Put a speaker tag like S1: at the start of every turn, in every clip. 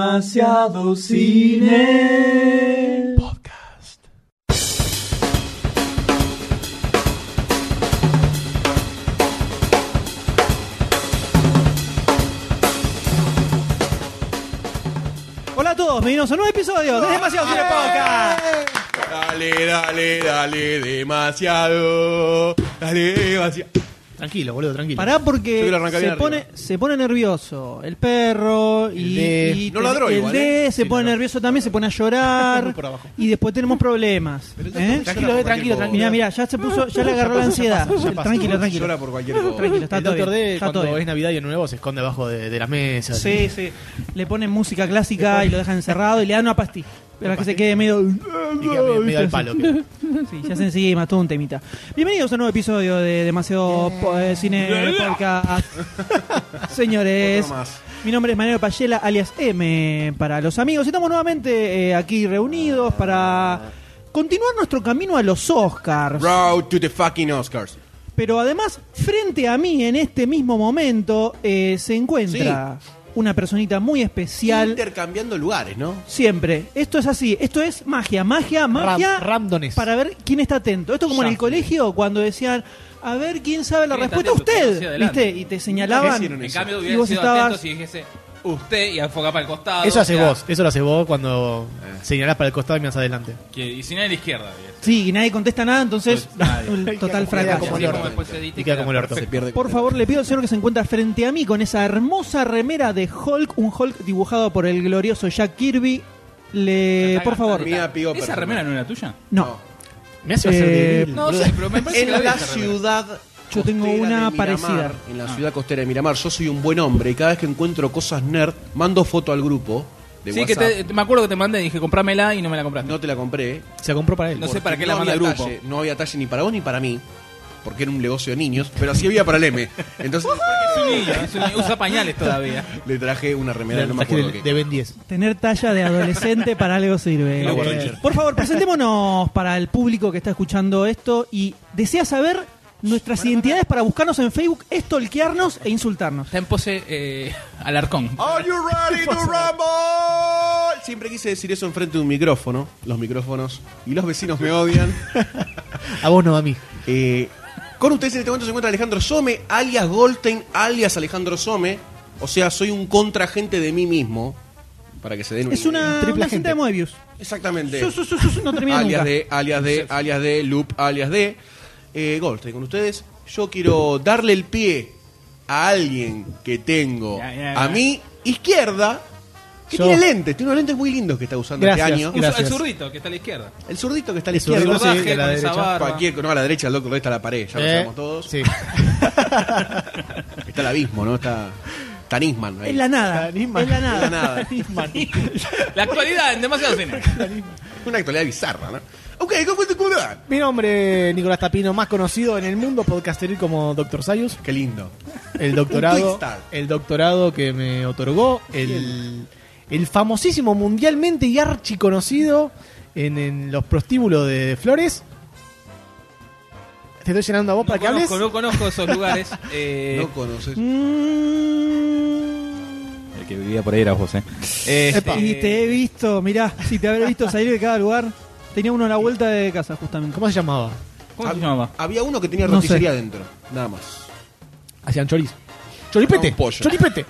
S1: Demasiado cine.
S2: Podcast.
S3: Hola a todos, bienvenidos a un nuevo episodio de Demasiado
S2: ¡Eh!
S3: Cine Podcast.
S2: Dale, dale, dale, demasiado. Dale, demasiado.
S4: Tranquilo, boludo, tranquilo.
S3: Pará
S2: Yo
S3: porque
S2: quiero arrancar
S3: se
S2: bien
S3: pone,
S2: arriba.
S3: se pone nervioso el perro y,
S4: D.
S3: y
S2: No
S3: te-
S2: ladró
S3: el
S2: igual,
S3: D
S2: ¿eh?
S3: se
S2: Sí,
S3: pone
S2: no.
S3: nervioso también, se pone a llorar
S2: por abajo.
S3: y después tenemos problemas. ¿eh?
S4: Tranquilo, eh, tranquilo, tranquilo.
S3: Mirá, mirá, ya se puso, ya le agarró la ansiedad. Tranquilo, tranquilo.
S2: Llora por cualquier cosa.
S3: Tranquilo, está
S4: el
S3: todo
S4: Doctor
S3: bien,
S4: D,
S3: está todo
S4: cuando
S3: bien.
S4: es Navidad y Año Nuevo, se esconde abajo de, de las mesas.
S3: Sí, sí. Le ponen música clásica y lo dejan encerrado y le dan una pastilla. Para que se quede medio.
S4: Y queda medio, medio al palo. que-
S3: Sí, ya se encima, todo un temita. Bienvenidos a un nuevo episodio de Demasiado Po- eh, Cine Podcast. Señores,
S2: Otro más.
S3: mi nombre es Manuel Payela, alias M, para los amigos. Estamos nuevamente eh, aquí reunidos para continuar nuestro camino a los Oscars.
S2: Road to the fucking Oscars.
S3: Pero además, frente a mí, en este mismo momento, eh, se encuentra una personita muy especial.
S2: Intercambiando lugares, ¿no?
S3: Siempre. Esto es así. Esto es magia, magia, magia.
S4: randones.
S3: Para ver quién está atento. Esto como en el
S4: Ya.
S3: colegio cuando decían, a ver quién sabe la
S5: ¿Quién está
S3: respuesta,
S5: atento? Que
S3: usted.
S5: siga adelante.
S3: ¿Viste? Y te
S2: ¿Qué
S3: señalaban.
S2: hicieron
S5: En
S2: eso?
S5: cambio,
S3: Y
S5: hubiera
S3: vos
S5: sido
S3: estabas-
S5: atento si dijese usted y enfocar para el costado.
S4: Eso
S5: o
S4: hace
S2: Ah.
S5: sea,
S4: vos, eso lo hace vos cuando
S2: Eh.
S4: señalás para el costado y miras adelante.
S5: que- y si no, a la izquierda. bien.
S3: Sí, y nadie contesta nada, entonces
S5: Pues, nadie.
S3: un total
S4: Queda
S3: fracaso.
S4: como el
S5: Así
S4: orto.
S5: después se edita
S4: Y queda como el orto.
S2: Se
S5: perfecto.
S2: pierde.
S3: Por favor, le pido al señor que se encuentra frente a mí con esa hermosa remera de Hulk, un Hulk dibujado por el glorioso Jack Kirby. Le, Eh, por favor.
S2: Mía, pigo,
S5: ¿Esa
S2: perdón.
S5: remera no era tuya?
S3: No,
S4: Me hace hacer
S3: Eh,
S4: débil,
S5: No
S4: boludo.
S5: sé, pero me parece que
S2: En
S5: vi
S2: la
S5: esa remera.
S2: ciudad.
S3: Yo tengo
S2: costera
S3: una
S2: de Miramar,
S3: parecida.
S2: En la
S5: Ah.
S2: ciudad costera de Miramar, yo soy un buen hombre y cada vez que encuentro cosas nerd, mando foto al grupo de
S5: Sí, que
S2: WhatsApp.
S5: te- te- me acuerdo que te mandé y dije, comprámela y no me la compraste.
S2: No te la compré,
S4: Se compró para él.
S5: No sé
S2: Porque
S5: para qué la manda
S2: había
S5: al grupo.
S2: talle, no había talle ni para vos ni para mí, porque era un negocio de niños, pero así había para el M. Entonces
S5: Es un niño, es un niño, usa pañales todavía.
S2: le traje una remera,
S4: Era
S2: no
S4: el
S2: me
S4: traje
S2: acuerdo
S4: de,
S2: qué.
S4: de Ben 10.
S3: Tener talla de adolescente para algo sirve.
S2: Power
S3: Eh,
S2: Ranger.
S3: Por favor, presentémonos para el público que está escuchando esto y desea saber nuestras identidades para buscarnos en Facebook, estolquearnos e insultarnos.
S5: Está en pose eh, alarcón.
S2: Are you ready to rumble? Siempre quise decir eso enfrente de un micrófono, los micrófonos, y los vecinos me odian.
S4: A vos no, a mí.
S2: Eh, con ustedes en este momento se encuentra Alejandro Some, alias Goldstein, alias Alejandro Some. O sea, soy un contraagente de mí mismo. Para que se den
S3: Es
S2: idea.
S3: una,
S4: Triple
S3: una cinta
S4: agente.
S3: de Moebius.
S2: Exactamente.
S3: Su, su, su, su, su, no termina
S2: alias
S3: nunca.
S2: de, alias de, alias de, loop, alias de. Eh, Goldstein, con ustedes, yo quiero darle el pie a alguien que tengo
S5: Ya, ya, ya.
S2: a mi izquierda, que
S4: Yo.
S2: tiene lentes, tiene unos lentes muy lindos que está usando
S4: Gracias.
S2: este año.
S5: Usa el
S4: Gracias.
S5: zurdito, que está a la izquierda.
S2: El zurdito que está a la
S4: El zurdito,
S2: izquierda.
S4: sí,
S5: Rodaje
S4: de la
S5: con esa
S4: derecha.
S5: barba.
S2: Cualquier, no, a la derecha, el loco, está la pared, ya lo
S4: Eh,
S2: sabemos todos.
S4: Sí.
S2: Está el abismo, ¿no? Está, está Nisman ahí.
S3: En la nada. En
S4: Anima.
S3: la
S2: En la
S3: nada.
S2: nada.
S5: La actualidad en demasiado cine.
S2: Una actualidad bizarra, ¿no? Ok, ¿cómo te cómo te va?
S4: Mi nombre, Nicolás Tapino, más conocido en el mundo podcasteril como Dr. Sayus.
S2: Qué lindo.
S4: el
S2: Un
S4: doctorado
S2: Twinstar.
S4: el doctorado que me otorgó el, el famosísimo mundialmente y archiconocido en, en los prostíbulos de Flores te estoy llenando a vos
S5: No
S4: para que hables
S5: conozco, no conozco esos lugares. eh,
S2: No conoces.
S5: El que vivía por ahí era José. Eh,
S4: Epa.
S3: Y te he visto, mirá, si te habré visto salir de cada lugar, tenía uno a la vuelta de casa justamente.
S4: ¿cómo se llamaba?
S5: ¿Cómo se
S2: Hab-
S5: llamaba?
S2: Había uno que tenía
S3: No sé.
S2: roticería adentro. Nada más.
S4: hacían chorizo choripete
S2: No, un pollo.
S4: choripete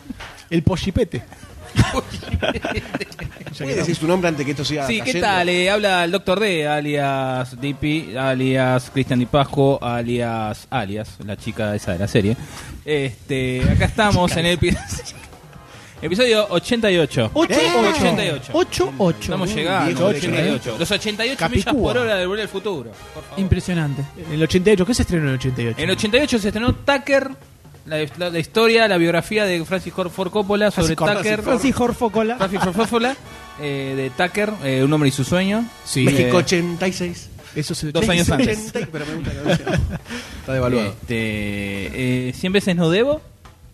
S4: el pollipete
S2: ¿Puedes decir su nombre antes que esto siga
S5: Sí, ¿qué
S2: cayendo?
S5: tal? Eh, habla el Doctor D, alias Dippy, alias Cristian Di Pasco, alias alias, la chica esa de la serie. Este, acá estamos en el epi- episodio 88.
S3: 88.
S5: 88.
S3: 88.
S5: Estamos llegando.
S2: viejo de
S5: 88. ¿eh? Los 88 millas
S4: Capicúa.
S5: por hora de volver al futuro. por favor.
S3: Impresionante.
S4: en el 88 ¿qué se estrenó en el 88?
S5: En 88 se estrenó Tucker, la, la- la historia, la biografía de Francis Ford Coppola sobre
S4: Francis Ford-
S5: Tucker.
S3: Francis Horfocola.
S5: Francis Ford Coppola, eh, de Tucker, eh, un hombre y su sueño.
S4: sí
S2: México
S5: Eh,
S2: 86.
S4: eso se-
S5: dos años antes.
S2: 80, pero me gusta que lo sea. Está
S5: Eh.
S2: devaluado.
S5: Este, eh, 100 veces no debo,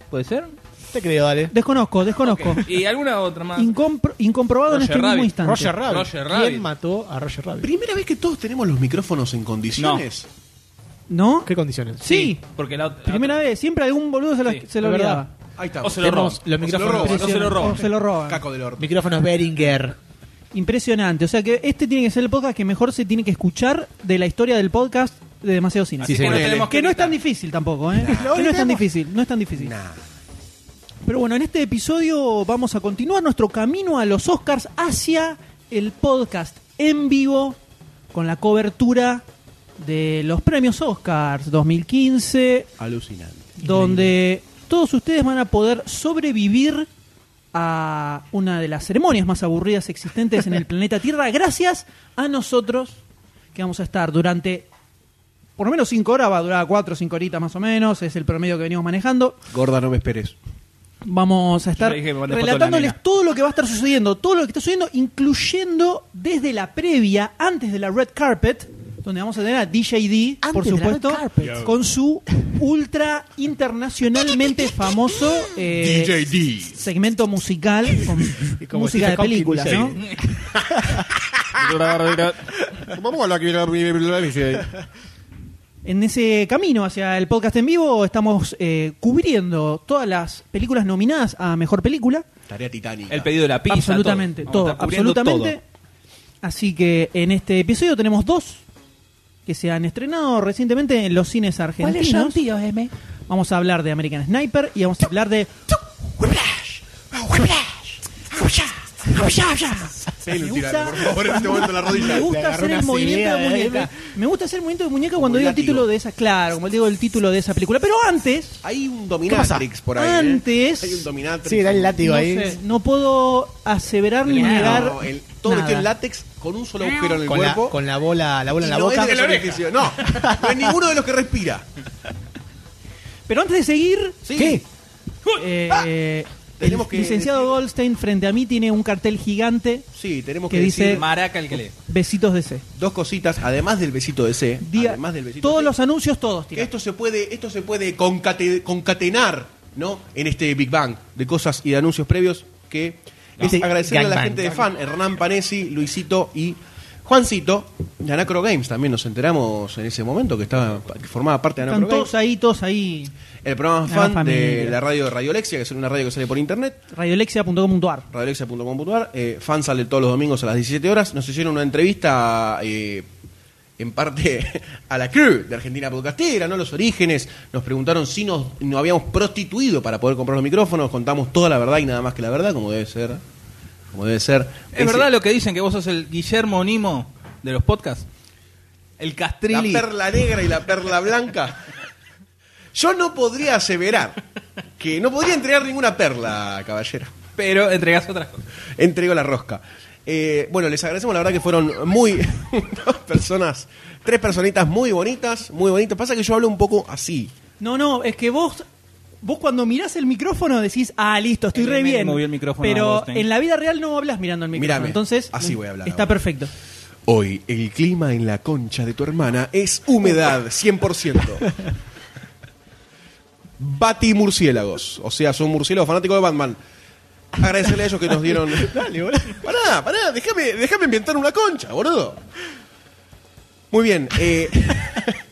S5: puede ser.
S4: te creo dale
S3: Desconozco, desconozco.
S5: Ok, Y alguna otra más.
S3: Incompro- incomprobado en
S5: Roger
S3: este mismo
S5: Rabbit.
S3: instante.
S4: Roger Rabbit
S5: Roger Rabbit.
S4: ¿quién mató a Roger Rabbit?
S2: Primera vez que todos tenemos los micrófonos en condiciones.
S3: ¿No?
S4: ¿qué condiciones?
S3: Sí.
S5: Porque la otra.
S3: Primera vez, siempre algún boludo se lo,
S5: Sí,
S3: se lo
S4: es verdad.
S3: olvidaba.
S2: Ahí está.
S5: O se lo
S4: Tenemos
S5: roban.
S4: los
S5: O se lo
S4: micrófonos
S5: roban, o se lo roban.
S3: O se lo roban.
S2: Caco del orto.
S4: Micrófonos Beringer.
S3: Impresionante. O sea que este tiene que ser el podcast que mejor se tiene que escuchar de la historia del podcast de Demasiado Cine.
S5: Así
S4: Sí,
S5: que no
S4: señor.
S5: tenemos
S3: que no es
S5: gritar.
S3: tan difícil tampoco, ¿eh? Que no es tan difícil, no es tan difícil.
S2: Nah.
S3: Pero bueno, en este episodio vamos a continuar nuestro camino a los Oscars hacia el podcast en vivo con la cobertura de los premios Oscars 2015,
S2: Alucinante.
S3: donde todos ustedes van a poder sobrevivir a una de las ceremonias más aburridas existentes en el planeta Tierra gracias a nosotros que vamos a estar durante por lo menos 5 horas, va a durar 4 o 5 horitas más o menos, es el promedio que venimos manejando.
S2: Gorda, no me esperes.
S3: Vamos a estar
S5: le dije que me mandé foto de la
S3: relatándoles
S5: nena.
S3: todo lo que va a estar sucediendo, todo lo que está sucediendo, incluyendo desde la previa, antes de la red carpet, donde vamos a tener a DJD,
S4: Antes
S3: por
S4: de la
S3: supuesto,
S4: red carpet.
S3: con su ultra internacionalmente famoso eh, segmento musical, con
S4: como
S3: música de
S4: Stephen Hawking,
S3: películas,
S4: DJ.
S3: ¿no?
S2: Vamos a la
S3: En ese camino hacia el podcast en vivo estamos eh, cubriendo todas las películas nominadas a Mejor Película.
S2: Tarea titánica.
S5: El pedido de la pizza.
S3: absolutamente, todo,
S5: Vamos a estar cubriendo
S3: absolutamente. Así que en este episodio tenemos dos que se han estrenado recientemente en los cines argentinos.
S4: tío M?
S3: Vamos a hablar de American Sniper y vamos a hablar de
S2: Ven,
S3: Me gusta-
S2: tiralo, por favor, en este momento la rodilla.
S3: Me gusta
S4: agarró
S3: hacer
S4: una
S3: el movimiento de
S4: celea,
S3: muñeca.
S4: ¿eh?
S3: Me gusta hacer el movimiento de muñeca
S2: Como
S3: cuando
S2: un
S3: digo el
S2: látigo.
S3: título de esa, claro, como digo el título de esa película. Pero antes,
S2: Hay un
S4: ¿Qué
S2: dominatrix
S4: pasa?
S2: por ahí. ¿eh?
S3: Antes-
S2: Hay un dominatrix.
S4: Sí, dale el látigo
S3: no,
S4: ahí.
S3: sé, no puedo aseverar ni
S2: No,
S3: negar
S2: el- todo
S3: nada.
S2: metido en látex con un solo agujero en el
S4: Con la,
S2: cuerpo.
S4: con la bola, la bola en la
S2: Y no es
S4: boca.
S2: de orificio, No, no es ninguno de los que respira.
S3: Pero antes de seguir,
S2: Sí.
S4: ¿Qué?
S3: Eh, el
S2: Tenemos que
S3: licenciado
S2: decir-
S3: Goldstein frente a mí tiene un cartel gigante,
S2: Sí, tenemos
S3: Que
S2: que,
S3: dice-
S2: decir
S5: Maraca el que lee.
S3: besitos de C.
S2: dos cositas, además del besito de C.
S3: Diga,
S2: además del besito
S3: todos
S2: de C,
S3: los anuncios, todos.
S2: que
S3: tira.
S2: esto se puede, esto se puede concate- concatenar, ¿no? En este Big Bang de cosas y de anuncios previos que es
S4: Este
S2: agradecerle a la
S4: gangbang.
S2: gente de fan, Hernán Panesi, Luisito y Juancito de Anacro Games. También nos enteramos en ese momento que estaba, que formaba parte de
S3: Están
S2: Anacro
S3: todos
S2: Games.
S3: ahí, todos ahí.
S2: El programa
S3: La
S2: fan de
S3: familia.
S2: la radio de Radiolexia, que es una radio que sale por internet.
S3: Radiolexia.com.ar.
S2: radiolexia.com.ar. Eh, fan sale todos los domingos a las 17 horas. Nos hicieron una entrevista eh, en parte a la crew de Argentina Podcastera, ¿no? Los orígenes. Nos preguntaron si nos, nos habíamos prostituido para poder comprar los micrófonos. Contamos toda la verdad y nada más que la verdad, como debe ser. Como debe ser.
S5: ¿Es verdad lo que dicen que vos sos el Guillermo Nimo de los podcasts? El
S2: La
S5: Castrilli.
S2: perla negra y la perla blanca. Yo no podría aseverar que no podría entregar ninguna perla, caballero.
S5: Pero entregás otras cosas.
S2: Entrego la rosca. Eh, bueno, les agradecemos, la verdad que fueron muy dos personas, tres personitas muy bonitas, muy bonitas. Pasa que yo hablo un poco así.
S3: No, no, es que vos. Vos cuando mirás el micrófono decís, ah, listo, estoy
S5: El
S3: re
S5: meme
S3: bien.
S5: movió el micrófono a
S3: pero
S5: Goldstein.
S3: en la vida real no hablas mirando el micrófono.
S2: Mírame,
S3: entonces,
S2: así voy a hablar
S3: Está
S2: ahora.
S3: perfecto.
S2: Hoy el clima en la concha de tu hermana es humedad 100%. Bati murciélagos, o sea, son murciélagos fanáticos de Batman. Agradecerle a ellos que nos dieron.
S4: Dale, boludo.
S2: Pará, pará, déjame, déjame inventar una concha, boludo. Muy bien. eh,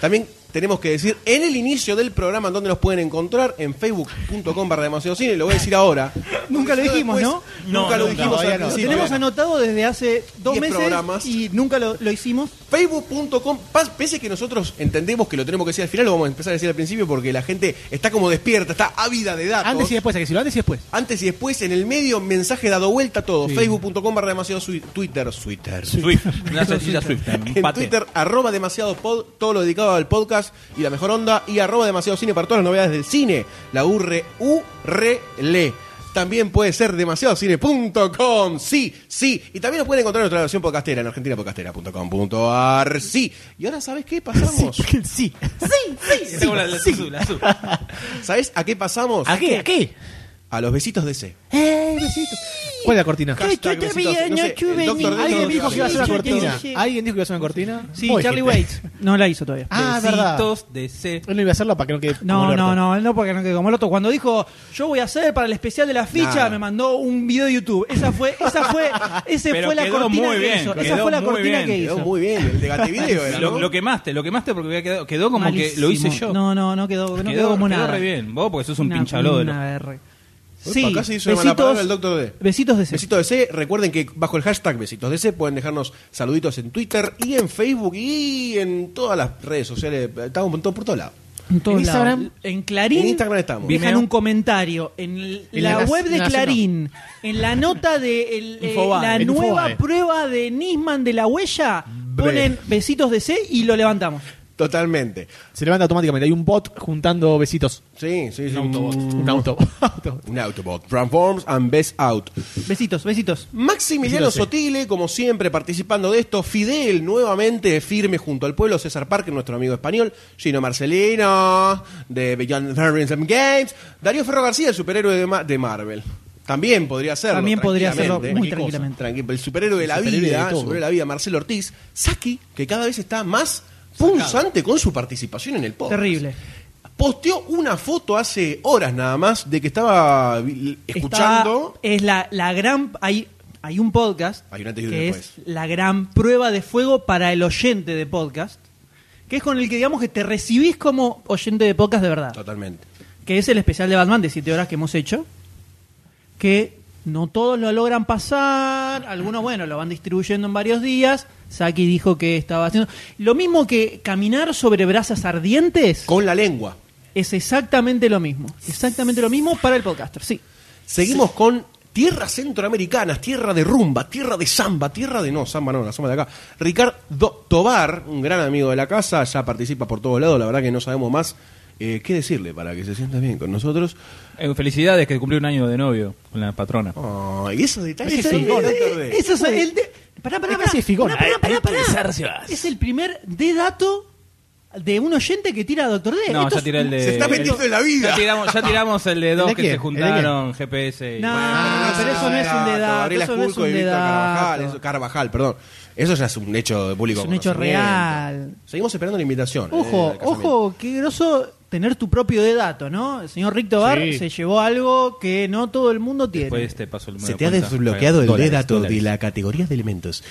S2: también tenemos que decir en el inicio del programa en dónde nos pueden encontrar en facebook.com barra demasiado cine. Lo voy a decir ahora.
S3: Nunca lo
S2: Yo
S3: dijimos,
S2: después
S5: ¿no?
S2: Nunca
S5: No,
S2: lo
S5: no,
S2: dijimos
S4: todavía
S2: al
S4: no.
S3: Lo
S2: principio.
S3: tenemos
S4: bueno.
S3: anotado desde hace dos
S2: Diez
S3: meses
S2: programas.
S3: y nunca lo, lo hicimos.
S2: Facebook.com, pas- pese que nosotros entendemos que lo tenemos que decir al final, lo vamos a empezar a decir al principio porque la gente está como despierta, está ávida de datos.
S4: Antes y después, hay que decirlo, antes y después.
S2: Antes y después, en el medio, mensaje dado vuelta todo.
S4: Sí.
S2: Facebook.com barra demasiado sui- Twitter. Twitter.
S5: Swift. Una sencilla Swift. también, un
S2: En
S5: pate.
S2: Twitter, arroba demasiado pod, todo lo dedicado al podcast y la mejor onda, y arroba demasiado cine para todas las novedades del cine, la URRE, URLE. También puede ser demasiadocine.com, sí, sí. Y también nos pueden encontrar en nuestra versión podcastera en argentinapodcastera.com.ar, sí. Y ahora, ¿sabes qué pasamos?
S4: porque sí.
S5: Está como la- la- la- la- la- la-
S2: ¿Sabes a qué pasamos?
S4: ¿A qué? ¿A qué?
S2: a los besitos de C.
S4: ¡Eh, besitos! ¿Cuál es la cortina?
S2: Hashtag besitos de- no sé, el Dr. Death
S4: Alguien
S2: no-
S4: dijo que iba a hacer una
S3: Sí,
S4: cortina.
S3: sí.
S4: ¿Alguien dijo que iba a hacer una cortina?
S3: Sí,
S4: Vos
S3: Charlie
S4: dijiste.
S3: Waits. No la hizo todavía.
S4: Ah, es verdad.
S5: Besitos de C.
S4: Él no iba a hacerla para que no quede. como
S3: No,
S4: el
S3: no,
S4: orto.
S3: no, no, porque no quedó como el otro. Cuando dijo, yo voy a hacer para el especial de la ficha,
S2: Nada.
S3: me mandó un video de YouTube. Esa fue, esa fue, ese
S5: Pero
S3: fue la
S5: quedó
S3: cortina
S5: muy
S3: que
S5: bien,
S3: hizo. Esa
S5: quedó
S3: fue la
S5: muy
S3: cortina
S5: bien,
S3: que hizo.
S2: Quedó muy bien, el de Gativideo era,
S5: Lo,
S2: ¿no?
S5: lo quemaste, lo quemaste porque había quedado, quedó como que lo hice
S3: Malísimo.
S5: yo.
S3: No, no, no quedó, no quedó como
S5: quedó
S3: nada.
S5: re bien. Vos porque sos un
S3: Una-
S5: pinchalodro.
S3: una berre.
S2: Uy,
S3: Sí,
S2: acá se hizo una mala palabra el Dr. D.
S3: Besitos de ese.
S2: Besitos de C, recuerden que bajo el hashtag Besitos de C pueden dejarnos saluditos en Twitter y en Facebook y en todas las redes sociales. Estamos por todo- por todos lados.
S3: En todos
S4: En
S3: lados.
S4: Instagram.
S3: En Clarín.
S2: En Instagram estamos.
S3: Dejan
S5: Vimeo.
S3: un comentario en l-
S4: En
S3: la
S4: la-
S3: web de
S4: en la
S3: Clarín, en la nota de el- eh,
S4: Infobae.
S3: la
S4: En
S3: nueva
S4: Infobae.
S3: prueba de Nisman de la huella, ponen besitos de C y lo levantamos.
S2: Totalmente.
S4: Se levanta automáticamente. Hay un bot juntando besitos.
S2: Sí, sí, sí.
S4: Mm, Un auto. Autobot.
S2: Un Autobot. Transforms and Best Out.
S3: Besitos, besitos.
S2: Maximiliano
S4: Besitos, sí.
S2: Sotile, como siempre, participando de esto. Fidel, nuevamente firme junto al pueblo. César Parque, nuestro amigo español. Gino Marcelino, de Beyond Variance and Games. Darío Ferro García, el superhéroe de, Ma- de Marvel. También podría serlo.
S3: También podría
S2: tranquilamente.
S3: hacerlo muy
S4: Cualquier cosa.
S3: tranquilamente.
S2: Tranqui- el superhéroe de la
S4: superhéroe
S2: vida,
S4: de todo.
S2: el superhéroe de la vida, Marcelo Ortiz, Saki, que cada vez está más punzante con su participación en el podcast.
S3: Terrible.
S2: Posteó una foto hace horas nada más de que estaba vi- escuchando.
S3: Está- es la, la gran. Hay, hay un podcast
S2: Hay un antes y un
S3: que es
S2: después.
S3: la gran prueba de fuego para el oyente de podcast, que es con el que digamos que te recibís como oyente de podcast de verdad.
S2: Totalmente.
S3: que es el especial de Batman de 7 horas que hemos hecho, que no todos lo logran pasar, algunos, bueno, lo van distribuyendo en varios días, Saki dijo que estaba haciendo... Lo mismo que caminar sobre brasas ardientes
S2: Con la lengua.
S3: es exactamente lo mismo, exactamente lo mismo para el podcaster, sí.
S2: Seguimos con tierras centroamericanas, tierra de rumba, tierra de samba, tierra de no, samba no, la samba de acá. Ricardo Tobar, un gran amigo de la casa, ya participa por todos lados, la verdad que no sabemos más eh, qué decirle para que se sienta bien con nosotros.
S5: Eh, felicidades que cumplí un año de novio con la patrona.
S2: Oh, y esos detalles
S3: Eso-
S2: son con Dr. D.
S3: Eso es el de... Pará, pará, pará.
S4: Es casi figón.
S3: Pará, pará, pará,
S5: Hay- hay
S3: pará.
S5: actualizarse.
S3: Es el primer de dato de un oyente que tira a Doctor
S2: Eh,
S3: D.
S5: No,
S3: Esto
S5: ya
S3: es-
S5: tiré el de.
S2: se está metiendo
S5: el-
S2: en la vida.
S5: Ya tiramos, ya tiramos el de
S4: ¿El
S5: dos
S4: de
S5: que
S4: quién?
S5: se
S4: ¿El de quién?
S5: juntaron GPS. Y...
S3: No,
S2: Ah,
S3: pero eso no es un
S2: dato,
S3: dedazo.
S2: Gabriela
S3: Eso no es
S2: Esculco
S3: un
S2: y Víctor Carvajal,
S3: dedazo.
S2: eso- Carvajal, perdón. Eso ya es un hecho de público.
S3: Es un hecho
S2: conocimiento.
S3: real.
S2: Seguimos esperando la invitación. eh,
S3: Ojo,
S2: al casamiento.
S3: ojo, qué groso tener tu propio de dato, ¿no? El señor Rick Tobar
S4: Sí.
S3: se llevó algo que no todo el mundo tiene.
S5: Después te paso el número
S2: Se
S5: de
S2: te ha
S5: cuenta.
S2: desbloqueado el
S5: Dólares,
S2: dedato
S5: dólares.
S2: de la categoría de elementos.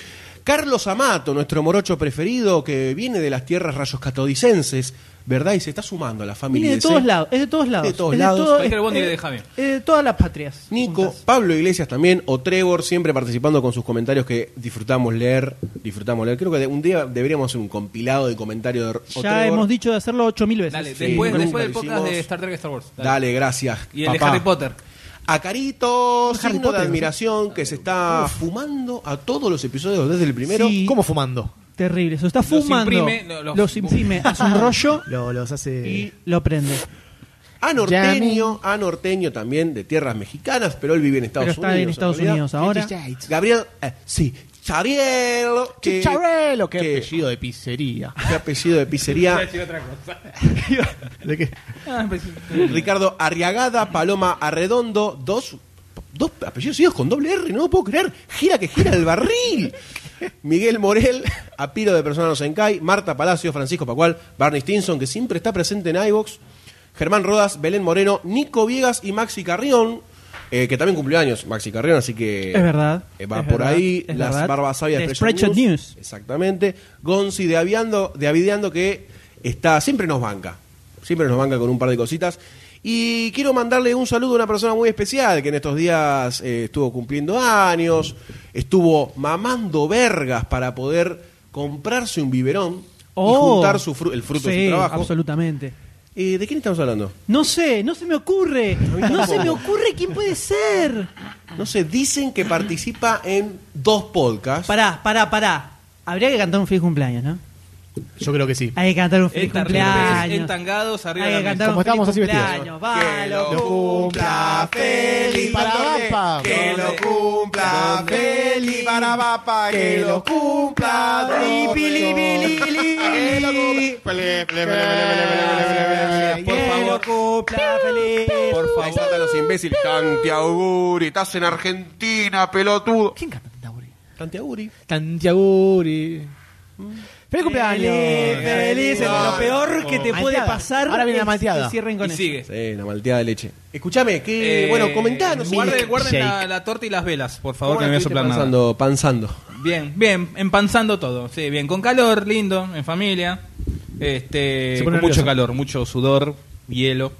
S2: Carlos Amato, nuestro morocho preferido, que viene de las tierras rayos catodicenses, ¿verdad? Y se está sumando a la familia.
S3: Viene de
S2: C.
S3: todos lados, es de todos lados.
S2: De todos
S3: es
S2: lados.
S3: todo-
S5: Cualquier bondi
S3: es-
S5: de Javi.
S3: es de todas las patrias.
S2: Nico,
S3: juntas.
S2: Pablo Iglesias también, o Trevor, siempre participando con sus comentarios que disfrutamos leer, disfrutamos leer. Creo que de- un día deberíamos hacer un compilado de comentarios de o
S3: Ya
S2: Trevor.
S3: hemos dicho de hacerlo 8000 veces.
S5: Dale,
S2: Sí,
S5: después,
S2: nunca
S5: después
S2: lo
S5: del podcast
S2: hicimos.
S5: de Star Trek Star Wars.
S2: Dale, gracias.
S5: Y el de
S2: papá.
S5: Harry Potter.
S2: A Carito,
S4: Harry
S2: signo de
S4: Potter,
S2: admiración, que se está fumando a todos los episodios desde el primero.
S3: Sí.
S4: ¿Cómo fumando?
S3: Terrible, eso está fumando.
S5: imprime, lo- los-
S3: los imprime, hace
S4: Ah.
S3: un rollo
S4: Lo- los hace.
S3: y lo prende.
S2: A Ah, norteño, a norteño también de tierras mexicanas, pero él vive en Estados
S3: Pero está
S2: Unidos.
S3: en Estados
S2: realidad.
S3: Unidos ahora.
S2: Gabriel, eh, sí, Chariel. que-
S4: Chicharello, qué
S2: que-
S4: apellido de pizzería.
S2: qué apellido de pizzería.
S4: ¿De qué?
S2: Ah,
S5: Ah,
S2: pues, Ricardo Arriagada, Paloma Arredondo, dos, dos apellidos seguidos con doble R, no lo puedo creer. Gira que gira el barril. Miguel Morel, Apiro de Persona No Sencai, Marta Palacio, Francisco Pacual, Barney Stinson, que siempre está presente en iVox, Germán Rodas, Belén Moreno, Nico Viegas y Maxi Carrión, eh, que también cumplió años Maxi Carrión, así que...
S3: Es verdad,
S2: eh, va
S3: es
S2: por
S3: verdad,
S2: ahí,
S3: es
S2: las
S3: verdad.
S2: barbas sabias
S3: De
S2: Expression
S3: Spreadshot News.
S2: Exactamente. Gonzi de Aviando, de Avideando que está, siempre nos banca. Siempre nos banca con un par de cositas. Y quiero mandarle un saludo a una persona muy especial que en estos días eh, estuvo cumpliendo años, estuvo mamando vergas para poder comprarse un biberón y
S3: Oh.
S2: juntar su fru- el fruto de
S3: Sí,
S2: su trabajo.
S3: Absolutamente.
S2: Eh, ¿De quién estamos hablando?
S3: No sé, no se me ocurre. No se me
S2: tampoco.
S3: ocurre quién puede ser.
S2: No sé, dicen que participa en dos podcasts.
S3: Pará, pará, pará. Habría que cantar un feliz cumpleaños, ¿no?
S4: Yo creo que sí.
S3: Hay que cantar un feliz
S5: Entar-
S3: cumpleaños.
S5: entangados arriba
S3: Hay
S5: de
S3: que
S5: la
S3: cantar
S5: mesa.
S3: un
S4: Como
S3: feliz
S4: estábamos así vestidos.
S3: cumpleaños. Va,
S2: Que
S3: loco.
S2: lo cumpla feliz.
S4: Para, para.
S2: Que lo cumpla Feliz Barabapa, que lo cumpla Rodrigo. Que lo cumpla. Ple, ple, ple, ple, ple, ple, ple, ple, ple,
S5: Por
S2: ple.
S5: favor. Por
S2: Ahí
S5: favor.
S2: saltan los imbéciles. Tantiaguri, estás en Argentina, pelotudo.
S4: ¿Quién canta Tantiaguri?
S2: Tantiaguri.
S4: Tantiaguri. Mm. ¡Feliz cumpleaños!
S3: Feliz, feliz, es lo peor que te puede
S4: Malteada.
S3: pasar.
S4: Ahora viene la
S3: es
S4: malteada.
S3: que cierren con
S5: Y
S3: eso.
S5: sigue.
S2: Sí, una malteada de leche. Escúchame, que
S5: Eh,
S2: bueno, comentanos. eh,
S5: Guarden,
S2: ¿cómo
S5: guarden la,
S4: Shake.
S5: la torta y las velas, por
S2: la
S5: favor, que no voy a
S2: estuviste
S5: soplar nada.
S2: panzando, panzando.
S5: Bien, bien, empanzando todo. Sí, bien, con calor, lindo, en familia. Este,
S4: Se
S5: con
S4: pone
S5: mucho
S4: nervioso.
S5: calor, mucho sudor, hielo.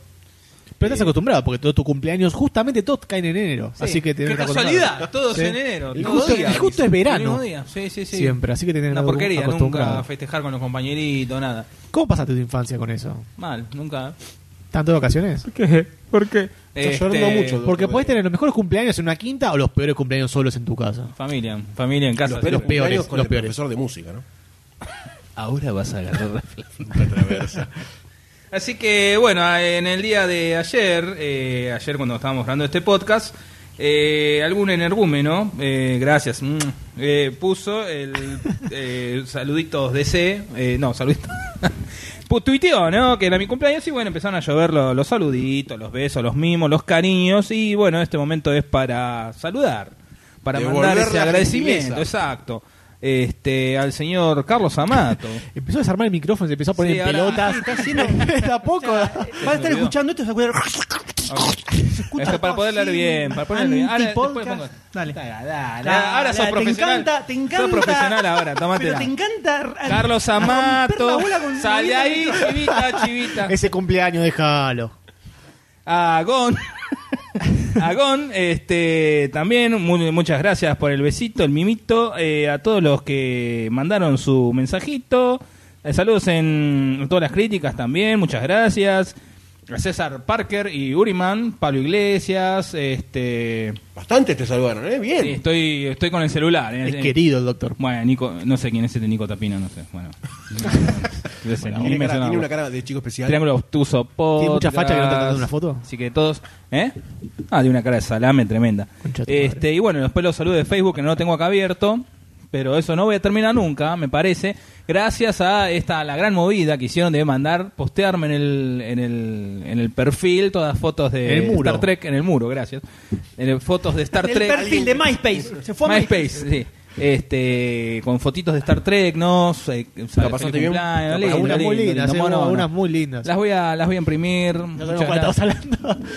S4: Pero estás acostumbrado porque todos tus cumpleaños, justamente todos caen en enero.
S5: Sí.
S4: Así que te
S5: Qué
S4: tenés que
S5: casualidad,
S4: acostumbrar.
S5: todos
S4: Sí.
S5: en enero.
S4: Y
S5: todos
S4: justo,
S5: días.
S4: y justo es
S5: El
S4: verano.
S5: mismo día, Sí, sí, sí.
S4: Siempre, así que tenés
S5: Una
S4: algo
S5: porquería, nunca
S4: acostumbrado.
S5: festejar con los compañeritos, nada.
S4: ¿Cómo pasaste tu infancia con eso?
S5: Mal, nunca.
S4: ¿Tanto de vacaciones?
S3: ¿Qué? ¿Por qué?
S2: Estás
S5: Este,
S2: llorando mucho.
S4: Porque podés tener los mejores cumpleaños en una quinta o los peores cumpleaños solos en tu casa.
S5: Familia, familia en casa.
S2: Los peores
S5: siempre.
S2: cumpleaños con
S4: los
S2: el
S4: peores.
S2: profesor de música, ¿no?
S5: Ahora vas a agarrar la
S2: Retraversa.
S5: Así que bueno, en el día de ayer, eh, ayer cuando estábamos grabando este podcast, eh, algún energúmeno, eh, gracias, mm, eh, puso el eh, saluditos DC, eh, no, saluditos. Pu- Tuiteó, ¿no? Que era mi cumpleaños y bueno, empezaron a llover lo- los, saluditos, los besos, los mimos, los cariños y bueno, este momento es para saludar, para
S2: Devolver
S5: mandar ese
S2: la
S5: agradecimiento,
S2: gentileza.
S5: exacto, este, al señor Carlos Amato.
S4: Empezó a desarmar el micrófono, se empezó a poner
S5: Sí,
S4: en
S5: ahora-
S4: pelotas.
S5: sí,
S3: está haciendo-
S4: De a poco.
S3: Vas a estar escuchando esto y se acuerda-
S5: Es que
S3: Este,
S5: para poderle leer bien, para poderle leer bien. Ahora,
S3: Antipodcast.
S5: después pongo-
S3: Dale.
S5: Dale, dale.
S3: Dale,
S5: ahora sos
S3: te
S5: profesional.
S3: Encanta, te encanta.
S5: Sos profesional ahora,
S3: Pero
S5: tómatela.
S3: te encanta. r-
S5: Carlos
S3: a romper la
S5: Amato.
S3: bola con-
S5: Sale ahí, chivita, chivita.
S4: Ese cumpleaños, déjalo.
S5: A Gon. A Gon, este, también mu- muchas gracias por el besito, el mimito. eh, a todos los que mandaron su mensajito. Eh, saludos en todas las críticas también, muchas gracias. A César Parker y Uriman, Pablo Iglesias, este.
S2: Bastante te saludaron, ¿eh? Bien.
S5: Sí, estoy, estoy con el celular. eh.
S4: Es querido el doctor.
S5: Bueno, Nico, no sé quién es este Nico Tapina, no sé. Bueno, No sé, ni
S2: Tiene,
S5: me
S2: cara-
S5: suena.
S2: tiene una cara de chico especial.
S5: Triángulo obtuso, podcast.
S4: Tiene mucha facha que no te han dado una foto.
S5: Así que todos, ¿eh? Ah, tiene una cara de salame tremenda.
S4: Concha tu
S5: Este,
S4: madre.
S5: y bueno, después los saludos de Facebook que no lo tengo acá abierto, pero eso no voy a terminar nunca, me parece. Gracias a esta la gran movida que hicieron de mandar postearme en el en el, en el perfil todas fotos de
S4: En el muro.
S5: Star Trek en el muro, gracias. En el- fotos de Star
S3: El
S5: Trek.
S3: perfil de MySpace. Se fue a
S5: MySpace, sí. Este, con fotitos de Star Trek, ¿no? Se- sale
S2: pasaste
S5: feliz
S2: bien?
S5: cumpleaños, lindo,
S4: Algunas muy
S5: lindo,
S4: lindas,
S5: lindo,
S4: eh,
S5: mono,
S4: algunas
S5: no.
S4: muy lindas.
S5: Las voy a, las voy a imprimir.
S4: No
S5: Muchas
S4: sabemos cuál estamos
S5: gracias.
S4: hablando.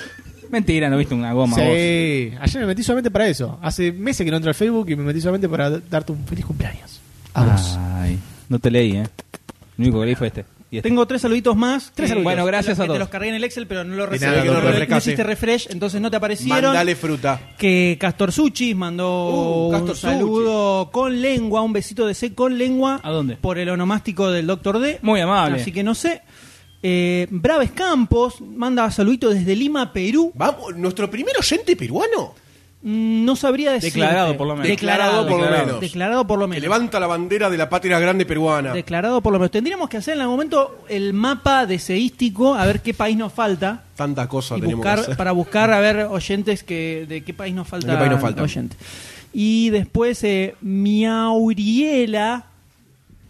S5: Mentira, no viste una goma vos.
S4: Sí, ayer me metí solamente para eso. Hace meses que no entro al Facebook y me metí solamente para darte un feliz cumpleaños.
S3: Ah.
S4: A vos.
S5: Ay, no te leí, ¿eh? Lo único que leí fue este. Y este.
S3: Tengo tres saluditos más.
S5: Tres
S3: que-
S5: saluditos. Bueno, gracias
S3: que
S5: a todos.
S3: Te los cargué en el Excel, pero no lo
S2: nada,
S3: recibí.
S2: que no
S3: No, no
S2: refrescaste.
S3: hiciste refresh, entonces no te aparecieron.
S2: Mandale fruta.
S3: Que Castor Suchis mandó
S2: Uh, Castor
S3: un saludo con lengua, un besito de C con lengua.
S5: ¿A dónde?
S3: Por el onomástico del Doctor D.
S5: Muy amable.
S3: Así que no sé. Eh, Braves Campos manda saludito desde Lima, Perú.
S2: Vamos, nuestro primer oyente peruano.
S3: Mm, No sabría decir.
S5: Declarado, por lo menos.
S3: Declarado,
S2: Declarado, por lo
S3: declarado.
S2: menos.
S3: Declarado por lo
S2: Que
S3: menos.
S2: levanta la bandera de la patria grande peruana.
S3: Declarado por lo menos. Tendríamos que hacer en algún momento el mapa deseístico, a ver qué país nos falta.
S2: Tanta cosa
S3: y
S2: tenemos
S3: buscar-
S2: que hacer.
S3: para buscar a ver oyentes que de qué país nos falta,
S2: ¿De qué país nos falta?
S3: oyente. Y después eh, Miauriela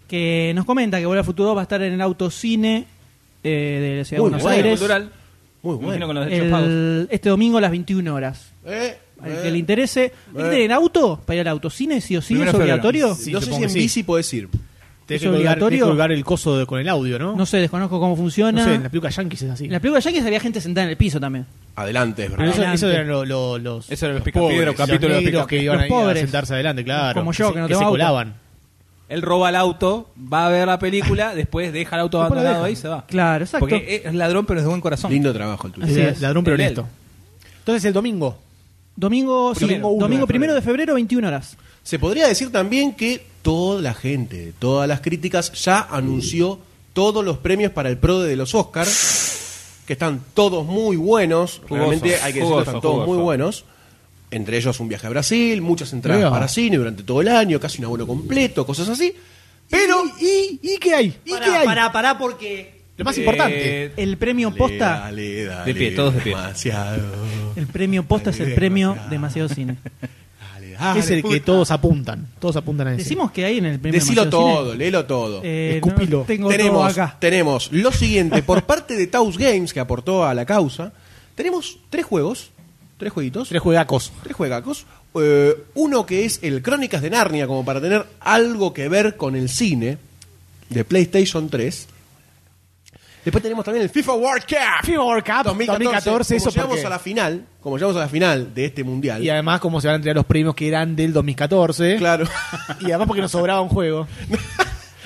S3: que nos comenta que Vuelve al Futuro va a estar en el autocine eh, de la ciudad
S2: Muy
S3: de Buenos
S2: bueno.
S3: Aires
S5: Cultural.
S2: Muy
S5: Me
S2: bueno.
S5: imagino con los derechos pagos.
S3: el- este domingo a las 21 horas.
S2: Eh,
S3: Al
S2: eh.
S3: que le interese, ¿Hay que tener auto para ir al autocine? ¿Sí o sí?
S5: Primero
S3: ¿Es
S5: de febrero.
S3: obligatorio?
S4: Sí,
S2: no sé
S4: supongo
S2: si en
S4: que sí.
S2: bici podés ir.
S4: Tenés
S3: ¿Es
S4: que colgar-
S3: obligatorio?
S4: tenés que colgar el coso de- con el audio, ¿no?
S3: No sé, desconozco cómo
S4: No
S3: funciona.
S4: sé, en las películas yankees es así.
S3: En la película Yankees había gente sentada en el piso también.
S2: Adelante, es
S4: Pero
S2: verdad.
S4: eso,
S3: Adelante.
S4: eso eran lo- lo- los,
S5: Eso era los
S4: los
S5: picapiedra,
S4: pobres,
S5: un capítulo de
S4: los negros
S5: picapiedra.
S4: que iban
S3: Los
S4: ahí a
S3: pobres.
S4: sentarse adelante, claro.
S3: Como yo,
S4: se-
S3: que no
S4: que
S3: tengo
S4: se
S3: auto.
S4: colaban.
S5: Él roba el auto, va a ver la película, después deja el auto
S4: Después lo
S5: abandonado
S4: deja.
S5: ahí y se va.
S3: Claro, exacto.
S5: Porque es ladrón, pero es de buen corazón.
S2: Lindo trabajo el tuyo.
S3: Así es.
S4: Ladrón pero
S5: Del
S4: honesto. Entonces el domingo.
S3: Domingo, sí,
S5: Primero.
S3: domingo
S5: Uno de
S3: primero de febrero, 21 horas.
S2: Se podría decir también que toda la gente, de todas las críticas, ya anunció todos los premios para el PRODE de los Oscars, que están todos muy buenos, realmente hay que decirlo,
S5: jugoso,
S2: están todos
S5: jugoso.
S2: muy buenos. Entre ellos un viaje a Brasil, muchas entradas
S4: Mira.
S2: para cine durante todo el año, casi un abono completo, cosas así. Pero,
S4: ¿Y, y, y qué hay? ¿Y
S3: Pará,
S4: qué hay?
S3: pará, pará, porque
S4: Lo más importante.
S5: Eh,
S3: el premio posta,
S2: Dale, dale,
S5: De pie, todos de pie.
S2: Demasiado.
S3: el premio posta es el
S2: Dale,
S3: premio
S2: demasiado.
S3: demasiado cine.
S2: Dale, dale, dale,
S4: es el que
S2: ah, puta.
S4: todos apuntan. Todos apuntan a ese.
S3: Decimos que ahí en el primer
S2: Decilo
S3: Demasiado Cine,
S2: todo, léelo todo.
S3: eh, no
S4: Escupilo.
S3: tengo todo
S2: tenemos,
S3: acá.
S2: tenemos lo siguiente, por parte de Taos Games, que aportó a la causa, tenemos tres juegos, tres jueguitos,
S4: Tres juegacos.
S2: tres juegacos. Eh, uno que es el Crónicas de Narnia, como para tener algo que ver con el cine, de PlayStation 3. Después tenemos también el FIFA World Cup.
S4: FIFA World Cup 2014,
S2: como
S4: eso
S2: llegamos
S4: porque-
S2: a la final, como llegamos a la final de este mundial.
S4: Y además, como se van a entregar los premios que eran del 2014.
S2: Claro.
S4: Y además, porque nos sobraba un juego.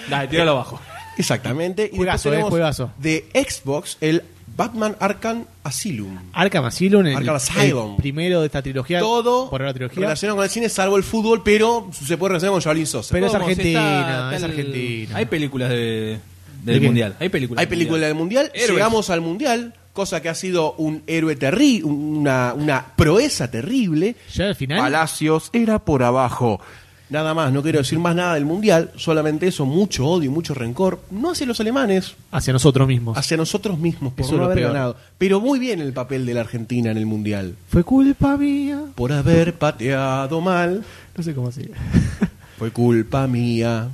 S5: Dale, tíralo abajo.
S2: Exactamente. Y
S4: Juegazo, eh,
S2: después
S4: juegazo.
S2: tenemos de Xbox el Batman Arkham Asylum.
S4: Arkham Asylum, el,
S2: Arkham Asylum.
S4: el primero de esta trilogía.
S2: Todo
S4: Por ahora trilogía.
S2: relacionado con el cine, salvo el fútbol, pero se puede relacionar con Shaolin Sosa.
S4: Pero es
S5: ¿Cómo? Si
S4: Argentina, es
S5: el-
S4: Argentina.
S5: Hay películas de, del
S4: ¿De qué?
S5: mundial. Hay películas.
S2: Hay
S5: del
S2: película del mundial,
S5: Héroes.
S2: llegamos al mundial, cosa que ha sido un héroe terrible, una, una proeza terrible.
S4: Ya al final.
S2: Palacios era por abajo. Nada más, no quiero decir más nada del mundial, solamente eso, mucho odio, y mucho rencor, no hacia los alemanes,
S4: Hacia nosotros mismos.
S2: hacia nosotros mismos por
S4: Eso es
S2: no
S4: lo
S2: haber
S4: peor.
S2: ganado. Pero muy bien el papel de la Argentina en el mundial.
S4: Fue culpa mía.
S2: Por haber pateado mal,
S4: No sé cómo sigue.
S2: fue culpa mía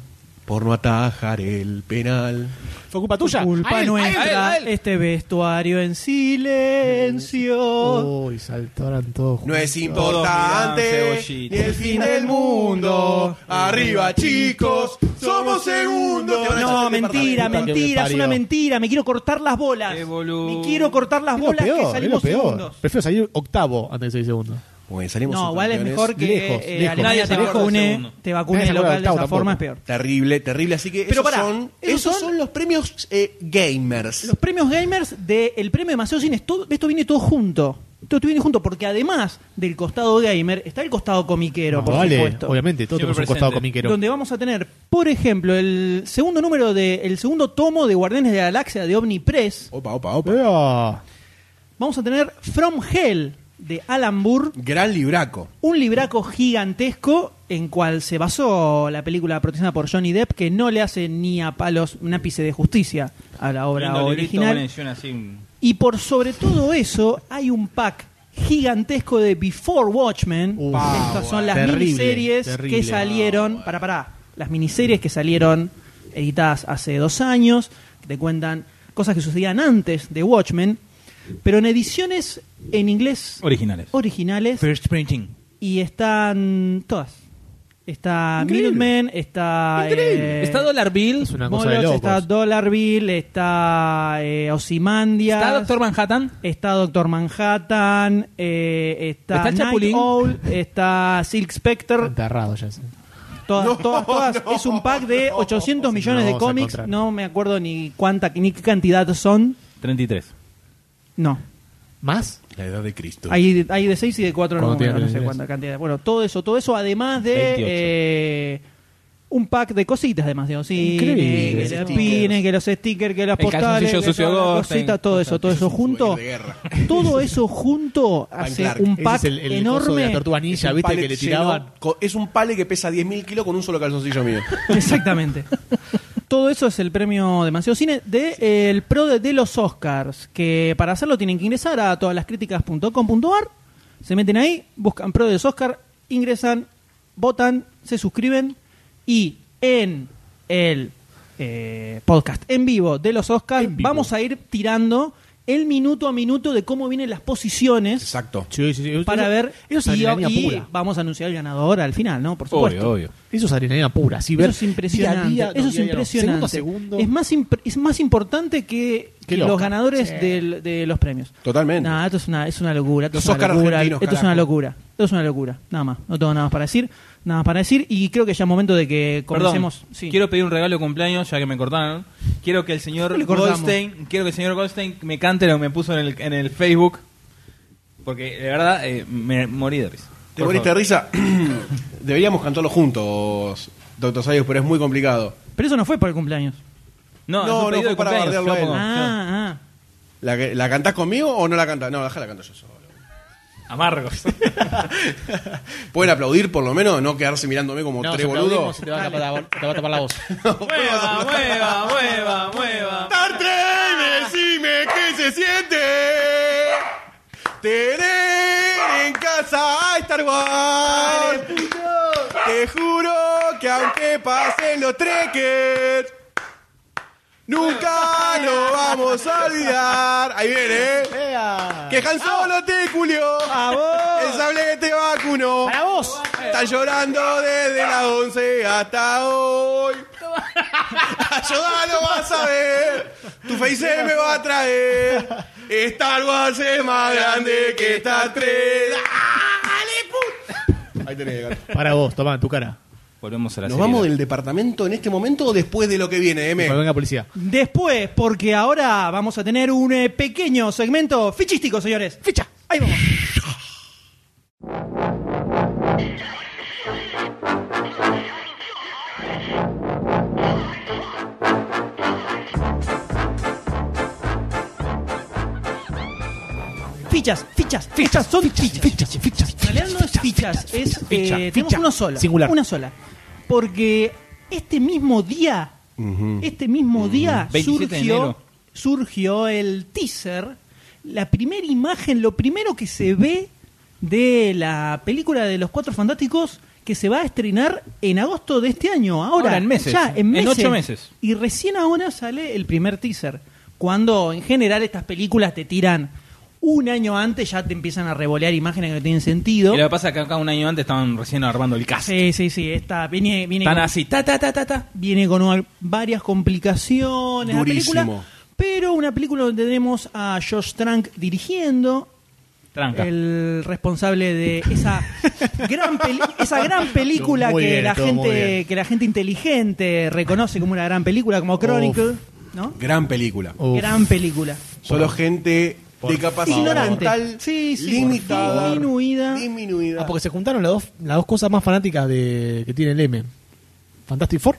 S2: por no atajar el penal.
S4: Fue culpa tuya. Ah,
S3: Culpa
S4: A él,
S3: nuestra,
S4: a él, a él.
S3: este vestuario en silencio.
S4: Uy, saltaron todos.
S2: No es
S5: Todos
S2: importante
S5: miran
S2: ni
S5: cebollitas.
S2: el fin del mundo. Arriba, chicos, somos segundos. Te van a echar
S3: No,
S2: del
S3: mentira,
S2: departamento.
S4: me
S3: mentira, es
S4: parió.
S3: una mentira. Me quiero cortar las bolas.
S5: Qué boludo.
S3: Me quiero cortar las
S4: Es lo
S3: bolas que
S4: peor, es lo
S3: salimos
S4: peor.
S3: segundos.
S4: Prefiero salir octavo antes de salir segundo.
S2: Bueno, salimos
S3: No, igual es
S2: subcampeones.
S3: mejor que
S4: Lejos,
S3: eh,
S4: lejos.
S3: Alemania
S5: Nadie
S3: te
S5: se acuerda del
S3: vacune,
S5: segundo.
S3: te vacune
S4: Nadie se acuerda
S3: local
S4: del
S3: de esa
S4: octavo
S3: forma es
S4: tampoco.
S3: peor.
S2: Terrible, terrible. Así que
S3: Pero
S2: esos,
S3: pará,
S2: son,
S3: ¿esos
S2: esos
S3: son?
S2: son los premios eh, gamers.
S3: Los premios gamers del premio de Maceo Cine, todo- esto viene todo junto. Todo esto viene junto porque además del costado gamer está el costado comiquero,
S4: No,
S3: por
S4: Ah, vale,
S3: supuesto.
S4: obviamente, todos
S5: Siempre
S4: tenemos un costado
S5: presente.
S4: comiquero.
S3: Donde vamos a tener, por ejemplo, el segundo número de, el segundo tomo de Guardianes de la Galaxia de Omnipress.
S2: Opa, opa, opa.
S4: Pero-
S3: Vamos a tener From Hell de Alan Moore,
S2: Gran libraco.
S3: un libraco gigantesco en cual se basó la película protagonizada por Johnny Depp que no le hace ni a palos un ápice de justicia a la obra
S5: Lindo librito,
S3: original.
S5: una edición así, un-
S3: Y por sobre todo eso, hay un pack gigantesco de Before Watchmen.
S4: Uf, Ah,
S3: Estas son las
S4: terrible,
S3: miniseries
S4: terrible. Ah,
S3: que salieron. para, para. Las miniseries que salieron editadas hace dos años, que te cuentan cosas que sucedían antes de Watchmen, pero en ediciones en inglés
S5: Originales.
S3: originales.
S5: First printing.
S3: Y están todas. Está
S4: Increíble.
S3: Minutemen, está. eh,
S5: Está Dollar Bill.
S4: Es una cosa de
S3: Moloch,
S4: locos.
S3: está Dollarville, está eh, Ozymandias.
S5: Está Doctor Manhattan.
S3: Está Doctor Manhattan, eh, está,
S5: Está el
S3: Night
S5: Chapulín.
S3: Owl, está Silk Spectre,
S4: Enterrado ya. sé.
S3: todas,
S2: No,
S3: todas, todas.
S2: no,
S3: es un pack de 800
S4: no,
S3: millones de
S4: vamos a
S3: cómics,
S4: encontrar.
S3: no me acuerdo ni cuánta ni qué cantidad son.
S5: 33.
S3: No,
S4: ¿Más?
S2: La edad de Cristo.
S3: hay, hay de 6 y de 4
S4: Cuando
S3: números,
S4: tiene
S3: no sé
S4: ideas.
S3: cuánta cantidad. Bueno, todo eso, todo eso además de
S5: 28.
S3: eh, un pack de cositas de más de
S4: Increíble.
S3: que los
S2: Stickers.
S3: pines, que los stickers, que las
S5: El
S3: postales,
S5: calzoncillo
S3: que
S5: sucio
S3: todas las
S5: Goldstein.
S3: cositas, todo eso, todo eso junto.
S2: De guerra.
S3: Todo eso junto hace
S2: Clark.
S3: un
S4: Ese
S3: pack
S4: es el, el coso de
S3: enorme.
S4: la tortuga
S2: Es
S4: ninja,
S2: un
S4: ¿viste?
S2: palet
S4: Que le
S2: lleno-
S4: tiraban.
S2: co- es un pale que pesa 10.000 kilos con un solo calzoncillo mío.
S3: Exactamente. Todo eso es el premio de Maceo Cine de eh, el pro de, de los Oscars, que para hacerlo tienen que ingresar a todaslascríticas.com.ar, se meten ahí, buscan pro de los Oscars, ingresan, votan, se suscriben y en el eh, podcast en vivo de los Oscars
S4: En vivo.
S3: vamos a ir tirando el minuto a minuto de cómo vienen las posiciones
S2: Exacto.
S4: Sí, sí, sí.
S3: para
S4: Eso-
S3: ver
S4: Eso es
S3: y,
S4: adrenalina
S3: y
S4: pura.
S3: vamos a anunciar el ganador al final, ¿no? Por supuesto.
S5: Obvio, obvio.
S4: Eso es adrenalina pura. así ver
S3: Eso es impresionante.
S4: día a día,
S3: eso
S4: no,
S3: es
S4: día a día no,
S3: impresionante.
S4: Segundo a segundo.
S3: Es más impre- es más importante que,
S4: Qué
S3: los
S4: loca.
S3: ganadores
S4: Sí.
S3: del- de los premios.
S2: Totalmente.
S3: Nah, esto es una, es una locura. Esto
S2: Los
S3: es una
S2: Oscar
S3: locura. Esto
S2: argentinos,
S3: es una
S2: carajo.
S3: locura. Esto es una locura. Nada más. No tengo nada más para decir. Nada más para decir. Y creo que ya es momento de que comencemos.
S5: Perdón,
S3: Sí.
S5: quiero pedir un regalo de cumpleaños, ya que me cortaron. Quiero que el señor
S3: ¿Cómo le cortamos?
S5: Goldstein, quiero que el señor Goldstein me cante lo que me puso en el, en el Facebook. Porque de verdad eh, me morí de risa.
S2: ¿Te
S5: Por
S2: moriste de
S5: favor.
S2: risa? Deberíamos cantarlo juntos, Doctor Sayus, pero es muy complicado.
S3: Pero eso no fue por el cumpleaños.
S5: No,
S2: No,
S5: no,
S2: no,
S5: no pedido
S2: fue
S5: de
S2: para
S5: cumpleaños.
S2: bardearlo a él.
S5: loco. Ya.
S3: Ah, ah.
S2: ¿La, que- ¿La cantás conmigo o no la cantás? No, déjala cantar yo solo.
S5: Amargos.
S2: ¿Pueden aplaudir por lo menos? No quedarse mirándome como
S4: No,
S2: tres
S4: si aplaudimos,
S2: boludos.
S4: se Te va a tapar la- te va a tapar la voz.
S5: mueva, mueva, mueva, mueva.
S2: ¡Star Trek, decime qué se siente! Tener en casa fuerza a Star Wars. Te juro que aunque pasen los trekkers, nunca lo vamos a olvidar. Ahí viene, ¿eh?
S4: ¡Ea!
S2: Que Han Solo te culió.
S4: ¡Vamos!
S2: El sable que te vacunó.
S4: ¡Para vos!
S2: Están llorando desde las 11 hasta hoy. Ayúdalo, vas a ver. Tu face me va a traer. Star Wars es más grande que esta tres. ¡Dale, put! Ahí tenés, gato.
S4: Para vos, tomá, en tu cara.
S5: Volvemos a la
S2: ¿Nos
S5: seriedad.
S2: vamos del departamento en este momento o después de lo que viene,
S4: Cuando
S2: M?
S4: venga policía.
S3: Después, porque ahora vamos a tener un eh, pequeño segmento fichístico, señores. Ficha. Ahí vamos. Fichas, fichas, fichas, son fichas.
S4: Fichas, fichas.
S3: En realidad no es fichas, es eh,
S4: ficha,
S3: tenemos
S4: ficha,
S3: una sola.
S4: singular.
S3: Una sola. Porque este mismo día, este mismo día
S5: 27 de
S3: surgió,
S5: enero.
S3: surgió el teaser, la primera imagen, lo primero que se ve de la película de los Cuatro Fantásticos que se va a estrenar en agosto de este año. Ahora,
S5: Ahora, en meses.
S3: Ya, en
S5: En
S3: meses.
S5: ocho meses.
S3: Y recién ahora sale el primer teaser. Cuando en general estas películas te tiran un año antes, ya te empiezan a revolear imágenes que no tienen sentido.
S5: Y lo que pasa es que acá un año antes estaban recién armando el cast.
S3: Sí, sí, sí. Esta viene, viene,
S5: Están así, ta, ta, ta, ta, ta.
S3: viene con una- varias complicaciones. la
S2: Durísimo.
S3: película, pero una película donde tenemos a Josh Trank dirigiendo,
S5: Tranca.
S3: el responsable de esa gran, peli- esa gran película
S4: Muy
S3: que,
S4: bien,
S3: la
S4: estuvo muy bien.
S3: gente, que la gente inteligente reconoce como una gran película, como Chronicle, ¿no?
S2: Gran película.
S4: Uf.
S3: Gran película.
S2: Solo gente de capacidad
S3: Ignorante.
S2: mental
S3: Sí, sí.
S2: limitada,
S3: Disminuida.
S2: disminuida.
S4: Ah, porque se juntaron las dos, las dos cosas más fanáticas de, que tiene el M. Fantastic Four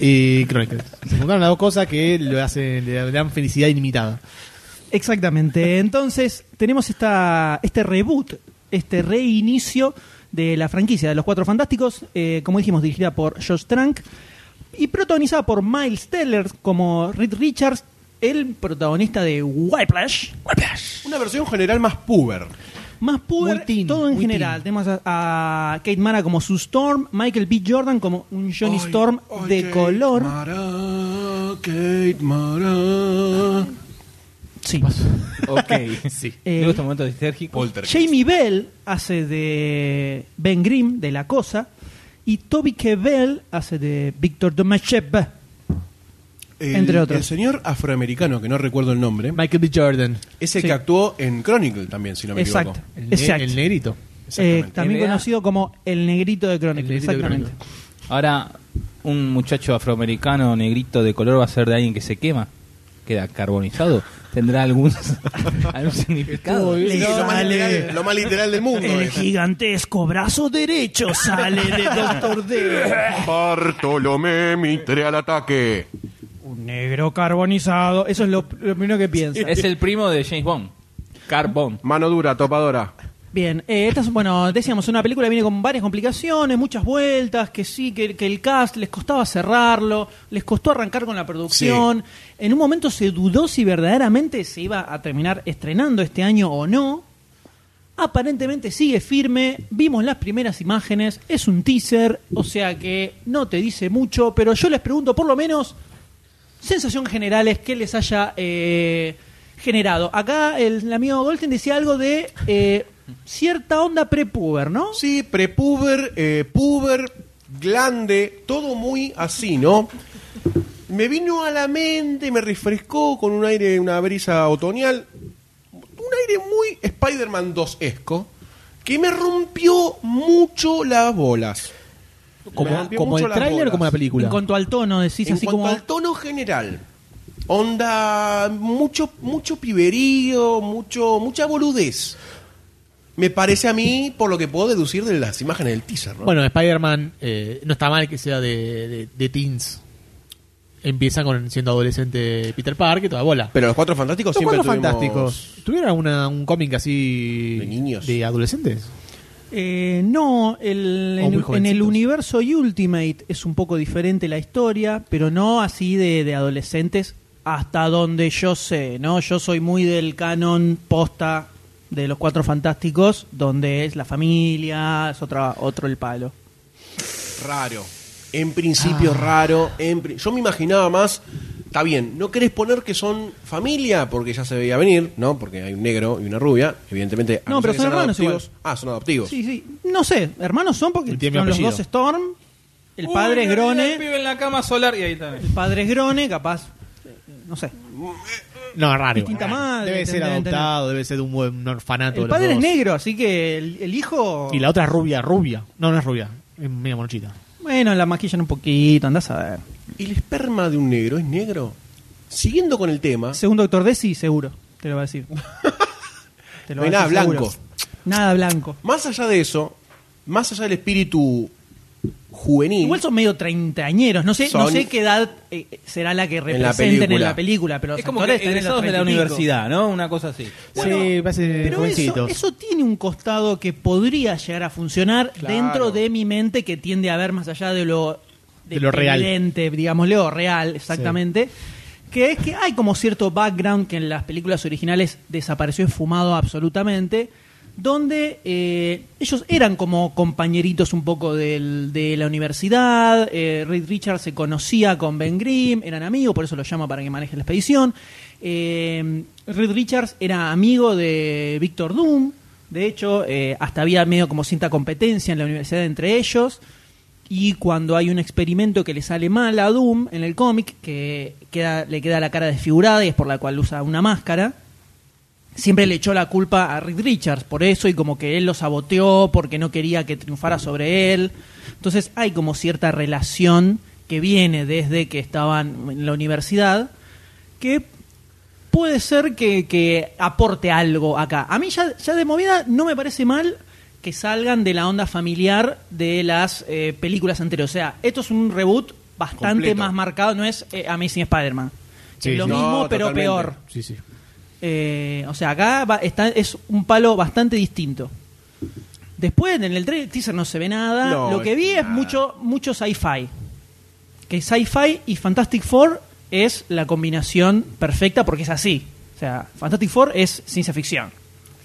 S4: y Chronicles. Se juntaron las dos cosas que lo hacen, le dan felicidad ilimitada.
S3: Exactamente. Entonces, tenemos esta, este reboot, este reinicio de la franquicia de Los Cuatro Fantásticos, eh, como dijimos, dirigida por Josh Trank y protagonizada por Miles Teller como Reed Richards, el protagonista de Whiplash.
S2: Una versión general más puber.
S3: Más puber,
S4: Muy teen,
S3: todo en
S4: muy
S3: general.
S4: teen.
S3: Tenemos a, a Kate Mara como su Storm, Michael B. Jordan como un Johnny
S2: Ay,
S3: Storm
S2: ay,
S3: de
S2: Kate
S3: color.
S2: Mara, Kate Mara.
S3: Sí.
S5: Ok. sí.
S3: Eh,
S5: Luego este momento disérgico.
S3: Jamie Bell hace de Ben Grimm, de La Cosa, y Toby K. Bell hace de Victor eh, Domachev.
S2: El-
S3: Entre otros.
S2: El señor afroamericano, que no recuerdo el nombre,
S4: Michael B. Jordan.
S2: es el
S3: Sí.
S2: que actuó en Chronicle también, si no me
S3: Exacto.
S2: equivoco.
S4: El, ne-
S3: Exacto.
S4: el negrito.
S2: Exactamente.
S3: Eh, también
S5: NBA.
S3: conocido como el negrito de Chronicle.
S4: El negrito de
S3: exactamente.
S5: Ahora, un muchacho afroamericano negrito de color va a ser de alguien que se quema. Queda carbonizado. ¿Tendrá algún, algún significado?
S3: Estuvo bien.
S2: Sí, lo, más
S3: Sale.
S2: literal, lo más literal del mundo.
S3: El
S2: es.
S3: gigantesco brazo derecho sale de Doctor D.
S1: Bartolomé Mitre al ataque.
S3: Un negro carbonizado. Eso es lo, lo primero que piensa.
S5: Es el primo de James Bond. Car Bond.
S2: Mano dura, topadora.
S3: Bien, eh, esta es, bueno, decíamos, una película que viene con varias complicaciones, muchas vueltas, que sí, que, que el cast les costaba cerrarlo, les costó arrancar con la producción. En un momento se dudó si verdaderamente se iba a terminar estrenando este año o no. Aparentemente sigue firme, vimos las primeras imágenes, es un teaser, o sea que no te dice mucho, pero yo les pregunto por lo menos sensación general es que les haya eh, generado. Acá el, el amigo Goldstein decía algo de eh, cierta onda prepuber, ¿no?
S2: Sí, prepuber, eh, puber, glande, todo muy así, ¿no? Me vino a la mente, me refrescó con un aire, una brisa otoñal, un aire muy Spider-Man 2-esco, que me rompió mucho las bolas. Me
S4: Como,
S2: rompió
S4: como
S2: mucho
S4: el
S2: las
S4: tráiler o
S2: bolas.
S4: como la película.
S3: En cuanto al tono, decís
S2: en
S3: así
S2: cuanto
S3: como...
S2: al tono general, onda, mucho, mucho piberío, mucho, mucha boludez. Me parece a mí, por lo que puedo deducir de las imágenes del teaser, ¿no?
S4: Bueno, Spider-Man eh, no está mal que sea de, de, de teens. Empieza con siendo adolescente Peter Parker, toda bola.
S2: Pero los cuatro fantásticos
S4: Los
S2: siempre
S4: Cuatro
S2: tuvimos-
S4: fantásticos. ¿Tuvieron alguna- un cómic así.
S2: De niños.
S4: De adolescentes?
S3: Eh, no, el-
S4: O Oh, muy
S3: en, en el
S4: jovencitos.
S3: universo Ultimate es un poco diferente la historia, pero no así de, de adolescentes hasta donde yo sé, ¿no? Yo soy muy del canon posta de los Cuatro Fantásticos, donde es la familia, es otra, otro el palo.
S2: Raro. En principio
S3: Ah.
S2: raro. En pri- Yo me imaginaba más. Está bien, no querés poner que son familia, porque ya se veía venir, ¿no? Porque hay un negro y una rubia, evidentemente. a
S3: No, pero
S2: ser que
S3: son hermanos
S2: adoptivos.
S3: igual.
S2: Ah, son adoptivos.
S3: Sí, sí. No sé, hermanos son porque
S4: El tiene mi
S3: son los
S4: apellido.
S3: dos Storm. El padre es
S5: El
S3: Grone.
S5: pibe en la cama solar y ahí también.
S3: El padre es Grone, capaz. eh, No sé.
S4: No, es raro.
S3: Distinta
S4: igual.
S3: madre,
S4: Debe ser
S3: entendés,
S4: adoptado, debe ser de un buen un orfanato.
S3: El
S4: los
S3: padre es
S4: dos.
S3: negro, así que el, el hijo.
S4: Y la otra es rubia, rubia. No, no es rubia. Es media monochita.
S3: Bueno, la maquillan un poquito, andás a ver.
S2: ¿El esperma de un negro es negro? Siguiendo con el tema,
S3: Según Doctor Desi, seguro, te lo va a decir. Te
S2: No
S3: lo
S2: hay
S3: va a
S2: nada
S3: seguro.
S2: blanco.
S3: Nada blanco.
S2: más allá de eso, más allá del espíritu juvenil.
S3: Igual son medio treintañeros, no sé, no
S2: Son-
S3: sé qué edad eh, será la que
S2: la
S3: representen en
S2: película.
S3: la película, pero los
S5: Es como que
S3: actores están en los
S5: egresados de la
S3: 30 y pico. Eh,
S5: universidad, ¿no? Una cosa así.
S3: Bueno,
S4: sí, parece
S3: Pero eso,
S4: jovencitos.
S3: eso tiene un costado que podría llegar a funcionar
S2: Claro.
S3: dentro de mi mente que tiende a ver más allá de lo,
S4: De lo real.
S3: evidente, digámosle, o real, exactamente. Que es que hay como cierto background que en las películas originales desapareció esfumado absolutamente, donde eh, ellos eran como compañeritos un poco del- de la universidad, eh, Reed Richards se conocía con Ben Grimm, eran amigos, por eso lo llama para que maneje la expedición. Eh, Reed Richards era amigo de Victor Doom, de hecho, eh, hasta había medio como cinta competencia en la universidad entre ellos. Y cuando hay un experimento que le sale mal a Doom en el cómic, que queda, le queda la cara desfigurada y es por la cual usa una máscara, siempre le echó la culpa a Reed Richards por eso y como que él lo saboteó porque no quería que triunfara sobre él. Entonces hay como cierta relación que viene desde que estaban en la universidad que puede ser que, que aporte algo acá. A mí ya, ya de movida no me parece mal que salgan de la onda familiar de las eh, películas anteriores. O sea, esto es un reboot bastante
S2: Completo.
S3: más marcado, no es eh, Amazing Spider-Man.
S4: Sí,
S3: es lo
S4: sí.
S3: mismo,
S2: No,
S3: pero
S2: totalmente.
S3: peor.
S4: Sí, sí.
S3: Eh, o sea, acá va- está, es un palo bastante distinto. Después en el trailer teaser no se ve nada.
S2: No,
S3: Lo que vi es
S2: nada.
S3: mucho, mucho sci-fi. Que sci-fi y Fantastic Four es la combinación perfecta porque es así. O sea, Fantastic Four es ciencia ficción.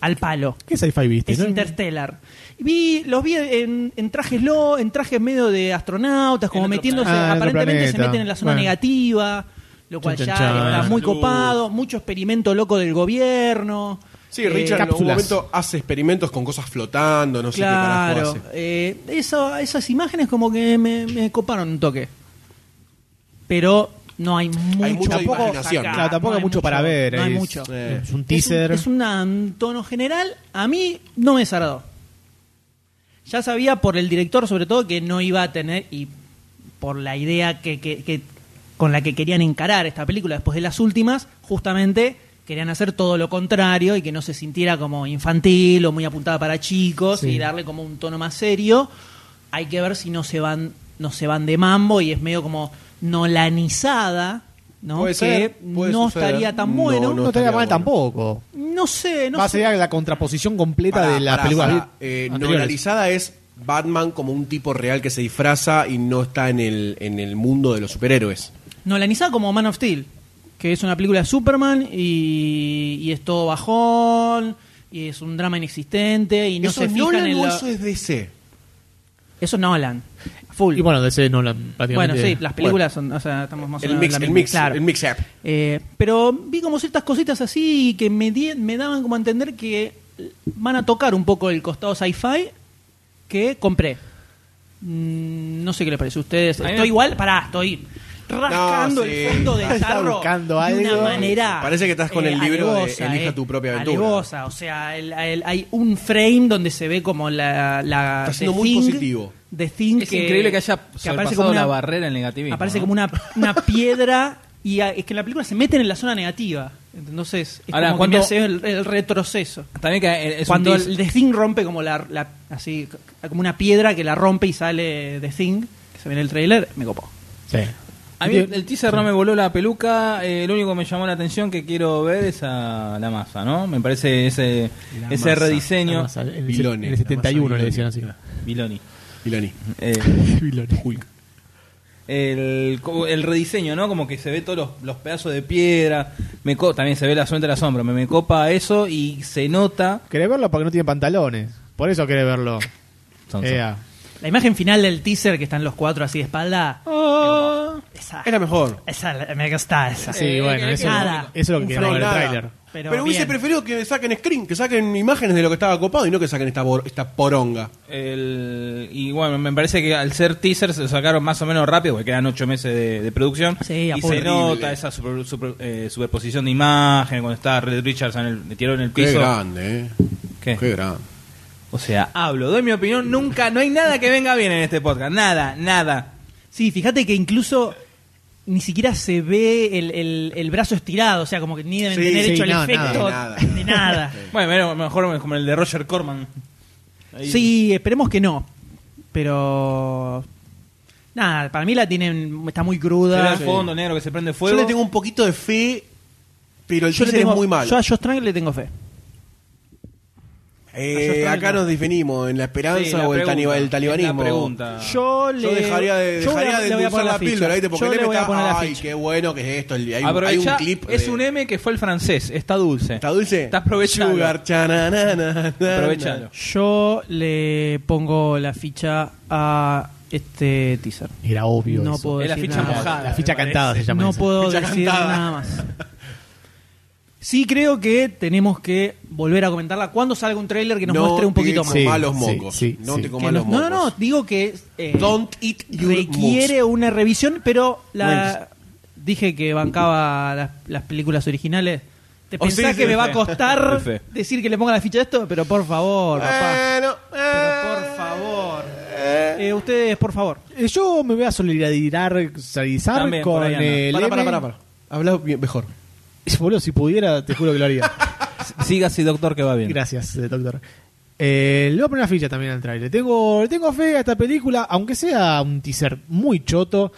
S3: Al palo.
S4: ¿Qué sci-fi viste?
S3: Es
S4: no?
S3: Interstellar. Vi, los vi en, en trajes lo, en trajes medio de astronautas, como
S5: En otro
S3: metiéndose,
S4: planeta. Ah, en otro
S3: aparentemente se
S4: planeta.
S3: meten en la zona
S4: Bueno.
S3: negativa, lo cual
S4: Chan,
S3: ya
S4: chan, chan.
S3: está muy
S1: Luz.
S3: copado, mucho experimento loco del gobierno.
S2: Sí,
S3: Eh,
S2: Richard en algún
S4: cápsulas.
S2: momento hace experimentos con cosas flotando, no sé qué
S3: Claro,
S2: carajo hace.
S3: eh, esa- esas imágenes como que me, me coparon un toque. Pero no hay mucho.
S2: mucho de
S3: Tampoco-
S2: imaginación.
S3: acá,
S4: Claro, tampoco
S3: no
S4: hay mucho para ver.
S3: No hay
S4: es-
S3: mucho.
S2: Eh.
S4: Es
S3: Es
S4: un
S3: un-
S4: teaser.
S3: Es, una- un tono general. A mí no me desagradó. Ya sabía por el director, sobre todo, que no iba a tener. Y por la idea que, que- que- con la que querían encarar esta película después de las últimas, justamente querían hacer todo lo contrario y que no se sintiera como infantil o muy apuntada para chicos
S4: Sí.
S3: y darle como un tono más serio. Hay que ver si no se van, no se van de mambo y es medio como nolanizada, ¿no?
S2: Puede
S3: que
S2: ser, puede
S3: no
S2: suceder.
S3: estaría tan
S2: No,
S3: bueno.
S4: no
S2: no
S4: estaría
S2: estaría
S4: mal
S2: bueno.
S4: tampoco.
S3: No sé, no
S4: Va a
S3: sé.
S4: ser la contraposición completa
S2: Pará,
S4: de las
S2: pará,
S4: películas
S2: pará. Eh,
S4: anteriores.
S2: normalizada es Batman como un tipo real que se disfraza y no está en el, en el mundo de los superhéroes.
S3: Nolanizada como Man of Steel, que es una película de Superman y, y es todo bajón, y es un drama inexistente, y no
S2: ¿Eso
S3: se
S2: es
S3: fijan
S2: Nolan
S3: en
S2: o
S3: la-
S2: eso es DC?
S3: Eso es Nolan. Full.
S4: Y bueno, DC no la prácticamente-
S3: Bueno, sí, las películas son, o sea, estamos más o
S2: El
S3: menos en
S2: mix,
S3: la
S2: el
S3: misma,
S2: mix,
S3: claro.
S2: el mix up.
S3: Eh, pero vi como ciertas cositas así que me, di- me daban como a entender que van a tocar un poco el costado sci-fi que compré. Mm, no sé qué les parece a ustedes.
S5: A mí
S3: Estoy
S5: me-
S3: igual, pará, estoy rascando
S2: No, sí.
S3: el fondo del
S4: Está
S3: tarro
S4: buscando
S3: de una
S4: algo.
S3: manera. eh,
S2: Parece que estás con el libro de Elija tu propia aventura.
S3: alevosa, o sea, el- el- hay un frame donde se ve como la. la
S2: Está
S3: The
S2: siendo muy
S3: Thing-
S2: positivo.
S3: The Thing
S5: Es increíble que haya
S3: que aparece
S5: sobrepasado
S3: como una
S5: la barrera en negativismo.
S3: Aparece
S5: ¿no?
S3: como una, una piedra y a- es que en la película se meten en la zona negativa. Entonces, es
S5: Ahora,
S3: como
S5: cuando-
S3: que me hace el, el retroceso.
S5: También que es
S3: Cuando
S5: un
S3: el
S5: teaser.
S3: The Thing rompe como la, la- así como una piedra que la rompe y sale The Thing, que se ve en el trailer, me copó.
S4: Sí.
S5: A mí el teaser no me voló la peluca, eh, lo único que me llamó la atención que quiero ver es a la masa, ¿no? Me parece ese,
S2: La
S5: ese
S2: masa,
S5: rediseño.
S4: Además, en, el,
S2: Vilone.
S4: en el 71 le decían así.
S5: Viloni.
S2: Milani.
S5: Eh,
S4: Vilone.
S5: el, co- el rediseño, ¿no? Como que se ve todos los, los pedazos de piedra. Me co- también se ve la suerte de la sombra. Me, me copa eso y se nota.
S4: ¿Querés verlo? Porque no tiene pantalones. Por eso querés verlo.
S5: Sonso.
S4: Ea.
S3: La imagen final del teaser que están los cuatro así de espalda.
S5: Ah.
S3: Esa,
S2: Era mejor.
S3: esa me gusta esa.
S4: Sí, bueno, eso,
S3: nada.
S4: eso es lo que
S3: Un
S4: queríamos ver el
S2: nada.
S4: tráiler.
S3: Pero
S2: Pero, hubiese
S3: bien.
S2: preferido que saquen screen, que saquen imágenes de lo que estaba copado y no que saquen esta, bor- esta poronga.
S5: El, y bueno, me parece que al ser teaser se lo sacaron más o menos rápido, porque quedan ocho meses de, de producción.
S3: Sí,
S5: y
S3: apurre.
S5: se nota esa super- super- eh, superposición de imagen cuando está Red Richards en el, tiró en el
S2: Qué
S5: piso.
S2: grande, eh.
S5: ¿Qué?
S2: Qué grande.
S5: O sea, hablo, doy mi opinión, nunca, no hay nada que venga bien en este podcast, nada, nada.
S3: Sí, fíjate que incluso ni siquiera se ve el, el- el brazo estirado, o sea, como que ni deben
S2: Sí,
S3: tener
S4: sí,
S3: hecho el
S4: no,
S3: efecto
S2: nada.
S3: de nada.
S5: Bueno, bueno, mejor como el de Roger Corman. Ahí.
S3: Sí, esperemos que no. Pero. Nada, para mí la tienen. Está muy
S5: Será
S3: cruda.
S5: el fondo negro que se prende
S2: Yo
S5: fuego.
S2: le tengo un poquito de fe, pero el
S3: Yo le
S2: teaser
S3: tengo,
S2: es muy malo.
S3: Yo a Josh Trank le tengo fe.
S2: Eh,
S3: yo-
S2: acá nos definimos en la esperanza
S5: Sí, la
S2: o el,
S5: pregunta,
S2: taniba- el talibanismo.
S5: la pregunta.
S3: Yo le.
S2: Yo dejaría de,
S3: yo voy a-
S2: dejaría
S3: le voy
S2: de
S3: a
S2: usar
S3: poner
S2: la,
S3: ficha.
S2: píldora, ¿viste? Porque
S3: Yo
S2: el
S3: le
S2: M
S3: voy a
S2: está,
S3: poner la
S2: ay,
S3: ficha.
S2: qué bueno que es esto. el- Hay un, hay un
S5: Aprovechá,
S2: clip.
S5: es
S2: de-
S5: un
S3: em-
S5: M que fue el francés, está dulce.
S2: ¿Está dulce?
S5: Está aprovechado.
S2: Sugar, chananana,
S5: Aprovechalo.
S3: Yo le pongo la ficha a este teaser.
S4: Era obvio.
S3: No
S4: eso.
S3: puedo
S5: Es la
S3: decir
S5: ficha
S3: nada.
S5: mojada.
S4: La ficha
S5: me parece.
S4: cantada se llama.
S3: Ah, No
S4: eso.
S3: puedo
S2: Ficha
S3: decir
S2: cantada.
S3: nada más. Sí creo que tenemos que volver a comentarla cuando salga un tráiler que nos muestre un poquito más.
S4: Sí,
S2: malos
S4: sí,
S2: mocos.
S4: sí,
S2: no
S4: sí.
S2: te
S3: Que
S2: comas
S3: nos-
S2: los
S3: no,
S2: mocos.
S3: no, no, digo que eh,
S2: Don't eat your
S3: requiere una revisión, pero la dije que bancaba las, las películas originales. Te
S2: Oh,
S3: pensás
S2: sí,
S3: que
S2: sí,
S3: me va a
S5: sí.
S3: costar
S5: Sí, sí.
S3: decir que le ponga la ficha a esto, pero por favor, papá.
S2: Bueno,
S3: Pero por favor. Eh, ustedes, por favor.
S4: Eh, Yo me voy a solidarizar solidarizar
S5: También, por
S4: con
S5: ahí anda.
S4: el.
S2: Pará,
S4: M.
S2: pará, pará, pará. Habla bien- mejor.
S4: Boludo, si pudiera, te juro que lo haría.
S5: Siga así, doctor, que va bien.
S4: Gracias, eh, doctor. Eh, le voy a poner una ficha también al trailer. Tengo, le tengo fe a esta película, aunque sea un teaser muy choto.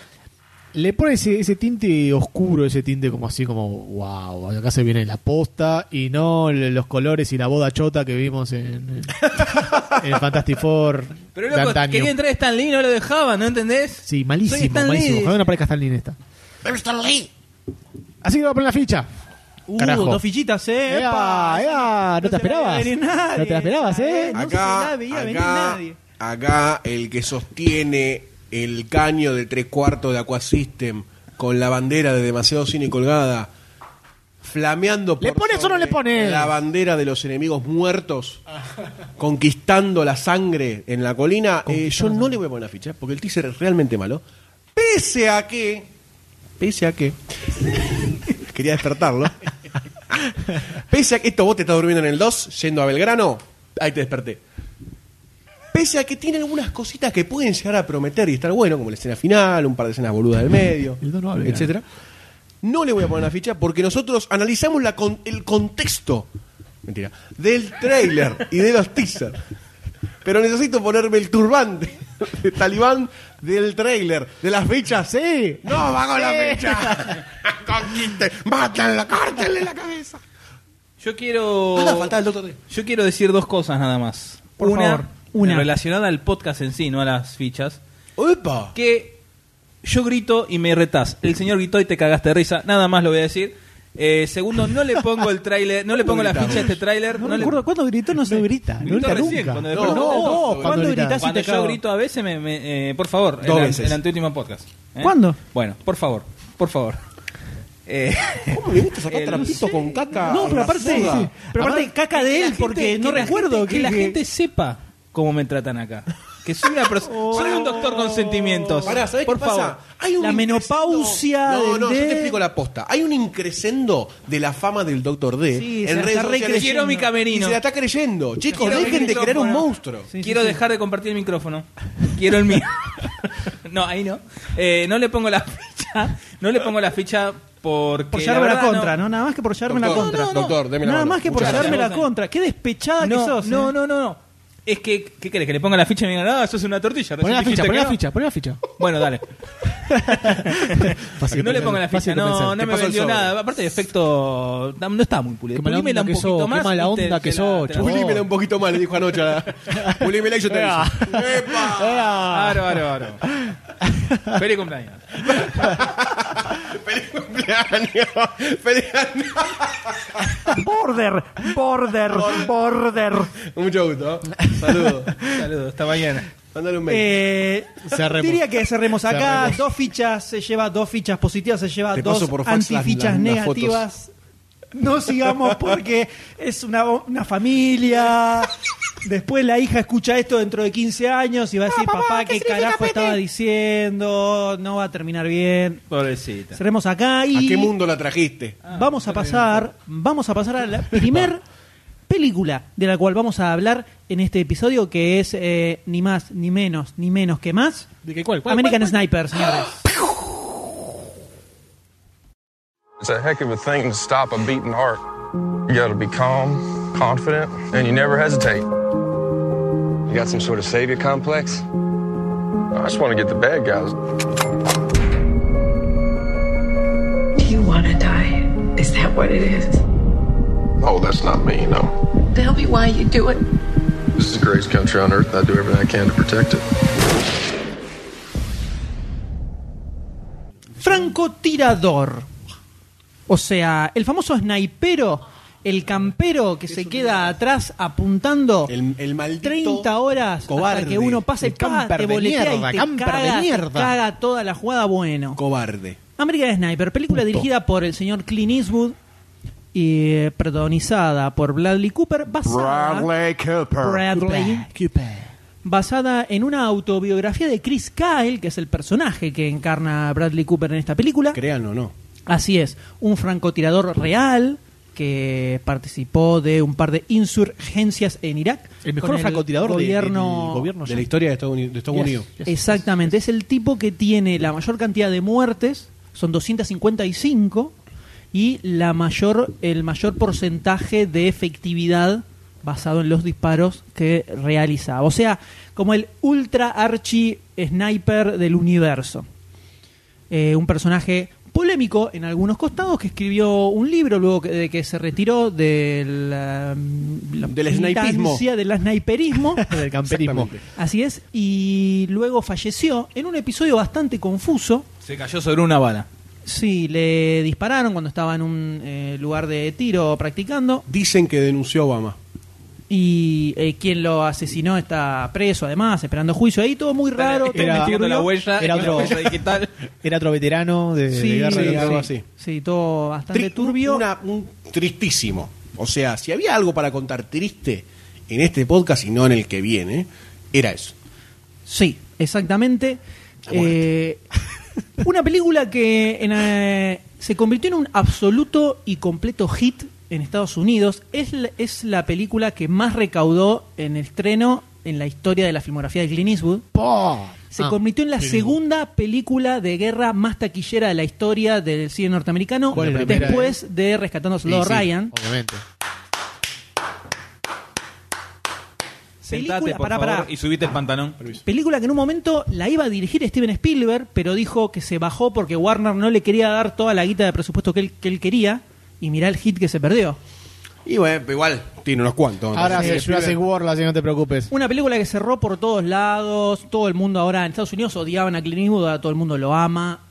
S4: Le pone ese, ese tinte oscuro, ese tinte como así, como wow, acá se viene la posta y no l- los colores y la boda chota que vimos en, en Fantastic Four
S5: Pero
S4: de
S5: loco,
S4: antaño.
S5: quería entrar a Stan Lee, no lo dejaba, ¿no entendés?
S4: Sí,
S5: Soy
S4: malísimo,
S5: Stan
S4: malísimo.
S5: Lee.
S4: Ojalá no aparezca Stanley en esta. Así que le voy a poner la ficha.
S3: Uh,
S4: Carajo.
S3: dos fichitas, eh.
S4: Ea,
S3: Epa.
S4: ea, no te
S3: se la veía
S4: esperabas.
S3: venir nadie.
S4: No te la esperabas,
S3: No
S4: eh.
S3: se la
S2: acá,
S3: veía venir
S2: acá,
S3: nadie.
S2: acá el que sostiene el caño de tres cuartos de Aquasystem con la bandera de demasiado cine colgada, flameando por
S4: ¿Le pones o no
S2: sobre
S4: le pones?
S2: la bandera de los enemigos muertos, conquistando la sangre en la colina, eh, yo no le voy a poner la ficha, porque el teaser es realmente malo, pese a que, pese a que, quería despertarlo, pese a que esto vos te estás durmiendo en el 2, yendo a Belgrano, ahí te desperté. Pese a que tiene algunas cositas que pueden llegar a prometer y estar bueno, como la escena final, un par de escenas boludas del medio,
S4: El don no habla.
S2: etcétera. No le voy a poner la ficha porque nosotros analizamos la con- el contexto, mentira, del trailer y de los teasers. Pero necesito ponerme el turbante de talibán del trailer, de las fichas.
S4: Sí.
S2: No, va con la ficha. Conquiste, mátanla, córtenle la cabeza.
S5: Yo quiero.
S2: Ah, faltaba el Dr. D.
S5: Yo quiero decir dos cosas nada más.
S3: Por
S5: una,
S3: favor, una.
S5: relacionada al podcast en sí, no a las fichas.
S2: ¡Opa!
S5: Que yo grito y me retás. El señor gritó y te cagaste de risa. Nada más lo voy a decir. Eh, segundo, no le pongo el tráiler, no le pongo la ficha a este tráiler.
S4: No,
S5: le-
S4: recuerdo cuándo gritó, no se grita. No
S5: Gritó
S4: grita
S5: recién,
S4: nunca.
S5: cuando
S4: no,
S5: despertó.
S4: no,
S2: Cuando
S4: cuando
S3: grita.
S4: gritás.
S3: Casi
S5: Cuando
S3: te
S5: yo
S3: cago.
S5: grito a veces, me, me- eh, por favor,
S2: Dos
S5: el, an-
S2: veces.
S5: el anteúltimo podcast. ¿eh?
S3: ¿Cuándo?
S5: Bueno, por favor, por favor. Eh,
S2: ¿Cómo le gusta sacar
S5: el-
S2: trapito con caca?
S3: No, pero
S2: La
S3: aparte,
S2: soda.
S3: sí, pero aparte, caca de él porque no recuerdo
S5: que, la gente sepa cómo me tratan acá. Que soy una persona, soy un doctor con sentimientos.
S2: Pará, ¿sabés
S5: por
S2: qué
S5: favor.
S2: pasa? Hay
S3: La menopausia
S2: increscendo- No, no,
S3: del
S2: yo te
S3: D.
S2: explico la posta. Hay un increscendo de la fama del Dr. D
S3: Sí, se
S2: en
S3: la
S2: redes
S3: está
S2: sociales.
S3: recreyendo.
S5: Quiero mi
S2: Y
S5: camerino.
S2: se la está creyendo. Chicos,
S5: Quiero
S2: dejen de
S5: micrófono.
S2: crear un monstruo.
S3: Sí,
S5: Quiero
S3: sí, sí.
S5: dejar de compartir el micrófono. Quiero el mío. no, ahí no. Eh, no le pongo la ficha. No le pongo la ficha porque.
S3: Por llevarme la,
S5: verdad
S3: contra, no. Nada más que por llevarme la
S2: Doctor,
S3: contra.
S2: no, no, no. Doctor, deme la
S3: Nada
S2: mano.
S3: más que por
S2: Muchas
S3: llevarme
S5: gracias.
S3: la contra. Qué despechada que
S5: No,
S3: sos.
S5: no,
S3: eh.
S5: no, no, no. Es que, ¿qué querés? ¿Que le ponga la ficha y me digan, ah, sos una tortilla?
S4: Poné la
S5: recién
S4: ficha,
S5: dijiste
S4: poné
S5: que
S4: la
S5: no?
S4: ficha, poné la ficha.
S5: Bueno, dale.
S4: Fácil de
S5: no le
S4: pensar,
S5: pongan la
S4: fácil
S5: ficha,
S4: de
S5: no,
S4: pensar.
S5: no
S2: Te
S5: me
S2: paso el
S5: vendió
S2: sobre.
S5: nada. Aparte, el efecto tam- no estaba muy pulido.
S4: Qué mala
S5: Pulimela
S4: onda
S5: un
S4: que
S5: poquito
S4: sos, qué
S5: más.
S4: mala
S5: y te-
S4: onda
S5: te
S4: que
S5: la-
S4: sos,
S5: te la-
S4: chulo.
S2: Pulimela un poquito mal, le dijo anoche. a la- Pulimela y yo te aviso.
S4: Ea.
S2: ¡Epa!
S5: Aro, aro, aro. Feliz cumpleaños.
S2: ¡Feliz cumpleaños! ¡Feliz
S6: Border, border, border.
S2: Mucho gusto. Saludos.
S5: Saludos, hasta mañana.
S2: Mándale un mail.
S3: Eh,
S4: Cerremos.
S3: Diría que cerremos acá.
S4: Cerremos.
S3: Dos fichas se lleva, dos fichas positivas se lleva,
S2: Te
S3: dos
S2: paso por fax las-
S3: antifichas
S2: las- las
S3: negativas. No sigamos porque es una, una familia. Después la hija escucha esto dentro de 15 años y
S4: Ah,
S3: va a decir, papá, ¿qué, carajo estaba diciendo? No va a terminar bien.
S5: Pobrecita.
S3: Cerremos acá y
S2: ¿A qué mundo la trajiste?
S3: vamos a pasar, vamos a pasar a la primer película de la cual vamos a hablar en este episodio que es eh, ni más ni menos ni menos que más
S4: ¿De qué cuál? cuál?
S3: American Sniper, señores.
S7: It's a heck of a thing to stop a beating heart. You gotta be calm, confident, and you never hesitate. You got some sort of savior complex? I just wanna get the bad guys.
S8: Do you want to die? Is that what it is?
S7: Oh, that's not me, no.
S8: Tell me why you do it.
S7: This is the greatest country on earth, and I do everything I can to protect it.
S3: Francotirador. O sea, el famoso snipero, el campero que se queda atrás apuntando
S2: El, el maldito
S3: 30 horas
S2: cobarde,
S3: hasta que uno pasa y
S4: el
S3: pa,
S4: camper
S3: te
S4: de
S3: boletea
S4: mierda,
S3: y te
S4: camper de
S3: caga, te
S4: mierda.
S3: caga toda la jugada bueno.
S2: Cobarde.
S3: American Sniper, película dirigida por el señor Clint Eastwood y eh, protagonizada por Bradley Cooper, basada,
S1: Bradley Cooper.
S3: Bradley, basada en una autobiografía de Chris Kyle, que es el personaje que encarna Bradley Cooper en esta película.
S2: Crean o no.
S3: Así es, un francotirador real que participó de un par de insurgencias en Irak.
S4: El mejor
S3: con
S4: francotirador de-
S3: gobierno,
S4: del gobierno
S2: De la historia de Estados Unidos. de Estados Unidos.
S3: Exactamente, es el tipo que tiene la mayor cantidad de muertes, son 255, y la mayor, el mayor porcentaje de efectividad basado en los disparos que realizaba. O sea, como el ultra archi sniper del universo. Eh, un personaje polémico en algunos costados que escribió un libro luego que- de que se retiró del, eh, la
S2: Del snipismo.
S3: militancia, del sniperismo
S4: Del camperismo.
S2: Exactamente.
S3: Así es, y luego falleció en un episodio bastante confuso.
S5: Se cayó sobre una bala.
S3: Sí, le dispararon cuando estaba en un eh, lugar de tiro practicando
S2: Dicen que denunció Obama.
S3: y eh, quien lo asesinó está preso además, esperando juicio ahí, todo muy raro. todo
S4: Era-
S3: muy
S5: metiendo la
S3: turbio.
S5: huella.
S4: Era
S5: y la
S4: otro-
S5: huella digital.
S4: Era otro veterano de, de
S3: Sí,
S4: guerra.
S2: sí,
S4: de
S2: algo
S4: algo
S2: así.
S3: Sí, todo bastante
S2: Tri-
S3: turbio.
S2: una- un tristísimo. O sea, si había algo para contar triste en este podcast y no en el que viene, era eso.
S3: Sí, exactamente.
S2: La muerte.
S3: Eh, una película que en, eh, se convirtió en un absoluto y completo hit en Estados Unidos. Es, la- es la película que más recaudó en el estreno en la historia de la filmografía de Clint Eastwood. Se
S4: Ah,
S3: convirtió en la
S4: Clint Eastwood.
S3: segunda película de guerra más taquillera de la historia del cine norteamericano,
S4: ¿Cuál es la primera,
S3: después de Rescatando a
S4: Sí,
S3: Soldado
S4: sí,
S3: Ryan.
S4: Obviamente.
S5: Sentate,
S3: Película,
S5: por
S3: pará,
S5: favor,
S3: pará.
S5: y subite el pantalón.
S3: Película que en un momento la iba a dirigir Steven Spielberg, pero dijo que se bajó porque Warner no le quería dar toda la guita de presupuesto que él, que él quería. Y mirá el hit que se perdió.
S2: Y bueno, pero igual tiene unos cuantos.
S4: Ahora
S2: Entonces,
S4: hace
S2: sí,
S4: Jurassic World, así que no te preocupes.
S3: Una película que cerró por todos lados. Todo el mundo ahora en Estados Unidos odiaban a Clint Eastwood, ahora todo el mundo lo ama.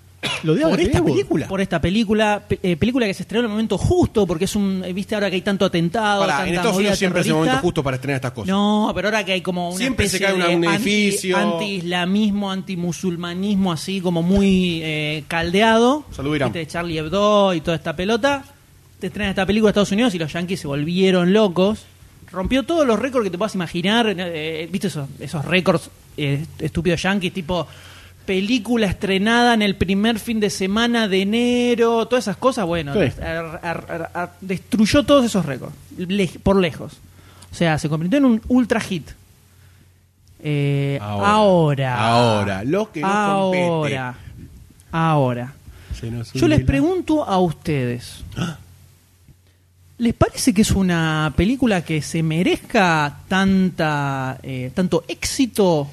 S4: Lo de
S2: ¿Por
S4: ahora,
S2: esta
S4: Eastwood.
S2: película?
S3: Por esta película, pe- eh, película que se estrenó en el momento justo, porque es un. eh, Viste ahora que hay tanto atentado.
S2: Pará, en
S3: tanta
S2: Estados
S3: movida
S2: Unidos siempre es el
S3: terrorista.
S2: momento justo para estrenar estas cosas.
S3: No, pero ahora que hay como una
S2: Siempre se
S3: especie
S2: cae una-
S3: de
S2: un
S3: anti-
S2: edificio.
S3: anti-islamismo, anti-musulmanismo, así como muy eh, caldeado.
S2: Salud, Irán.
S3: Viste, de Charlie Hebdo y toda esta pelota. Te estrenan esta película de Estados Unidos y los yankees se volvieron locos. Rompió todos los récords que te puedas imaginar. eh, ¿Viste esos, esos récords eh, estúpidos yankees? Tipo película estrenada en el primer fin de semana de enero, todas esas cosas. Bueno,
S4: Sí.
S3: ar- ar- ar- ar- destruyó todos esos récords, lej- por lejos. O sea, se convirtió en un ultra hit. Eh, ahora.
S2: Ahora, lo que no
S3: Ahora. Ahora. Yo les pregunto a ustedes. ¿Les parece que es una película que se merezca tanta eh, tanto éxito?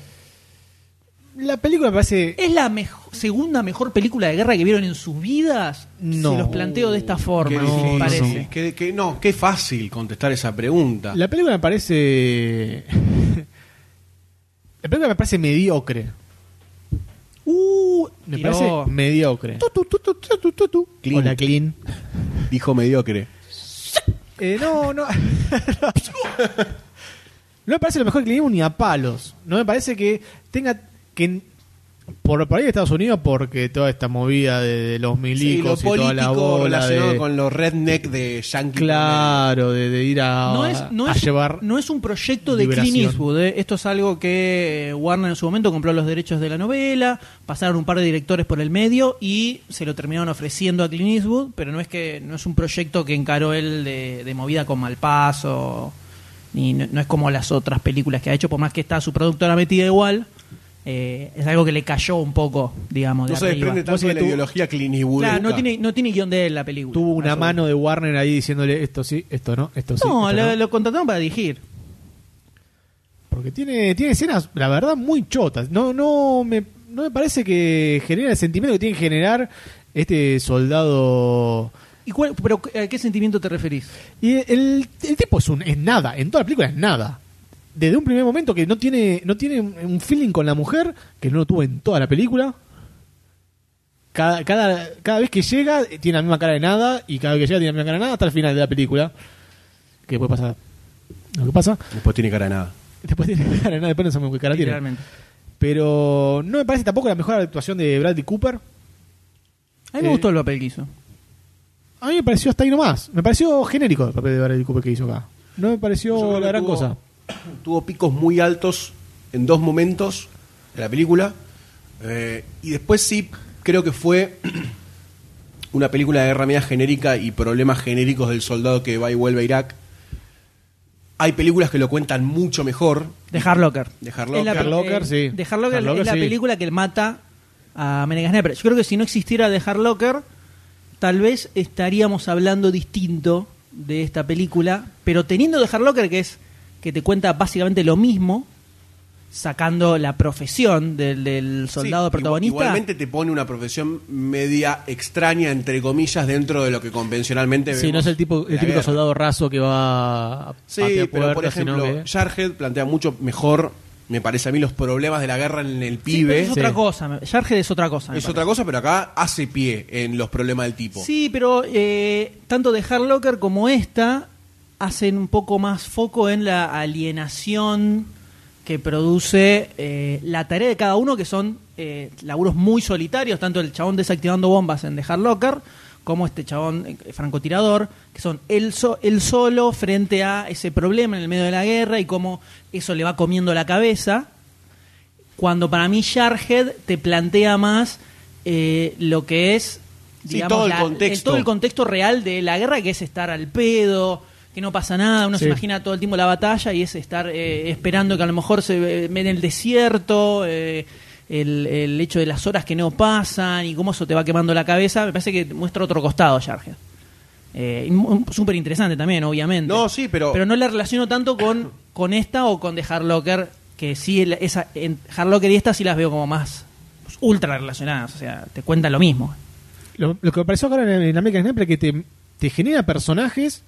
S4: La película me parece.
S3: ¿Es la mejo- segunda mejor película de guerra que vieron en sus vidas?
S4: No.
S3: Se los planteo de esta
S2: Qué
S3: forma,
S2: difícil,
S3: ¿qué les parece.
S2: sí. Qué- qué- no, qué fácil contestar esa pregunta.
S4: La película me parece. la película me parece mediocre.
S3: Uh,
S4: Me
S3: Tiró-
S4: parece mediocre.
S2: Tu, tu, tu, tu, tu, tu, tu, tu. Clean.
S4: Hola, Clean.
S2: Dijo mediocre.
S4: Eh, no, no. no me parece lo mejor que le ni a palos. No me parece que tenga que. Por, por ahí Estados Unidos, porque toda esta movida de, de los
S2: Sí, lo
S4: milicos y toda la
S2: político
S4: bola
S2: relacionado
S4: de,
S2: con los redneck de Yankee.
S4: Claro, de, de ir a,
S3: No es, no
S4: a
S3: es-
S4: llevar.
S3: no es un proyecto de
S4: liberación.
S3: Clint Eastwood. eh. Esto es algo que eh, Warner en su momento compró los derechos de la novela, pasaron un par de directores por el medio y se lo terminaron ofreciendo a Clint Eastwood, pero no es que no es un proyecto que encaró él de, de movida con Malpaso, ni no, no es como las otras películas que ha hecho, por más que está su productora metida igual. eh, es algo que le cayó un poco, digamos, de
S2: No se
S3: arriba.
S2: desprende tanto de la ideología Clint Eastwood.
S3: Claro, no tiene, no tiene guión de él la película.
S4: Tuvo una
S3: Eso.
S4: mano de Warner ahí diciéndole esto sí, esto no, esto sí.
S3: No,
S4: esto
S3: lo,
S4: no.
S3: lo contrataron para dirigir.
S4: Porque tiene, tiene escenas, la verdad, muy chotas. No, no me, no me parece que genera el sentimiento que tiene que generar este soldado.
S3: ¿Y cuál- pero, ¿A qué sentimiento te referís?
S4: Y el, el tipo es un es nada, en toda la película es nada. Desde un primer momento que no tiene, no tiene un feeling con la mujer, que no lo tuvo en toda la película. Cada, cada, cada vez que llega eh, tiene la misma cara de nada, y cada vez que llega tiene la misma cara de nada hasta el final de la película. Que puede pasar lo que pasa.
S2: Después tiene cara de nada.
S4: Después tiene cara de nada, después no sabemos qué cara tiene.
S3: Literalmente.
S4: Pero no me parece tampoco la mejor actuación de Bradley Cooper.
S3: A mí me
S4: Eh,
S3: gustó el papel que hizo.
S4: A mí me pareció hasta ahí nomás. Me pareció genérico el papel de Bradley Cooper que hizo acá. No me
S2: Yo creo
S4: pareció
S2: que
S4: la gran
S2: tuvo-
S4: cosa.
S2: Tuvo picos muy altos en dos momentos de la película. eh, y después sí, creo que fue una película de guerra media genérica y problemas genéricos del soldado que va y vuelve a Irak. Hay películas que lo cuentan mucho mejor.
S3: De Hard Locker.
S2: De Hard Locker.
S3: Es la pe- eh,
S4: Hard Locker, sí.
S3: De Hard Locker
S4: Hard Locker,
S3: es la
S4: sí.
S3: película que mata a Menegas Nepper. Yo creo que si no existiera The Hard Locker, tal vez estaríamos hablando distinto de esta película. Pero teniendo The Hard Locker, que es que te cuenta básicamente lo mismo, sacando la profesión del, del soldado
S2: Sí,
S3: protagonista.
S2: igual- Igualmente te pone una profesión media extraña, entre comillas, dentro de lo que convencionalmente
S4: Sí, no es el, tipo, el
S2: la
S4: típico
S2: guerra.
S4: soldado raso que va a
S2: Sí,
S4: patear
S2: pero por
S4: puertas, sino
S2: ejemplo,
S4: que-
S2: Jarhead plantea mucho mejor, me parece a mí, los problemas de la guerra en el
S3: Sí, pero
S2: pibe.
S3: es otra
S4: Sí.
S3: cosa. me- Jarhead es otra cosa. me
S2: Es
S3: parece.
S2: otra cosa, pero acá hace pie en los problemas del tipo.
S3: Sí, pero eh, tanto de Hard Locker como esta hacen un poco más foco en la alienación que produce eh, la tarea de cada uno, que son eh, laburos muy solitarios, tanto el chabón desactivando bombas en The Hard Locker, como este chabón eh, francotirador, que son él, so- él solo frente a ese problema en el medio de la guerra y cómo eso le va comiendo la cabeza cuando para mí Jarhead te plantea más eh, lo que es
S2: Sí, todo el contexto.
S3: todo el contexto real de la guerra, que es estar al pedo, que no pasa nada, uno se
S4: Sí.
S3: imagina todo el tiempo la batalla y es estar eh, esperando que a lo mejor se eh, en el desierto, eh, el, el hecho de las horas que no pasan y cómo eso te va quemando la cabeza, me parece que muestra otro costado Jarhead. Eh, Súper interesante también, obviamente.
S2: No, sí, pero-
S3: Pero no la relaciono tanto con, con esta o con The Hard Locker, que sí, el- esa, en Hard Locker y esta sí las veo como más pues, ultra relacionadas, o sea, te cuentan lo mismo.
S4: Lo, lo que me pareció acá en, en American Sniper es que te, te genera personajes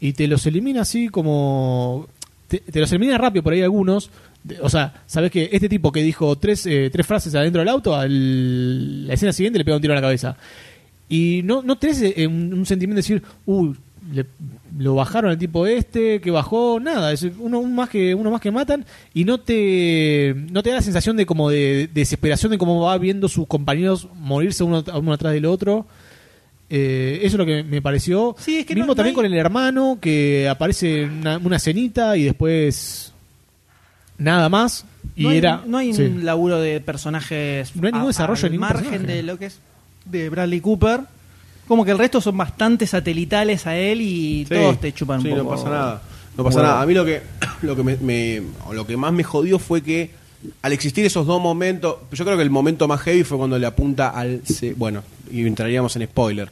S4: y te los elimina así como. Te, te los elimina rápido por ahí algunos. De- O sea, sabes que este tipo que dijo tres, eh, tres frases adentro del auto, al, la escena siguiente le pega un tiro en la cabeza. Y no, no tenés eh, un, un sentimiento de decir, uy, le- lo bajaron al tipo este, que bajó, nada, es uno, un más que, uno más que matan, y no te, no te da la sensación de como de, desesperación de cómo va viendo sus compañeros morirse uno, uno atrás del otro. Eh, eso es lo que me pareció.
S3: Sí, es que
S4: Mismo
S3: no- no
S4: también
S3: hay-
S4: con el hermano, que aparece en una, una cenita y después nada más. Y
S3: no hay,
S4: era.
S3: no hay
S4: sí.
S3: un laburo de personajes.
S4: No hay ningún desarrollo de
S3: al
S4: ningún
S3: margen
S4: personaje.
S3: de lo que es de Bradley Cooper. Como que el resto son bastante satelitales a él y
S2: Sí.
S3: todos te chupan un
S2: Sí,
S3: poco.
S2: no pasa nada. No pasa
S3: Bueno.
S2: nada. A mí lo que, lo, que me, me- o lo que más me jodió fue que al existir esos dos momentos, yo creo que el momento más heavy fue cuando le apunta al... se- Bueno, y entraríamos en spoiler.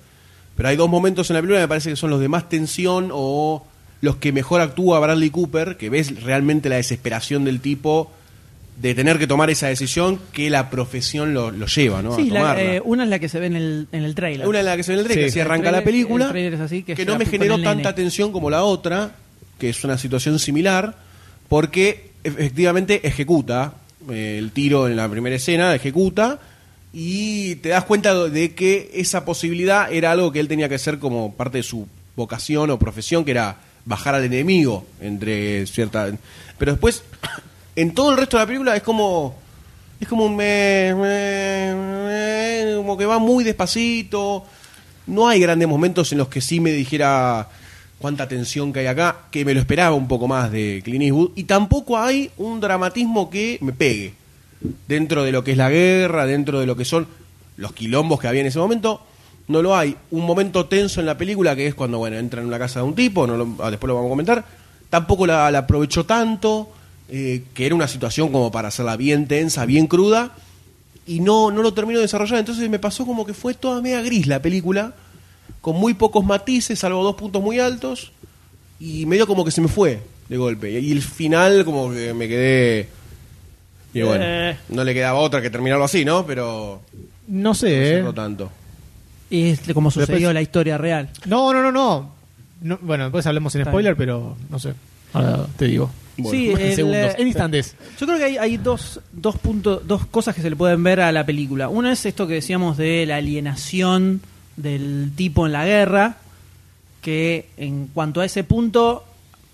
S2: Pero hay dos momentos en la película que me parece que son los de más tensión o los que mejor actúa Bradley Cooper, que ves realmente la desesperación del tipo de tener que tomar esa decisión que la profesión lo, lo lleva, ¿no? A
S3: Sí, la-
S2: tomarla.
S3: eh, una es la que se ve en el, en el trailer.
S2: Una de las que se ve en el trailer,
S4: Sí.
S2: que así arranca
S3: El
S2: la
S3: trailer-
S2: película,
S3: el trailer es así,
S2: que,
S3: que
S2: no
S3: llega
S2: me
S3: con
S2: generó
S3: el
S2: tanta
S3: nene.
S2: tensión como la otra, que es una situación similar, e-, porque efectivamente ejecuta eh, el tiro en la primera escena, ejecuta, y y te das cuenta de que esa posibilidad era algo que él tenía que hacer como parte de su vocación o profesión, que era bajar al enemigo entre cierta... Pero después, en todo el resto de la película es como... Es como un... me- me- me- como que va muy despacito. No hay grandes momentos en los que sí me dijera cuánta tensión que hay acá, que me lo esperaba un poco más de Clint Eastwood. Y tampoco hay un dramatismo que me pegue dentro de lo que es la guerra, dentro de lo que son los quilombos que había en ese momento, no lo hay. Un momento tenso en la película que es cuando, bueno, entra en una casa de un tipo, no lo- ah, después lo vamos a comentar, tampoco la, la aprovechó tanto, eh, que era una situación como para hacerla bien tensa, bien cruda, y no, no lo termino de desarrollar. Entonces me pasó como que fue toda media gris la película, con muy pocos matices, salvo dos puntos muy altos, y medio como que se me fue de golpe. Y el final como que me quedé... Y bueno,
S3: Eh.
S2: no le quedaba otra que terminarlo así, ¿no? Pero
S4: No
S2: no
S4: sé, ¿eh?
S2: cerró tanto.
S3: Es como sucedió
S4: Después-
S3: en la historia real.
S4: No, no, no, no. No, bueno, después hablemos en
S3: Está
S4: spoiler, pero no sé. Ahora te digo.
S3: Sí,
S4: en
S3: el,
S4: segundos,
S3: eh,
S4: en instantes.
S3: Yo creo que hay, hay dos, dos, puntos, dos cosas que se le pueden ver a la película. Una es esto que decíamos de la alienación del tipo en la guerra, que en cuanto a ese punto,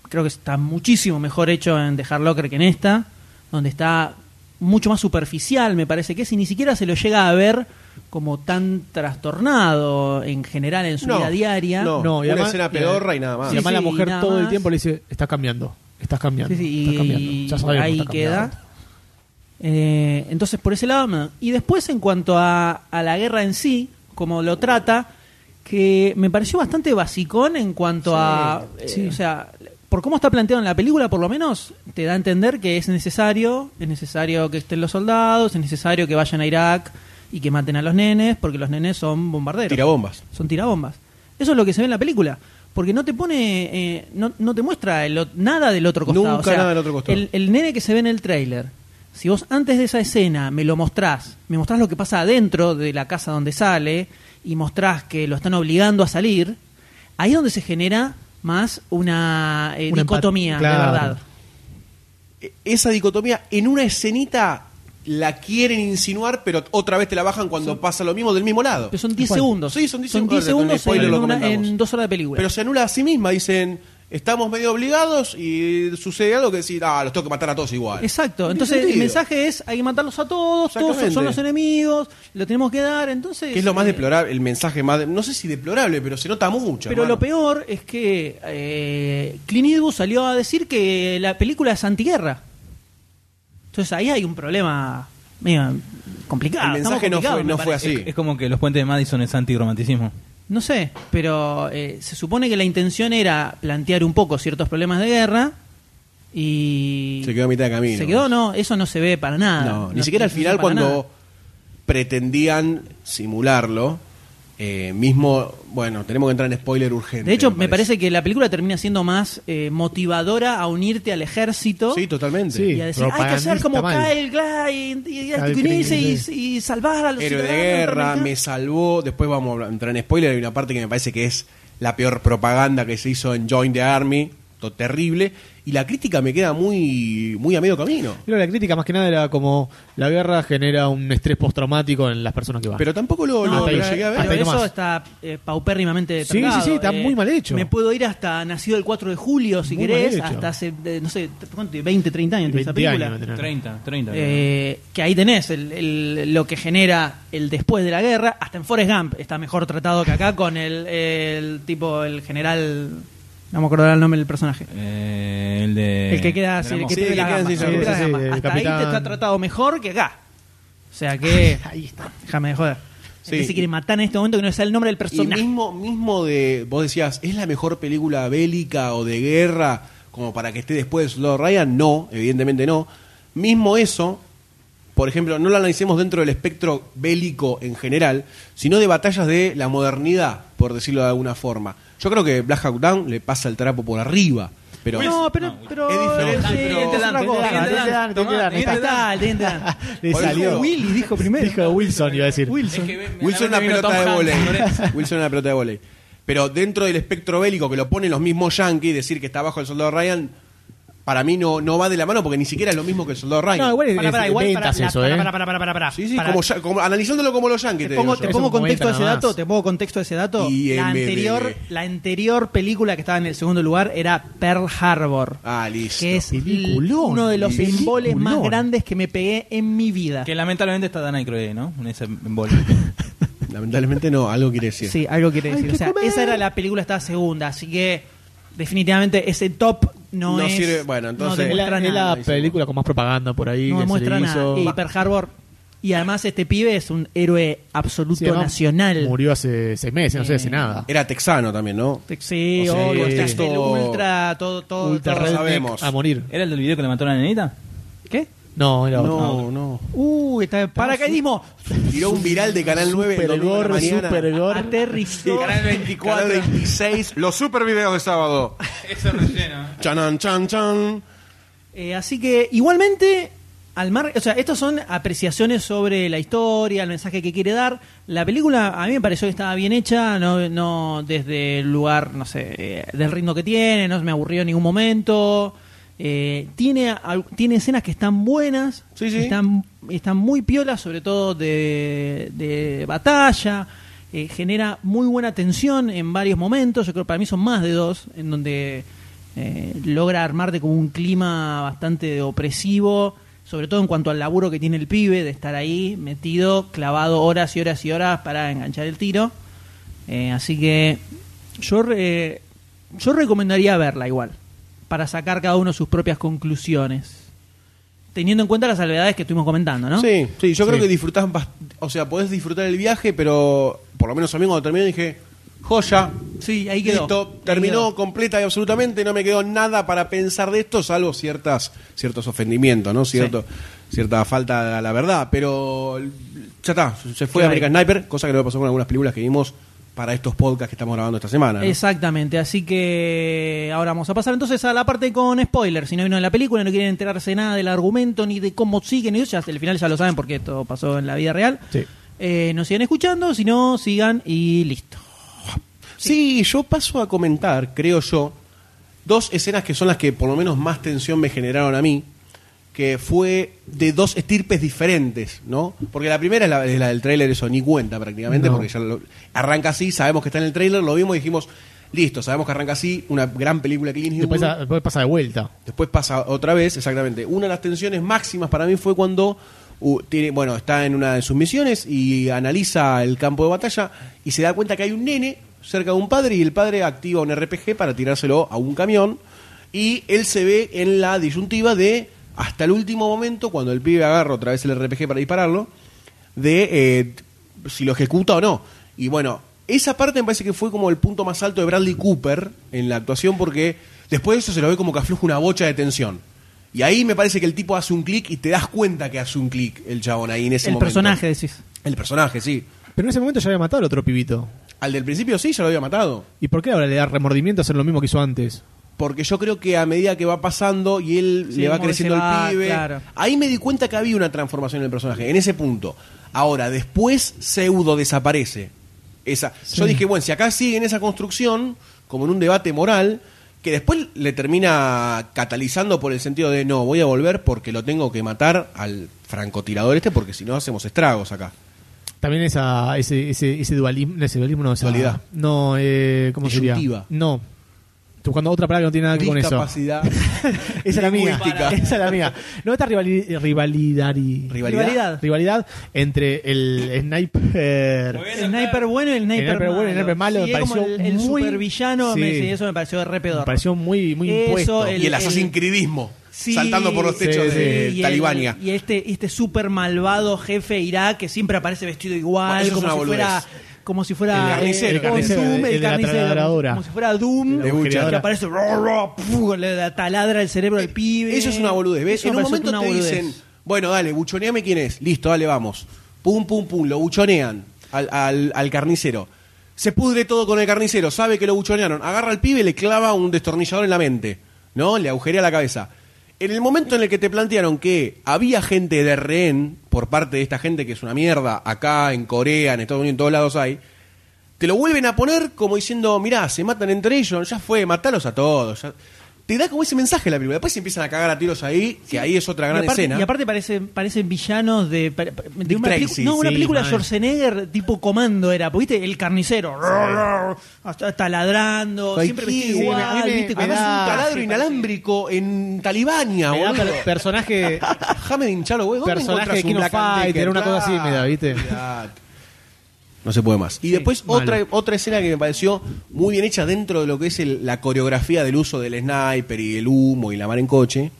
S3: creo que está muchísimo mejor hecho en The Hard Locker que en esta, donde está mucho más superficial, me parece que es, y ni siquiera se lo llega a ver como tan trastornado en general en su vida diaria.
S2: No,
S4: No, y
S2: una
S4: además-
S2: escena pedorra y nada más.
S4: y
S3: Sí,
S4: además la
S3: sí,
S4: mujer
S3: nada
S4: todo el
S3: más.
S4: tiempo le dice, estás cambiando, estás cambiando,
S3: Sí, sí,
S4: estás
S3: y,
S4: cambiando. Ya sabemos,
S3: ahí
S4: estás cambiando.
S3: queda. Eh, entonces, por ese lado, me- y después en cuanto a, a la guerra en sí, como lo trata, que me pareció bastante basicón en cuanto a... eh, O sea, por cómo está planteado en la película, por lo menos, te da a entender que es necesario, es necesario que estén los soldados, es necesario que vayan a Irak y que maten a los nenes, porque los nenes son bombarderos
S2: Tirabombas.
S3: son tirabombas. Eso es lo que se ve en la película. Porque no te pone, eh, no, no te muestra el ot- nada del otro costado.
S2: Nunca
S3: O sea,
S2: nada del otro costado.
S3: El, el nene que se ve en el tráiler, si vos antes de esa escena me lo mostrás, me mostrás lo que pasa adentro de la casa donde sale y mostrás que lo están obligando a salir, ahí es donde se genera más una, eh,
S4: Una empat-
S3: dicotomía,
S4: claro.
S3: de verdad.
S2: E- Esa dicotomía en una escenita la quieren insinuar, pero otra vez te la bajan cuando pasa lo mismo del mismo lado.
S3: Pero son 10
S4: ¿Cuál?
S3: segundos.
S2: Sí, son 10 segundos,
S3: segundos
S2: en el spoiler
S3: en,
S2: lo
S3: una-
S2: comentamos.
S3: en dos horas de película.
S2: Pero se anula a sí misma, dicen, estamos medio obligados y sucede algo que decir, ah, los tengo que matar a todos igual.
S3: Exacto.
S2: No tiene
S3: Entonces el
S2: sentido.
S3: mensaje es hay que matarlos a todos, todos son- son
S2: Exactamente.
S3: los enemigos, lo tenemos que dar. Entonces
S2: Que es lo más
S3: eh,
S2: deplorable, el mensaje más, de- no sé si deplorable, pero se nota mucho.
S3: Pero
S2: hermano.
S3: lo peor es que eh, Clint Eastwood salió a decir que la película es antiguerra. Entonces ahí hay un problema medio complicado.
S2: El
S3: estamos
S2: mensaje no
S3: complicados,
S2: fue-
S3: me
S2: no fue
S3: parece.
S2: así.
S5: Es, es como que los puentes de Madison es antirromanticismo.
S3: No sé, pero eh, se supone que la intención era plantear un poco ciertos problemas de guerra y
S2: Se quedó a mitad de camino.
S3: se quedó, no, eso no se ve para nada.
S2: No, ni
S3: No-
S2: siquiera al
S3: no se ve
S2: final
S3: para
S2: cuando
S3: nada.
S2: pretendían simularlo, eh, mismo, bueno, tenemos que entrar en spoiler urgente.
S3: De hecho, me parece que la película termina siendo más eh, motivadora a unirte al ejército.
S2: Sí, totalmente.
S4: Sí.
S3: y a decir, hay que hacer como
S4: propagandista mal".
S3: Kyle Glass y, y- y
S4: Kyle
S3: unirse y,
S4: Kinane,
S3: y salvar a los
S2: Héroe de
S3: ciudadanos
S2: guerra,
S3: norteamericanos.
S2: me salvó. Después vamos a hablar- entrar en spoiler. Hay una parte que me parece que es la peor propaganda que se hizo en Join the Army. to- Terrible. Y la crítica me queda muy, muy a medio camino.
S4: Pero la crítica más que nada era como la guerra genera un estrés postraumático en las personas que van.
S2: Pero tampoco lo,
S3: No,
S2: lo-
S4: ahí.
S2: lo
S3: pero,
S2: llegué a ver.
S4: Hasta ahí
S3: pero
S4: nomás.
S3: eso está eh, paupérrimamente
S4: Sí,
S3: tratado.
S4: sí, sí, está
S3: Eh,
S4: muy mal hecho.
S3: Me puedo ir hasta nacido el 4 de julio, si
S4: Muy mal
S3: querés,
S4: hecho.
S3: hasta hace, eh, no sé, ¿cuánto? 20, 30 años de esa
S4: 20
S3: película.
S4: años. me tenés.
S5: 30, 30.
S3: Eh, que ahí tenés el- el- lo que genera el después de la guerra. Hasta en Forrest Gump está mejor tratado que acá con el, el tipo, el general. No me acuerdo el nombre del personaje.
S5: Eh, el de.
S3: El que queda
S5: de
S3: así, el
S5: Ramos.
S3: que
S2: Sí,
S3: pierde
S2: que
S3: las
S2: queda
S3: gambas,
S2: así,
S3: el que
S2: sí,
S3: pierde las
S4: sí,
S3: gambas.
S4: el
S3: Hasta
S4: capitán.
S3: ahí te está tratado mejor que acá. O sea que.
S4: Ahí está.
S3: Déjame de joder.
S2: Sí.
S3: El que se quiere matar en este momento que no sea el nombre del
S2: Y
S3: personaje.
S2: mismo, mismo de. Vos decías, ¿es la mejor película bélica o de guerra como para que esté después de Soldado Ryan? No, evidentemente no. Mismo eso, por ejemplo, no lo analicemos dentro del espectro bélico en general, sino de batallas de la modernidad, por decirlo de alguna forma. Yo creo que Black Hawk Down le pasa el trapo por arriba, pero.
S3: no, pero, pero eh,
S2: Es diferente,
S3: sí,
S2: pero-
S3: es otra
S5: Dan,
S3: cosa.
S4: Teniente
S5: Dan,
S4: Dan,
S5: Dan,
S4: Teniente Dan,
S5: Tomá,
S3: Ahí
S4: está.
S3: está, el Teniente Dan.
S4: Le
S2: Por eso
S4: salió.
S2: Willy
S3: dijo primero.
S4: Dijo Wilson, iba a decir.
S5: Es que me- me-
S2: Wilson
S5: me
S2: una
S5: vino
S2: pelota
S5: Tom
S2: de
S5: Hanks,
S2: volei.
S5: Lorenzo.
S2: Wilson una pelota de volei. Pero dentro del espectro bélico que lo ponen los mismos yankees, decir que está abajo el soldado Ryan para mí no, no va de la mano porque ni siquiera es lo mismo que el soldado Ryan.
S4: No, igual es,
S3: Para, para,
S4: es
S3: igual, para,
S4: ventas
S3: la-
S4: eso,
S3: para,
S4: ¿eh?
S3: para, para, para, para, para.
S2: sí, sí,
S3: Para.
S2: como, ya- como- analizándolo como los yankees.
S3: Te
S2: Te
S3: pongo,
S2: digo
S3: te
S2: yo.
S4: Eso
S3: pongo
S4: es un
S3: contexto a ese
S4: momento nada
S3: dato,
S4: más.
S3: te pongo contexto a ese dato.
S2: Y
S3: la,
S2: MDB.
S3: anterior, la anterior película que estaba en el segundo lugar era Pearl Harbor.
S2: Ah, listo.
S3: que es
S4: Peliculón,
S3: uno de los
S4: peliculón.
S3: emboles más grandes que me pegué en mi vida.
S5: Que lamentablemente está Dan Aykroyd, ¿no? En ese embole.
S2: Lamentablemente no, algo quiere decir.
S3: Sí, algo quiere
S4: Hay
S3: decir.
S4: que
S3: O sea,
S4: comer.
S3: esa era la película, estaba segunda, así que definitivamente ese top no,
S2: No
S3: es.
S2: sirve- bueno, entonces-
S3: no
S4: Es la,
S3: demuestra
S4: es la
S3: nada.
S4: película con más propaganda por ahí.
S3: no
S4: que se
S3: demuestra
S4: le
S3: nada.
S4: hizo.
S3: Y Pearl Harbor. Y además este pibe es un héroe absoluto
S4: Sí, además,
S3: nacional.
S4: Murió hace seis meses, no sé, hace nada.
S2: Era texano también, ¿no?
S3: Sí,
S4: O sea,
S3: obvio,
S4: eh,
S3: está el ultra, todo, todo.
S4: Ultra
S3: todo.
S4: redneck
S2: sabemos.
S4: a morir.
S5: ¿Era el del video que le mató a la nenita?
S3: ¿Qué?
S4: No, era otro.
S2: No, no.
S3: Uh, está el paracaidismo.
S2: Tiró un viral de Canal 9 el
S4: Super
S2: domingo de la
S4: gore,
S2: mañana.
S4: super gore.
S3: Aterrizó.
S2: Canal 26.
S9: Los super videos de sábado.
S5: Eso relleno.
S2: Chanan, chan, chan.
S3: Eh, así que igualmente, al mar, o sea, estos son apreciaciones sobre la historia, el mensaje que quiere dar. La película a mí me pareció que estaba bien hecha, no, no desde el lugar, no sé, eh, del ritmo que tiene, no me aburrió en ningún momento. Eh, tiene, al- tiene escenas que están buenas,
S2: Sí, sí.
S3: Están, están muy piolas, sobre todo de, de batalla. Eh, genera muy buena tensión en varios momentos. Yo creo que para mí son más de dos, en donde eh, logra armarte como un clima bastante opresivo, sobre todo en cuanto al laburo que tiene el pibe, de estar ahí metido, clavado horas y horas y horas para enganchar el tiro. Eh, así que yo, re- yo recomendaría verla igual, para sacar cada uno sus propias conclusiones. Teniendo en cuenta las salvedades que estuvimos comentando, ¿no?
S2: Sí, sí, yo creo
S4: Sí.
S2: que disfrutás, bast- o sea, podés disfrutar el viaje, pero por lo menos a mí cuando terminé dije, joya,
S3: Sí, ahí quedó.
S2: listo,
S3: Ahí
S2: terminó
S3: quedó.
S2: completa y absolutamente, no me quedó nada para pensar de esto, salvo ciertas, ciertos ofendimientos, ¿no? Cierto, Cierta falta a la verdad, pero ya está, se fue
S3: Quedó
S2: American
S3: ahí.
S2: Sniper, cosa que no me pasó con algunas películas que vimos para estos podcasts que estamos grabando esta semana. ¿no?
S3: Exactamente, así que ahora vamos a pasar entonces a la parte con spoilers. Si no vino de la película, no quieren enterarse nada del argumento ni de cómo siguen ellos, ya hasta el final ya lo saben porque esto pasó en la vida real.
S4: Sí.
S3: Eh, no sigan escuchando, si no, sigan y listo.
S2: Sí, yo paso a comentar, creo yo, dos escenas que son las que por lo menos más tensión me generaron a mí, que fue de dos estirpes diferentes, ¿no? Porque la primera es la, es la del tráiler, eso ni cuenta prácticamente, porque ya lo- arranca así, sabemos que está en el tráiler, lo vimos y dijimos, listo, sabemos que arranca así, una gran película que Clint
S4: Después,
S2: Eastwood.
S4: a- después pasa de vuelta.
S2: Después pasa otra vez, exactamente. Una de las tensiones máximas para mí fue cuando uh, tiene, bueno, está en una de sus misiones y analiza el campo de batalla y se da cuenta que hay un nene cerca de un padre y el padre activa un RPG para tirárselo a un camión y él se ve en la disyuntiva de hasta el último momento cuando el pibe agarra otra vez el RPG para dispararlo de eh, si lo ejecuta o no. Y bueno, esa parte me parece que fue como el punto más alto de Bradley Cooper en la actuación porque después de eso se lo ve como que afluja una bocha de tensión. Y ahí me parece que el tipo hace un clic y te das cuenta que hace un clic el chabón ahí en ese
S3: el
S2: momento.
S3: personaje, decís.
S2: El personaje, sí.
S4: Pero en ese momento ya había matado al otro pibito.
S2: Al del principio sí, ya lo había matado.
S4: ¿Y por qué ahora le da remordimiento hacer lo mismo que hizo antes?
S2: Porque yo creo que a medida que va pasando y él
S3: Sí,
S2: le va
S3: como que se
S2: creciendo
S3: va,
S2: al pibe.
S3: claro.
S2: Ahí me di cuenta que había una transformación en el personaje, en ese punto. Ahora, después pseudo desaparece. Esa. Yo dije, bueno, si acá sigue en esa construcción, como en un debate moral, que después le termina catalizando por el sentido de no, voy a volver porque lo tengo que matar al francotirador este, porque si no hacemos estragos acá.
S4: También esa, ese, ese, ese dualismo, no, ese dualismo no, esa-
S2: Dualidad.
S4: No, eh, ¿cómo sería?
S2: Disyuntiva.
S4: No. Tú cuando otra palabra que no tiene
S3: Ah,
S4: nada que ver con eso.
S2: Discapacidad.
S4: Esa es la mía.
S2: Lingüística.
S4: Esa es la mía. No esta rivalidad. Rivalidad.
S2: Rivalidad.
S4: Rivalidad entre el sniper.
S3: El sniper bueno y el sniper,
S4: sniper
S3: malo.
S4: bueno y el sniper malo
S3: Sí,
S4: me
S3: es como
S4: pareció
S3: el, el
S4: muy-
S3: supervillano,
S4: Sí.
S3: me- sí, eso me pareció de re pedorro.
S4: Me pareció muy, muy impuesto.
S3: Eso, el-
S2: y el Assassin's Creedismo.
S3: Sí,
S2: saltando por los
S4: sí,
S2: techos
S4: sí.
S2: de
S3: y el-
S2: Talibania.
S3: Y este, este super malvado jefe Irak que siempre aparece vestido igual,
S2: Bueno, eso es
S3: como,
S2: una
S3: si
S2: boludez.
S3: fuera, como si fuera.
S2: El carnicero,
S3: eh,
S2: el carnicero,
S3: Doom,
S4: el de
S3: el
S4: la
S3: carnicero,
S4: taladradora.
S3: Como si fuera Doom.
S2: De Bucha.
S3: que aparece. ro, ro, puf, le da- taladra el cerebro al pibe.
S2: Eh, Eso es una boludez. ¿ves?
S3: Eso
S2: en
S3: me
S2: un
S3: pareció
S2: momento
S3: una
S2: te
S3: boludez.
S2: dicen, bueno, dale, buchoneame quién es. Listo, dale, vamos. Pum, pum, pum, lo buchonean al, al- al carnicero. Se pudre todo con el carnicero, sabe que lo buchonearon. Agarra al pibe y le clava un destornillador en la mente. ¿No? Le agujerea la cabeza. En el momento en el que te plantearon que había gente de rehén por parte de esta gente que es una mierda, acá en Corea, en Estados Unidos, en todos lados hay, te lo vuelven a poner como diciendo, mirá, se matan entre ellos, ya fue, matalos a todos. ya". te da como ese mensaje la película. Después se empiezan a cagar a tiros ahí, que ahí es otra gran
S3: y aparte,
S2: escena.
S3: Y aparte parecen, parecen villanos de, pa- pa- de
S2: Dick
S3: una, pelicu-
S2: Tracy,
S3: no, una
S4: sí,
S3: película de
S4: mal.
S3: Schwarzenegger tipo comando era, porque, ¿viste? El carnicero, hasta, hasta ladrando,
S4: Ay,
S3: siempre
S2: Sí,
S3: vestido
S4: sí, me-
S3: igual,
S4: a mí me-
S3: ¿viste?
S2: Además,
S4: da-
S2: un taladro inalámbrico en Talibania,
S4: Me da
S2: boludo.
S4: per- personaje
S2: Déjame de hinchar los huevos. ¿Dónde
S4: personaje de
S2: encontrás
S4: King
S2: un
S4: of
S2: Black and
S4: Fighter,
S2: Decker?
S4: una cosa así,
S2: Claro.
S4: me da, ¿viste?
S2: No se puede más. Y después
S4: malo.
S2: otra, otra escena que me pareció muy bien hecha dentro de lo que es el- la coreografía del uso del sniper y el humo y la mar en coche.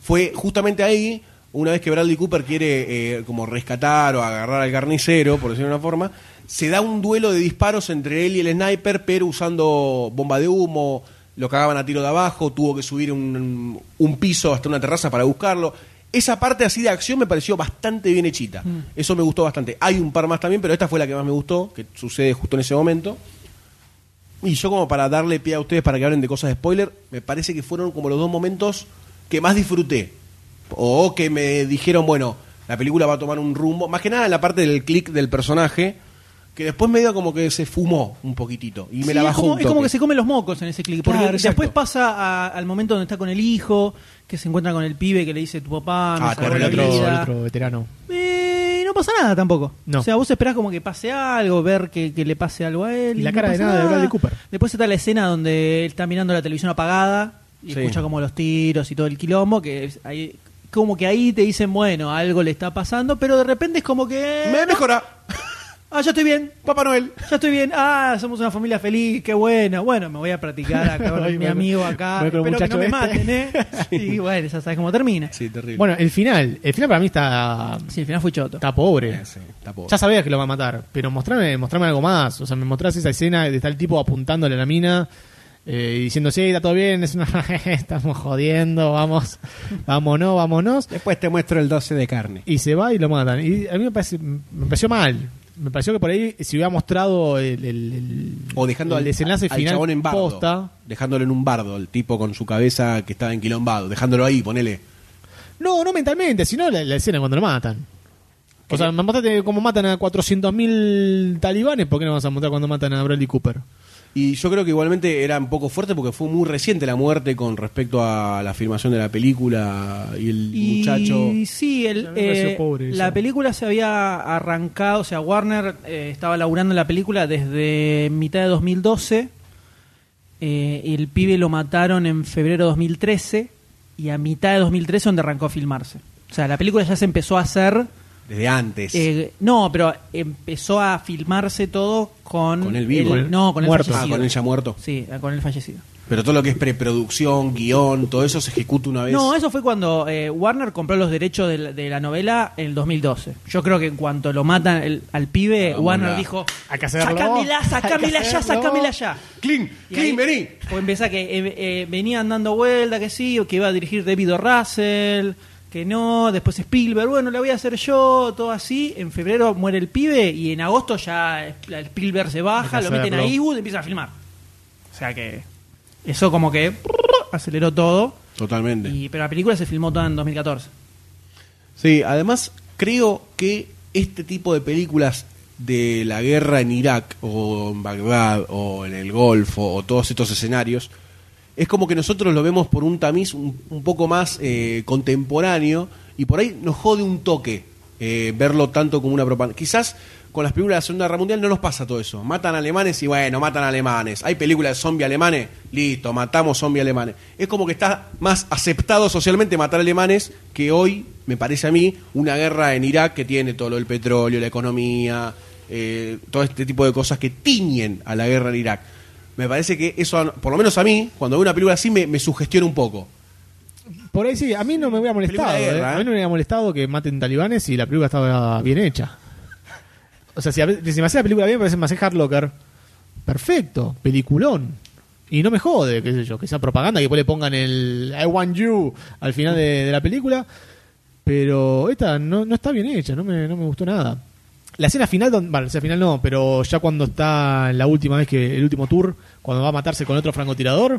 S2: Fue justamente ahí, una vez que Bradley Cooper quiere eh, como rescatar o agarrar al carnicero, por decirlo de una forma, se da un duelo de disparos entre él y el sniper, pero usando bomba de humo, lo cagaban a tiro de abajo, tuvo que subir un, un piso hasta una terraza para buscarlo. Esa parte así de acción me pareció bastante bien hechita. Eso me gustó bastante. Hay un par más también, pero esta fue la que más me gustó, que sucede justo en ese momento. Y yo como para darle pie a ustedes para que hablen de cosas de spoiler, me parece que fueron como los dos momentos que más disfruté. O que me dijeron, bueno, la película va a tomar un rumbo. Más que nada en la parte del clic del personaje, que después medio como que se fumó un poquitito. Y me
S3: Sí,
S2: la bajó
S3: es, como,
S2: un
S3: es como
S2: toque.
S3: que se come los mocos en ese clic. Porque
S2: Claro, exacto.
S3: después pasa a- al momento donde está con el hijo, que se encuentra con el pibe que le dice tu papá, me
S2: Ah,
S3: salvó
S2: con
S4: el
S3: la
S4: otro, el
S3: vida".
S4: otro veterano.
S3: Eh, y no pasa nada tampoco.
S4: No.
S3: O sea, vos esperás como que pase algo, ver que, que le pase algo a él.
S4: Y la
S3: no
S4: cara de
S3: pasa
S4: nada de Bradley Cooper.
S3: Después está la escena donde él está mirando la televisión apagada y
S2: Sí.
S3: escucha como los tiros y todo el quilombo, que es ahí, como que ahí te dicen, bueno, algo le está pasando, pero de repente es como que...
S2: Me mejora,
S3: Ah, ya estoy bien.
S2: Papá Noel.
S3: Ya estoy bien. Ah, somos una familia feliz, qué bueno. Bueno, me voy a practicar acá con
S4: Voy
S3: mi
S4: con-
S3: amigo acá.
S4: voy
S3: Espero
S4: con el
S3: que no
S4: muchacho
S3: me maten,
S4: este.
S3: ¿eh? Y bueno, ya sabes cómo termina.
S2: Sí, terrible.
S4: Bueno, el final. El final para mí está,
S3: Sí, al final fue choto.
S4: está pobre.
S2: Eh, sí, está pobre.
S4: Ya sabías que lo va a matar, pero mostrame, mostrame algo más. O sea, me mostrás esa escena de tal tipo apuntándole a la mina eh, y diciendo, sí, está todo bien, es una... estamos jodiendo, vamos, vámonos, vámonos.
S1: Después te muestro el 12 de carne.
S4: Y se va y lo matan. Y a mí me, parece, me pareció mal. Me pareció que por ahí, si hubiera mostrado el, el- el-
S2: O dejando
S4: el
S2: al,
S4: desenlace
S2: al- al
S4: final
S2: chabón en bardo.
S4: posta.
S2: Dejándolo en un bardo, el tipo con su cabeza que estaba enquilombado. Dejándolo ahí, ponele.
S4: No, no mentalmente, sino la, la escena cuando lo matan. O sea, me mostraste como matan a 400.000 talibanes, ¿por qué no vas a mostrar cuando matan a Bradley Cooper?
S2: Y yo creo que igualmente era un poco fuerte porque fue muy reciente la muerte con respecto a la filmación de la película y el
S3: Y
S2: muchacho.
S3: sí, el,
S4: A mí me pareció
S3: eh,
S4: pobre
S3: la
S4: eso.
S3: película se había arrancado, o sea, Warner eh, estaba laburando en la película desde mitad de 2012. eh, el pibe lo mataron en febrero de 2013 y a mitad de 2013 donde arrancó a filmarse. O sea, la película ya se empezó a hacer.
S2: Desde antes.
S3: eh, no, pero empezó a filmarse todo con.
S2: Con el vivo,
S3: el- no, con el
S4: Muerto.
S2: ah,
S3: fallecido.
S2: con él ya muerto.
S3: Sí, con el fallecido.
S2: Pero todo lo que es preproducción, guión, todo eso se ejecuta una vez.
S3: No, eso fue cuando eh, Warner compró los derechos de la, de la novela en el 2012. Yo creo que en cuanto lo matan el- al pibe,
S2: Ah, Vamos
S3: Warner
S2: ya.
S3: dijo:
S4: Hay que hacerlo.
S3: Sacámela, sacámela
S4: Hay que
S3: ya,
S4: hacerlo".
S3: sacámela ya.
S2: ¡Clean!
S3: Y
S2: ¡Clean,
S3: ahí
S2: vení!
S3: Fue empezar que eh, eh, venían dando vuelta, que sí, o que iba a dirigir David o. Russell, que no, después Spielberg, bueno, la voy a hacer yo, todo así. En febrero muere el pibe y en agosto ya eh, Spielberg se baja,
S4: Hay que
S3: lo meten a
S4: hacerlo.
S3: Eastwood y empiezan a filmar. O sea que eso como que aceleró todo.
S2: Totalmente.
S3: Y- pero la película se filmó toda en 2014.
S2: Sí, además creo que este tipo de películas de la guerra en Irak o en Bagdad o en el Golfo o todos estos escenarios es como que nosotros lo vemos por un tamiz un, un poco más eh, contemporáneo y por ahí nos jode un toque eh, verlo tanto como una propaganda. Quizás con las películas de la Segunda Guerra Mundial no nos pasa todo eso. Matan alemanes y bueno, matan alemanes. Hay películas de zombies alemanes, listo, matamos zombies alemanes. Es como que está más aceptado socialmente matar alemanes que hoy, me parece a mí, una guerra en Irak que tiene todo lo del petróleo, la economía, eh, todo este tipo de cosas que tiñen a la guerra en Irak. Me parece que eso, a- por lo menos a mí, cuando veo una película así, me, me sugestiona un poco.
S4: Por ahí sí, a mí no me hubiera molestado.
S2: Película de
S4: eh.
S2: guerra,
S4: A mí no me hubiera molestado que maten talibanes y la película estaba bien hecha. O sea, si, a veces- si me hace la película bien, me parece más Hard Locker. Perfecto, peliculón. Y no me jode, qué sé yo, que sea propaganda, que después le pongan el I want you al final de, de la película. Pero esta no, no está bien hecha, no me, no me gustó nada. La escena final, donde, bueno, la escena final no, pero ya cuando está la última vez que el último tour, cuando va a matarse con otro francotirador,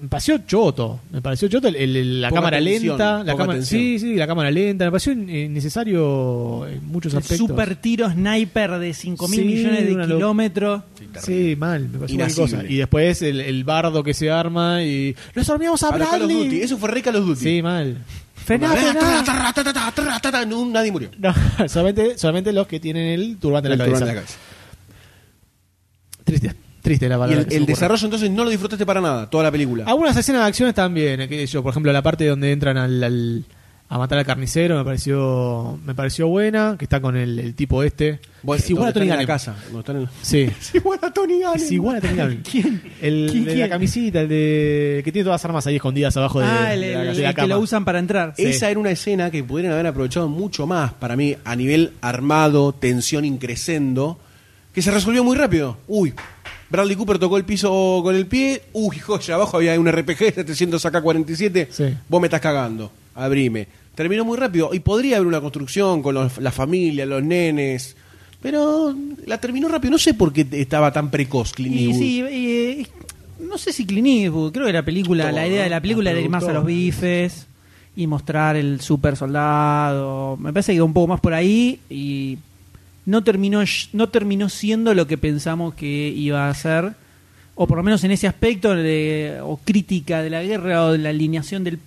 S4: me pareció choto. Me pareció choto el- el- la
S2: Poca
S4: cámara
S2: atención,
S4: lenta. La
S2: poca
S4: cámara,
S2: atención.
S4: sí, sí, la cámara lenta. Me pareció in- innecesario en muchos
S3: El
S4: aspectos.
S3: super tiro sniper de 5 mil
S4: Sí,
S3: millones de
S4: una loc-
S3: kilómetros.
S4: Sí, mal, me pareció una
S2: Inasible.
S4: cosa. Y después el, el bardo que se arma y. ¡Los armeamos a,
S2: A los Call of
S4: Ah, Bradley!
S2: Duty. Eso fue re Call of Duty.
S4: Sí, mal.
S2: Ra,
S4: Frená,
S2: ta,
S4: frená.
S2: ta, ta, ta, ta, ta, ta, ta, no, nadie murió.
S4: No, solamente, solamente los que tienen el turbante en la
S2: El
S4: cabeza.
S2: turbante en la cabeza.
S4: Triste, triste la Ah,
S2: Y
S4: palabra.
S2: el,
S4: que se
S2: el
S4: me ocurre.
S2: desarrollo entonces no lo disfrutaste para nada, toda la película.
S4: Algunas escenas de acción están bien, eh, qué sé yo, por ejemplo la parte donde entran al, al- a matar al carnicero me pareció me pareció buena, que está con el, el tipo este.
S2: Bueno,
S4: es igual a
S2: donde
S4: Tony
S2: están en la
S4: Gannem.
S2: casa. donde están en-
S4: Sí.
S2: Es igual a Tony Gannem.
S4: Es igual a Tony Gannem.
S3: ¿Quién?
S4: El
S3: ¿Quién,
S4: de la
S3: quién?
S4: camisita, el de el que tiene todas las armas ahí escondidas abajo de,
S3: ah, el,
S4: de la,
S3: el-
S4: de la
S3: el que
S4: cama.
S3: lo usan para entrar.
S4: Sí.
S2: Esa era una escena que pudieran haber aprovechado mucho más para mí a nivel armado, tensión increscendo, que se resolvió muy rápido. Uy, Bradley Cooper tocó el piso con el pie. Uy, joya, abajo había un RPG de 700 AK-47.
S4: Sí.
S2: Vos me estás cagando. Abrime. Terminó muy rápido y podría haber una construcción con los- la familia, los nenes. Pero la terminó rápido. No sé por qué estaba tan precoz Clint
S3: Y
S2: Eastwood.
S3: sí, y, eh, no sé si Clint Eastwood, creo que la película,
S2: Todo,
S3: la idea de la película era ir más a los bifes y mostrar el super soldado. Me parece que iba un poco más por ahí y no terminó, sh- no terminó siendo lo que pensamos que iba a ser. O por lo menos en ese aspecto de, o crítica de la guerra o de la alineación del,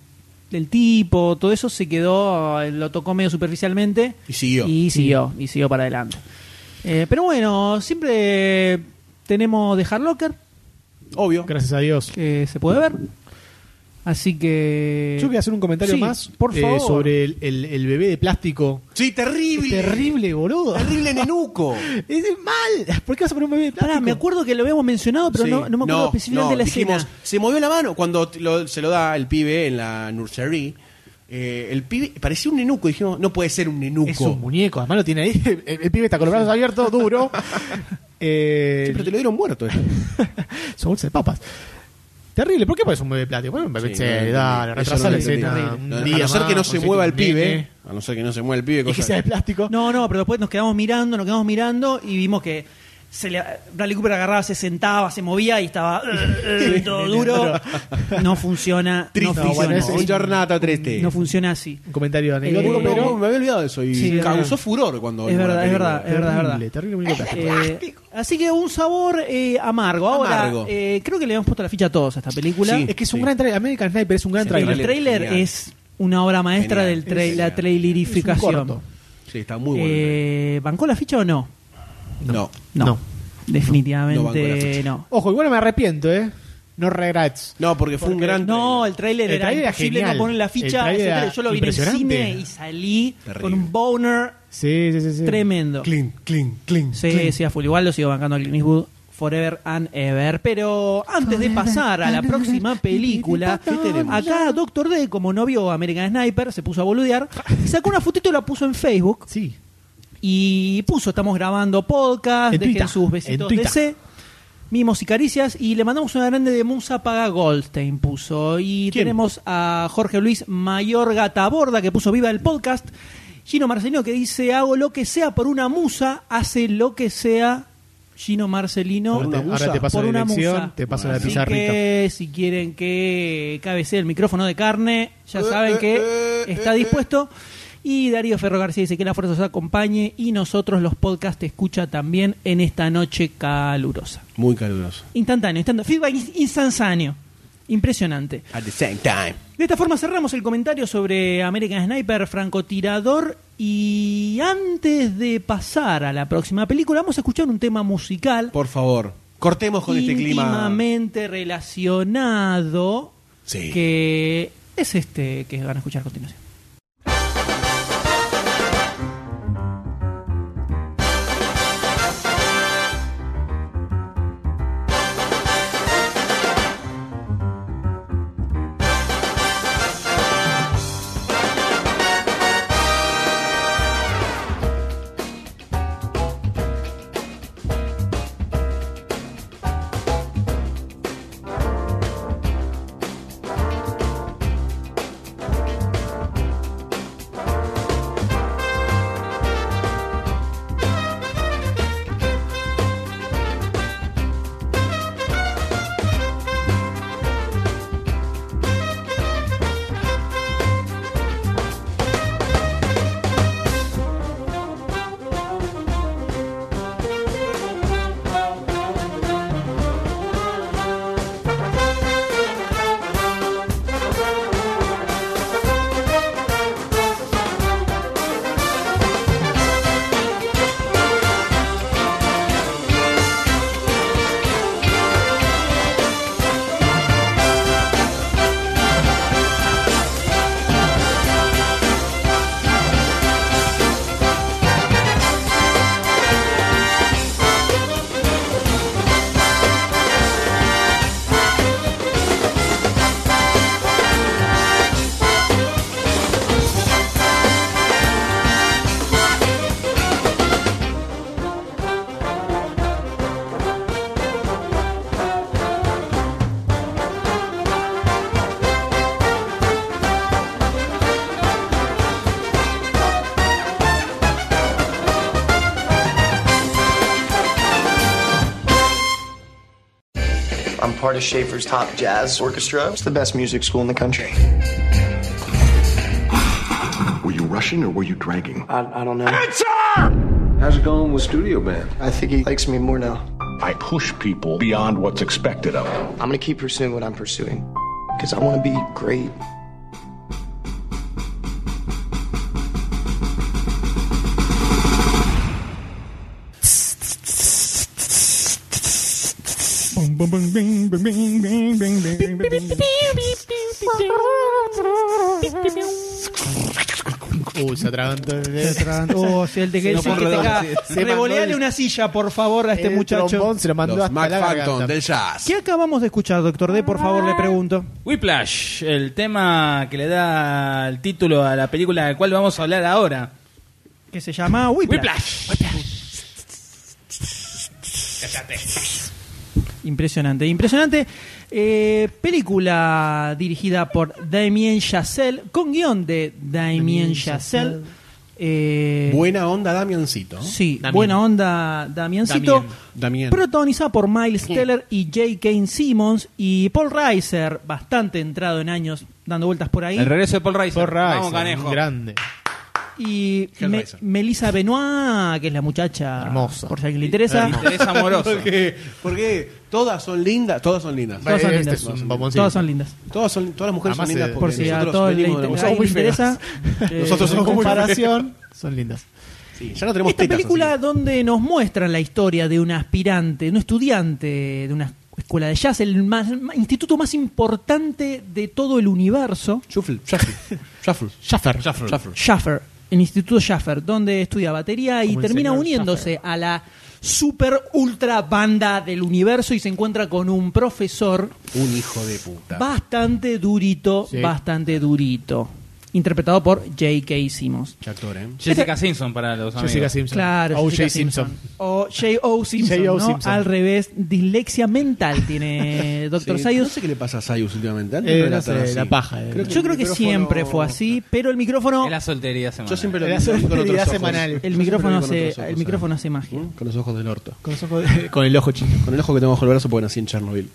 S3: del tipo, todo eso se quedó, eh, lo tocó medio superficialmente.
S2: Y siguió.
S3: Y siguió, y siguió para adelante. Eh, pero bueno, siempre tenemos The Hard Locker,
S2: Obvio.
S4: Gracias a Dios.
S3: que se puede ver. Así que.
S4: Yo quería hacer un comentario
S3: Sí,
S4: más
S3: por
S4: eh,
S3: favor.
S4: sobre el, el- el bebé de plástico.
S2: Sí, terrible.
S4: Terrible, boludo.
S2: Terrible nenuco.
S4: Es mal. ¿Por qué vas a poner un bebé de plástico?
S3: Pará, me acuerdo que lo habíamos mencionado, pero
S2: Sí.
S3: no, no me acuerdo específicamente de la
S2: dijimos,
S3: escena.
S2: Se movió la mano cuando t- lo- se lo da el pibe en la nursery. eh, el pibe parecía un nenuco. Dijimos, no puede ser un nenuco.
S4: Es un muñeco, además lo tiene ahí. El, el pibe está con los brazos abiertos, duro. Eh,
S2: Sí, pero te lo dieron muerto. esto.
S4: Son bolsas de papas. Terrible, ¿por qué pones un bebé de plástico? Bueno, un bebé
S2: Sí,
S4: se
S2: no, no,
S4: da,
S2: no,
S4: retrasa
S2: eso
S4: la
S2: no entendí.
S4: escena.
S2: No,
S4: un
S2: a
S4: día
S2: no ser
S4: más,
S2: que no se
S4: sé,
S2: mueva el
S4: un nene.
S2: pibe. A no ser que no se mueva el pibe.
S4: Y que
S2: cosa
S4: sea de
S2: que-
S4: plástico.
S3: No, no, pero después nos quedamos mirando, nos quedamos mirando y vimos que. Se le, Bradley Cooper agarraba, se sentaba, se movía y estaba eh, eh, todo duro. No funciona. no,
S2: Triste.
S3: funciona
S4: bueno,
S3: así.
S4: ese es-
S2: un jornata triste.
S3: no funciona así.
S4: Un comentario
S2: Yo
S4: anecdótico,
S2: Eh, no-
S4: pero.
S2: no, me había olvidado de eso. Y
S3: Sí, es
S2: causó
S3: verdad.
S2: furor cuando.
S3: Es
S2: vimos la
S3: verdad, es
S2: película.
S3: verdad, es verdad, es verdad.
S4: Terrible, terrible muñeco de plástico.
S3: Eh, así que un sabor eh, amargo. Ahora,
S2: Amargo.
S3: eh, creo que le hemos puesto la ficha a todos a esta película.
S2: Sí.
S4: Es que es
S2: Sí.
S4: un gran trailer. American Sniper es un gran
S2: Sí,
S4: trailer.
S3: el tráiler
S2: Genial.
S3: es una obra maestra del
S2: Genial,
S3: tra-
S2: es
S3: la
S2: genial.
S4: Es un
S3: trailerificación.
S4: corto.
S2: Sí, está muy bueno.
S3: Eh, ¿Bancó la ficha o no?
S2: no.
S3: No.
S4: No.
S2: No bancó la
S3: Definitivamente
S2: ficha.
S3: no.
S4: Ojo, igual me arrepiento, ¿eh? No regrets.
S2: No, porque fue un gran.
S3: No, el tráiler
S4: El
S3: era
S4: tráiler era
S3: imposible
S4: genial.
S3: no poner la
S4: El
S3: ficha.
S4: tráiler
S3: Ese
S4: era
S3: tráiler Yo lo vi en el
S4: impresionante.
S3: cine y salí
S2: Terrible.
S3: con un boner
S4: Sí, sí, sí. sí.
S3: tremendo.
S2: Clean, clean, clean.
S3: Sí, sí, a full. Igual lo sigo bancando a Clint Eastwood forever and ever. Pero antes de pasar a la próxima película,
S4: ¿Qué tenemos?
S3: acá Doctor D, como no vio American Sniper, se puso a boludear y sacó una fotito y la puso en Facebook.
S4: Sí.
S3: Y puso, estamos grabando podcast,
S4: En
S3: dejen
S4: Twitter,
S3: sus
S4: en
S3: besitos
S4: Twitter.
S3: DC, mimos y caricias. Y le mandamos una grande de Musa Paga Goldstein, puso. Y
S2: ¿Quién?
S3: tenemos a Jorge Luis Mayorga Taborda, que puso Viva el Podcast. Gino Marcelino, que dice, hago lo que sea por una musa, hace lo que sea Gino Marcelino
S4: Ahora te-
S2: una
S4: ahora
S2: musa.
S4: te paso
S3: por
S4: la
S3: una
S4: dirección,
S3: musa.
S4: te paso la
S3: Así
S4: pizarrita.
S3: que si quieren que cabecee el micrófono de carne, ya saben que está dispuesto. Y Darío Ferro García dice que la fuerza os acompañe y nosotros los podcasts te escucha también en esta noche calurosa.
S2: Muy caluroso.
S3: Instantáneo, instantáneo feedback ins- instantáneo. Impresionante.
S2: At the same time.
S3: De esta forma cerramos el comentario sobre American Sniper, francotirador. Y antes de pasar a la próxima película, vamos a escuchar un tema musical
S2: Por favor, cortemos con este clima.
S3: íntimamente relacionado
S2: Sí.
S3: que es este que van a escuchar a continuación.
S10: Thank I'm part of Schaefer's top jazz orchestra. It's the best music school in the country.
S11: Were you rushing or were you dragging?
S10: I, I don't know.
S11: How's it going with studio band?
S10: I think he likes me more now.
S11: I push people beyond what's expected of them.
S10: I'm gonna keep pursuing what I'm pursuing because I want to be great.
S4: Uy, se atraganta. Se atraganta.
S3: Oh, si el de que,
S5: No
S3: si
S5: puedo
S3: que te
S5: creer.
S3: ca-
S4: Se mandó
S3: Revoleale
S4: el-
S3: una silla, por favor, a este
S4: El
S3: muchacho.
S4: trombón se lo mandó
S2: Los
S4: hasta
S2: Mac
S4: la
S2: Facton
S4: garganta.
S2: del jazz.
S3: ¿Qué acabamos de escuchar, doctor D? Por favor, le pregunto.
S5: Whiplash, el tema que le da el título a la película de la cual vamos a hablar ahora.
S3: Que se llama Whiplash.
S5: Whiplash.
S3: Impresionante, impresionante. Eh, película dirigida por Damien Chazelle, con guión de Damien Chazelle. Eh,
S2: Buena onda, Damiancito.
S3: Sí,
S4: Damien.
S3: buena onda, Damiencito.
S4: Damien.
S2: Damien.
S3: Protagonizada por Miles Teller y J. Kane Simmons y Paul Reiser, bastante entrado en años, dando vueltas por ahí.
S5: El regreso de Paul Reiser.
S4: Por Rice,
S5: Vamos,
S4: un
S5: canejo.
S4: grande.
S3: Y
S2: Hell
S3: Me-
S2: Raiser.
S3: Melissa Benoit, que es la muchacha.
S4: Hermosa.
S3: Por si a alguien le interesa.
S5: Interés amoroso.
S2: Porque, porque todas son lindas, todas son lindas.
S3: Todas son
S4: Este
S3: lindas.
S4: es un bomboncito.
S3: Todas son lindas.
S2: Todas son todas las mujeres
S4: Además,
S2: son lindas
S4: eh,
S2: porque
S3: Por si a
S2: nosotros
S3: todos le,
S2: venimos de la
S3: inter-
S2: música.
S3: a alguien le interesa. eh,
S2: Nosotros
S4: En
S2: somos muy
S4: comparación, son lindas.
S2: Sí, ya no tenemos
S3: Esta
S2: tetas,
S3: película
S2: así
S3: donde nos muestran la historia de un aspirante, de un estudiante de una escuela de jazz, el más- ma- instituto más importante de todo el universo,
S2: que- Shuffle, shuffle, shuffle,
S4: Schaffer.
S2: shuffle.
S3: Schaffer, el instituto Schaffer, donde estudia batería y
S4: Como el
S3: termina
S4: señor
S3: uniéndose a la super ultra banda del universo y se encuentra con un profesor
S2: Un hijo de puta.
S3: bastante durito,
S4: Sí.
S3: bastante durito, interpretado por J.K. Simmons.
S2: Qué actor, ¿eh?
S5: Jessica Simpson para los amigos.
S4: Jessica Simpson.
S3: Claro,
S4: O.J.
S3: Jessica
S4: Simpson.
S3: O J.O. Simpson,
S4: J.O.
S3: ¿no?
S4: Simpson.
S3: Al revés, dislexia mental tiene Dr.
S2: Sí,
S3: Sayus.
S2: No sé qué le pasa a Sayus últimamente. Antes
S4: Eh,
S2: no era
S4: no sé,
S2: tan así.
S4: la paja, eh.
S2: Creo que
S3: Yo
S2: el
S3: creo que
S2: micrófono-
S3: siempre fue así, pero el micrófono
S5: Es la soltería semanal.
S2: Yo siempre lo
S4: Era
S2: vi con
S4: solidaridad
S2: otros ojos.
S4: semanal.
S2: Yo
S4: El
S2: siempre
S3: el
S2: lo vi
S3: micrófono
S2: con
S3: hace,
S2: otros ojos,
S3: el micrófono
S2: ¿sabes?
S3: hace magia.
S2: ¿Mm? Con los ojos del orto.
S4: Con, los ojos de- con el ojo chino.
S2: Con el ojo que tengo bajo el brazo porque nací en Chernobyl.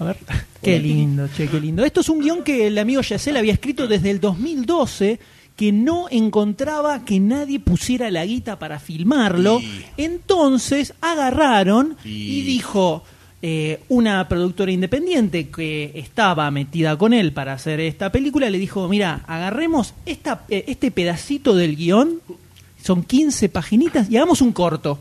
S4: A ver.
S3: Qué lindo, che, qué lindo. Esto es un guión que el amigo Yacel había escrito desde el 2012 que no encontraba que nadie pusiera la guita para filmarlo. Entonces agarraron y, dijo eh, una productora independiente que estaba metida con él para hacer esta película, le dijo, mira, agarremos esta, eh, este pedacito del guión, son 15 paginitas, y hagamos un corto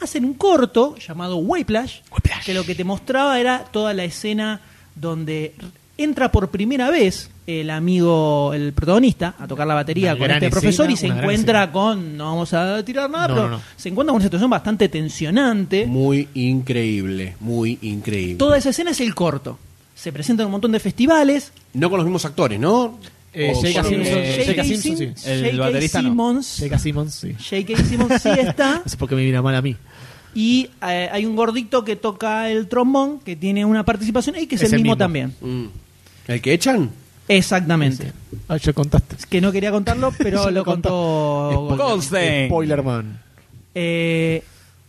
S3: hacen un corto llamado Whiplash, que lo que te mostraba era toda la escena donde r- entra por primera vez el amigo, el protagonista, a tocar la batería
S4: Una
S3: con
S4: gran
S3: este profesor
S4: escena,
S3: y se
S4: una gran
S3: encuentra
S4: escena.
S3: con, no vamos a tirar nada,
S4: No,
S3: pero
S4: no, no.
S3: se encuentra con una situación bastante tensionante.
S2: Muy increíble, muy increíble.
S3: Toda esa escena es el corto. Se presentan un montón de festivales.
S2: No con los mismos actores, ¿no?
S4: Eh,
S2: O
S4: J.K.
S2: con-
S4: Simpson.
S2: eh,
S4: J.K.
S3: Sim-
S4: Simpson,
S5: sí. El
S3: J.K.
S5: baterista no.
S3: Simmons.
S4: J.K. Simmons, sí.
S3: J.K. Simmons sí está.
S4: No sé por qué me mira mal a mí.
S3: Y eh, hay un gordito que toca el trombón, que tiene una participación y que es,
S4: Es
S3: el
S4: el
S3: mismo
S4: mismo.
S3: también.
S2: mm. ¿El que echan?
S3: Exactamente.
S4: Ah, ya contaste.
S3: Es que no quería contarlo, pero
S4: Ya
S3: lo
S4: lo
S3: contó.
S4: contó.
S5: Goldstein.
S4: Spoiler Man.
S3: Eh,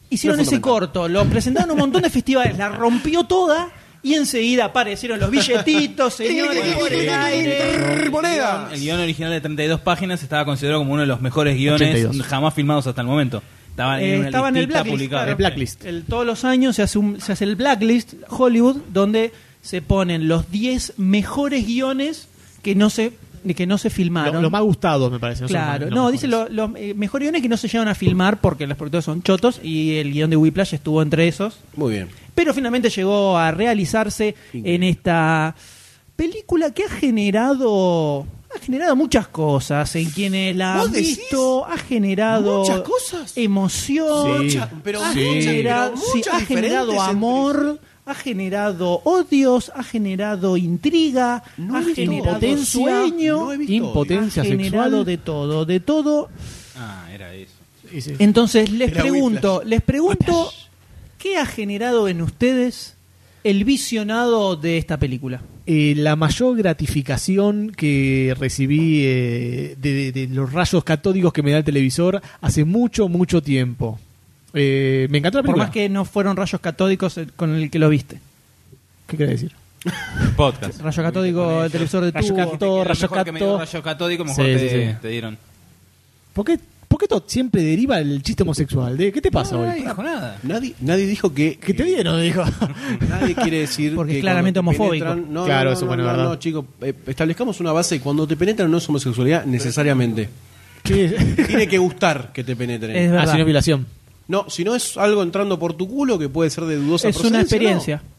S3: hicieron
S2: No es
S3: ese
S2: fundamental.
S3: corto, lo presentaron en un montón de festivales, la rompió toda y enseguida aparecieron los billetitos, señores, por el aire.
S2: ¡Moneda!
S5: El guión original de 32 páginas estaba considerado como uno de los mejores guiones
S4: 82.
S5: jamás filmados hasta el momento. Estaba
S3: Eh,
S5: en una
S3: estaba en el
S5: listita
S3: blacklist,
S5: publicada.
S3: claro.
S4: El blacklist.
S3: El- todos los años se hace, un- se hace el blacklist Hollywood, donde se ponen los 10 mejores guiones que no se, que no se
S4: Lo-
S3: filmaron.
S4: Los más gustados, me parece. Ah, no son
S3: Claro,
S4: los-
S3: no,
S4: los
S3: dice
S4: mejores.
S3: lo- los eh, mejores guiones que no se llevan a filmar porque los productores son chotos y el guión de Whiplash estuvo entre esos.
S2: Muy bien.
S3: Pero finalmente llegó a realizarse en esta película que ha generado ha generado muchas cosas en quienes la
S2: ¿Vos
S3: han
S2: decís?
S3: visto, ha generado
S2: ¿Muchas cosas?
S3: emoción,
S4: Sí.
S2: pero
S3: ha,
S2: muchas, pero
S3: genera-
S2: muchas
S3: sí, ha
S2: diferentes
S3: generado
S2: entre
S3: amor, ha generado odios, ha generado intriga,
S2: No
S3: ha
S2: he visto
S3: generado
S4: potencia,
S3: sueño,
S2: no he visto
S4: Impotencia
S3: ha generado
S4: sexual.
S3: de todo, de todo.
S5: Ah, era eso.
S4: Y sí.
S3: Entonces les
S2: Era
S3: pregunto,
S2: Whiplash.
S3: les pregunto, ¿qué ha generado en ustedes el visionado de esta película?
S4: Eh, la mayor gratificación que recibí eh, de, de- de los rayos catódicos que me da el televisor hace mucho, mucho tiempo. Eh, me encantó la
S3: Por
S4: película.
S3: más que no fueron rayos catódicos eh, con el que lo viste.
S4: ¿Qué querés decir?
S5: Podcast.
S3: Rayo catódico, el televisor de
S4: Rayo
S3: tubo.
S4: catódico.
S5: Todo rayo
S4: Rayo
S5: catódico. me dio
S4: cató.
S5: rayo catódico, mejor
S4: Sí,
S5: te,
S4: sí, sí.
S5: te dieron.
S4: ¿Por qué, por qué todo siempre deriva el chiste homosexual? ¿De ¿Qué te pasa
S5: No,
S4: hoy?
S5: nadie dijo nada.
S2: Nadie, nadie dijo que.
S4: ¿Qué te dieron? Dijo.
S2: Nadie quiere decir.
S3: Porque
S2: que
S3: es claramente
S2: cuando te
S3: homofóbico.
S2: penetran- no,
S4: Claro,
S2: no,
S4: eso
S2: no,
S4: bueno,
S2: no,
S4: verdad.
S2: no, chicos. eh, establezcamos una base. Cuando te penetran no es homosexualidad necesariamente.
S4: ¿Qué?
S2: Tiene que gustar que te
S3: Es
S2: penetren.
S4: Ah,
S3: verdad.
S4: si no es violación.
S2: No, si no es algo entrando por tu culo que puede ser de dudosa
S3: es una
S2: procedencia,
S3: experiencia.
S2: no.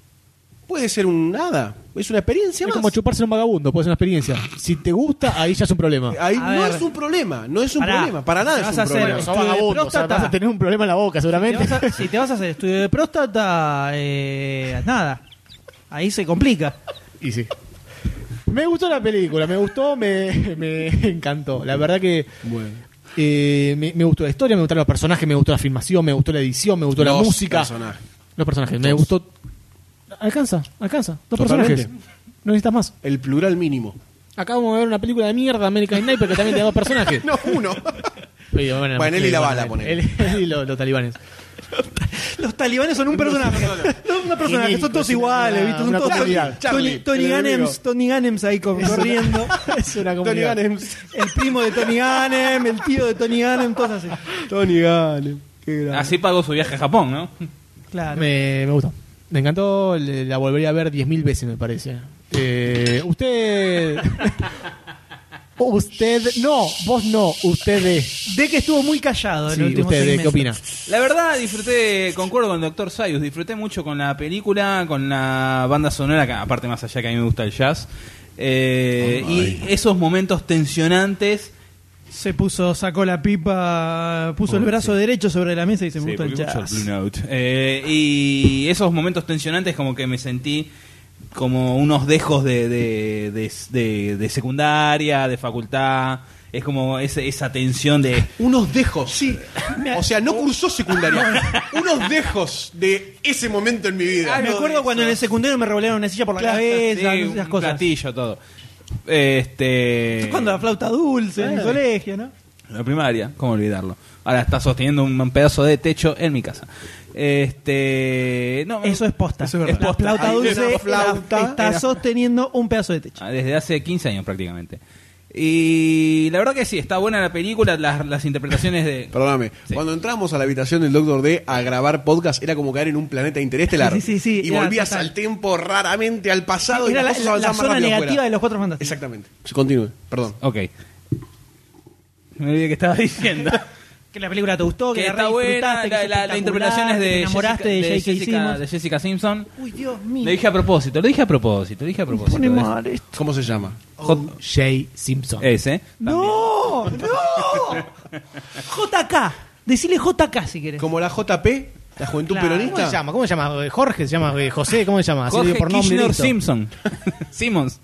S2: Puede ser un nada. Es una experiencia
S4: Es
S2: más.
S4: como chuparse a un vagabundo, puede ser una experiencia. Si te gusta, ahí ya es un problema.
S2: Ahí
S3: A
S2: no
S3: ver.
S2: es un problema. No es un
S3: Pará.
S2: problema. Para nada
S3: Te
S2: es
S3: vas
S2: un
S3: a hacer-
S4: Este,
S2: problema.
S3: Sos vagabundo, o sea,
S4: vas a tener un problema en la boca,
S3: Te
S4: seguramente.
S3: vas a- si te vas a hacer estudio de próstata, eh, nada. Ahí se complica.
S4: Y sí. Me gustó la película, me gustó, me, me encantó. La verdad que
S2: Bueno.
S4: eh, me, me gustó la historia, me gustaron los personajes, me gustó la filmación, me gustó la edición, me gustó la
S2: Los
S4: música.
S2: personajes.
S4: Los personajes, me gustó. Alcanza, alcanza. Dos
S2: Totalmente.
S4: personajes. No necesitas más.
S2: El plural mínimo.
S4: Acabamos de ver una película de mierda, American Sniper, que también tiene dos personajes.
S2: No, uno.
S4: Oye, bueno,
S2: Bueno, él y la bala,
S4: bueno,
S2: ponele.
S4: Él, él y los, los talibanes.
S3: Los talibanes son un personaje. No un personaje, son todos iguales, ¿viste? Son
S4: Una
S3: todos
S4: comunidad.
S3: Tony,
S2: Charlie,
S3: Tony
S4: el
S3: Ganems,
S4: enemigo.
S3: Tony Ganems ahí co- corriendo.
S4: es una
S2: Tony
S4: comunidad.
S2: Ganem.
S3: El primo de Tony Ganem, el tío de Tony Ganem, todos así.
S2: Tony Ganem. Qué grande.
S5: Así pagó su viaje a Japón, ¿no?
S3: Claro.
S4: Me, me gustó. Me encantó, le- la volvería a ver 10.000 veces, me parece. Eh, usted. usted. No, vos no, ustedes.
S3: De que estuvo muy callado en
S4: Sí,
S3: el último
S4: usted, ¿de
S3: segmento.
S4: ¿qué opina?
S5: La verdad, disfruté, concuerdo con el doctor Sayus, disfruté mucho con la película, con la banda sonora, que aparte más allá que a mí me gusta el jazz, eh, y esos momentos tensionantes.
S3: Se puso, sacó la pipa, puso el brazo derecho sobre la mesa y se me gustó el
S5: Sí, porque
S3: jazz.
S5: mucho el Blue Note. Eh, y esos momentos tensionantes como que me sentí como unos dejos de, de, de- de- de secundaria, de facultad, es como ese- esa tensión de...
S2: Unos dejos. Sí. O sea, no cursó secundaria. Unos dejos de ese momento en mi vida.
S3: Ah, Me acuerdo cuando en el secundario me revolearon una silla por la
S5: Claro,
S3: cabeza,
S5: sí,
S3: esas
S5: un
S3: cosas.
S5: platillo, todo. Este.
S3: Es Cuando la flauta dulce en el colegio, ¿no?
S5: La primaria, ¿cómo olvidarlo? Ahora está sosteniendo un pedazo de techo en mi casa. Este. No,
S3: Eso es posta.
S5: Eso es verdad.
S3: La flauta
S2: Ahí
S3: dulce
S2: era flauta,
S3: era- está
S2: era-
S3: sosteniendo un pedazo de techo.
S5: Ah, Desde hace 15 años prácticamente. Y la verdad que sí, está buena la película, las, las interpretaciones de.
S2: Perdóname,
S5: Sí.
S2: cuando entramos a la habitación del Doctor D a grabar podcast era como caer en un planeta interestelar.
S3: Sí, sí, sí,
S2: y
S3: era
S2: volvías
S3: total.
S2: al tiempo raramente al pasado
S3: Era
S2: y
S3: la,
S2: las cosas
S3: la- la
S2: avanzaban más
S3: zona
S2: rápido
S3: negativa
S2: afuera.
S3: de los cuatro fantásticos.
S2: Exactamente. Continúe, perdón.
S5: Ok. Me olvidé que estaba diciendo.
S3: Que la película te gustó, que,
S5: que
S3: la
S5: está buena,
S3: redisfrutaste, que
S5: la,
S3: es
S5: la- la
S3: espectacular,
S5: interpretaciones
S3: que
S5: de.
S3: te enamoraste de,
S5: Jessica- de
S3: J.K.
S5: Jessica,
S3: Simmons.
S5: de Jessica Simpson.
S3: Uy, Dios
S5: Lo
S3: mío.
S5: dije a propósito, lo dije a propósito, lo dije a propósito.
S6: Pone mal esto.
S2: ¿Cómo se llama?
S3: Oh.
S5: Hot-
S4: Jay Simpson.
S5: Ese.
S3: ¡No! ¡No! JK. Decile JK si querés.
S2: Como la JP, la Juventud
S3: Claro.
S4: ¿Cómo se
S2: Peronista.
S4: llama? ¿Cómo se llama? ¿Jorge? ¿Se llama eh, José? ¿Cómo se llama? Así
S5: Jorge
S4: digo por nombre,
S5: Kirchner
S4: listo.
S5: Simpson. Simmons.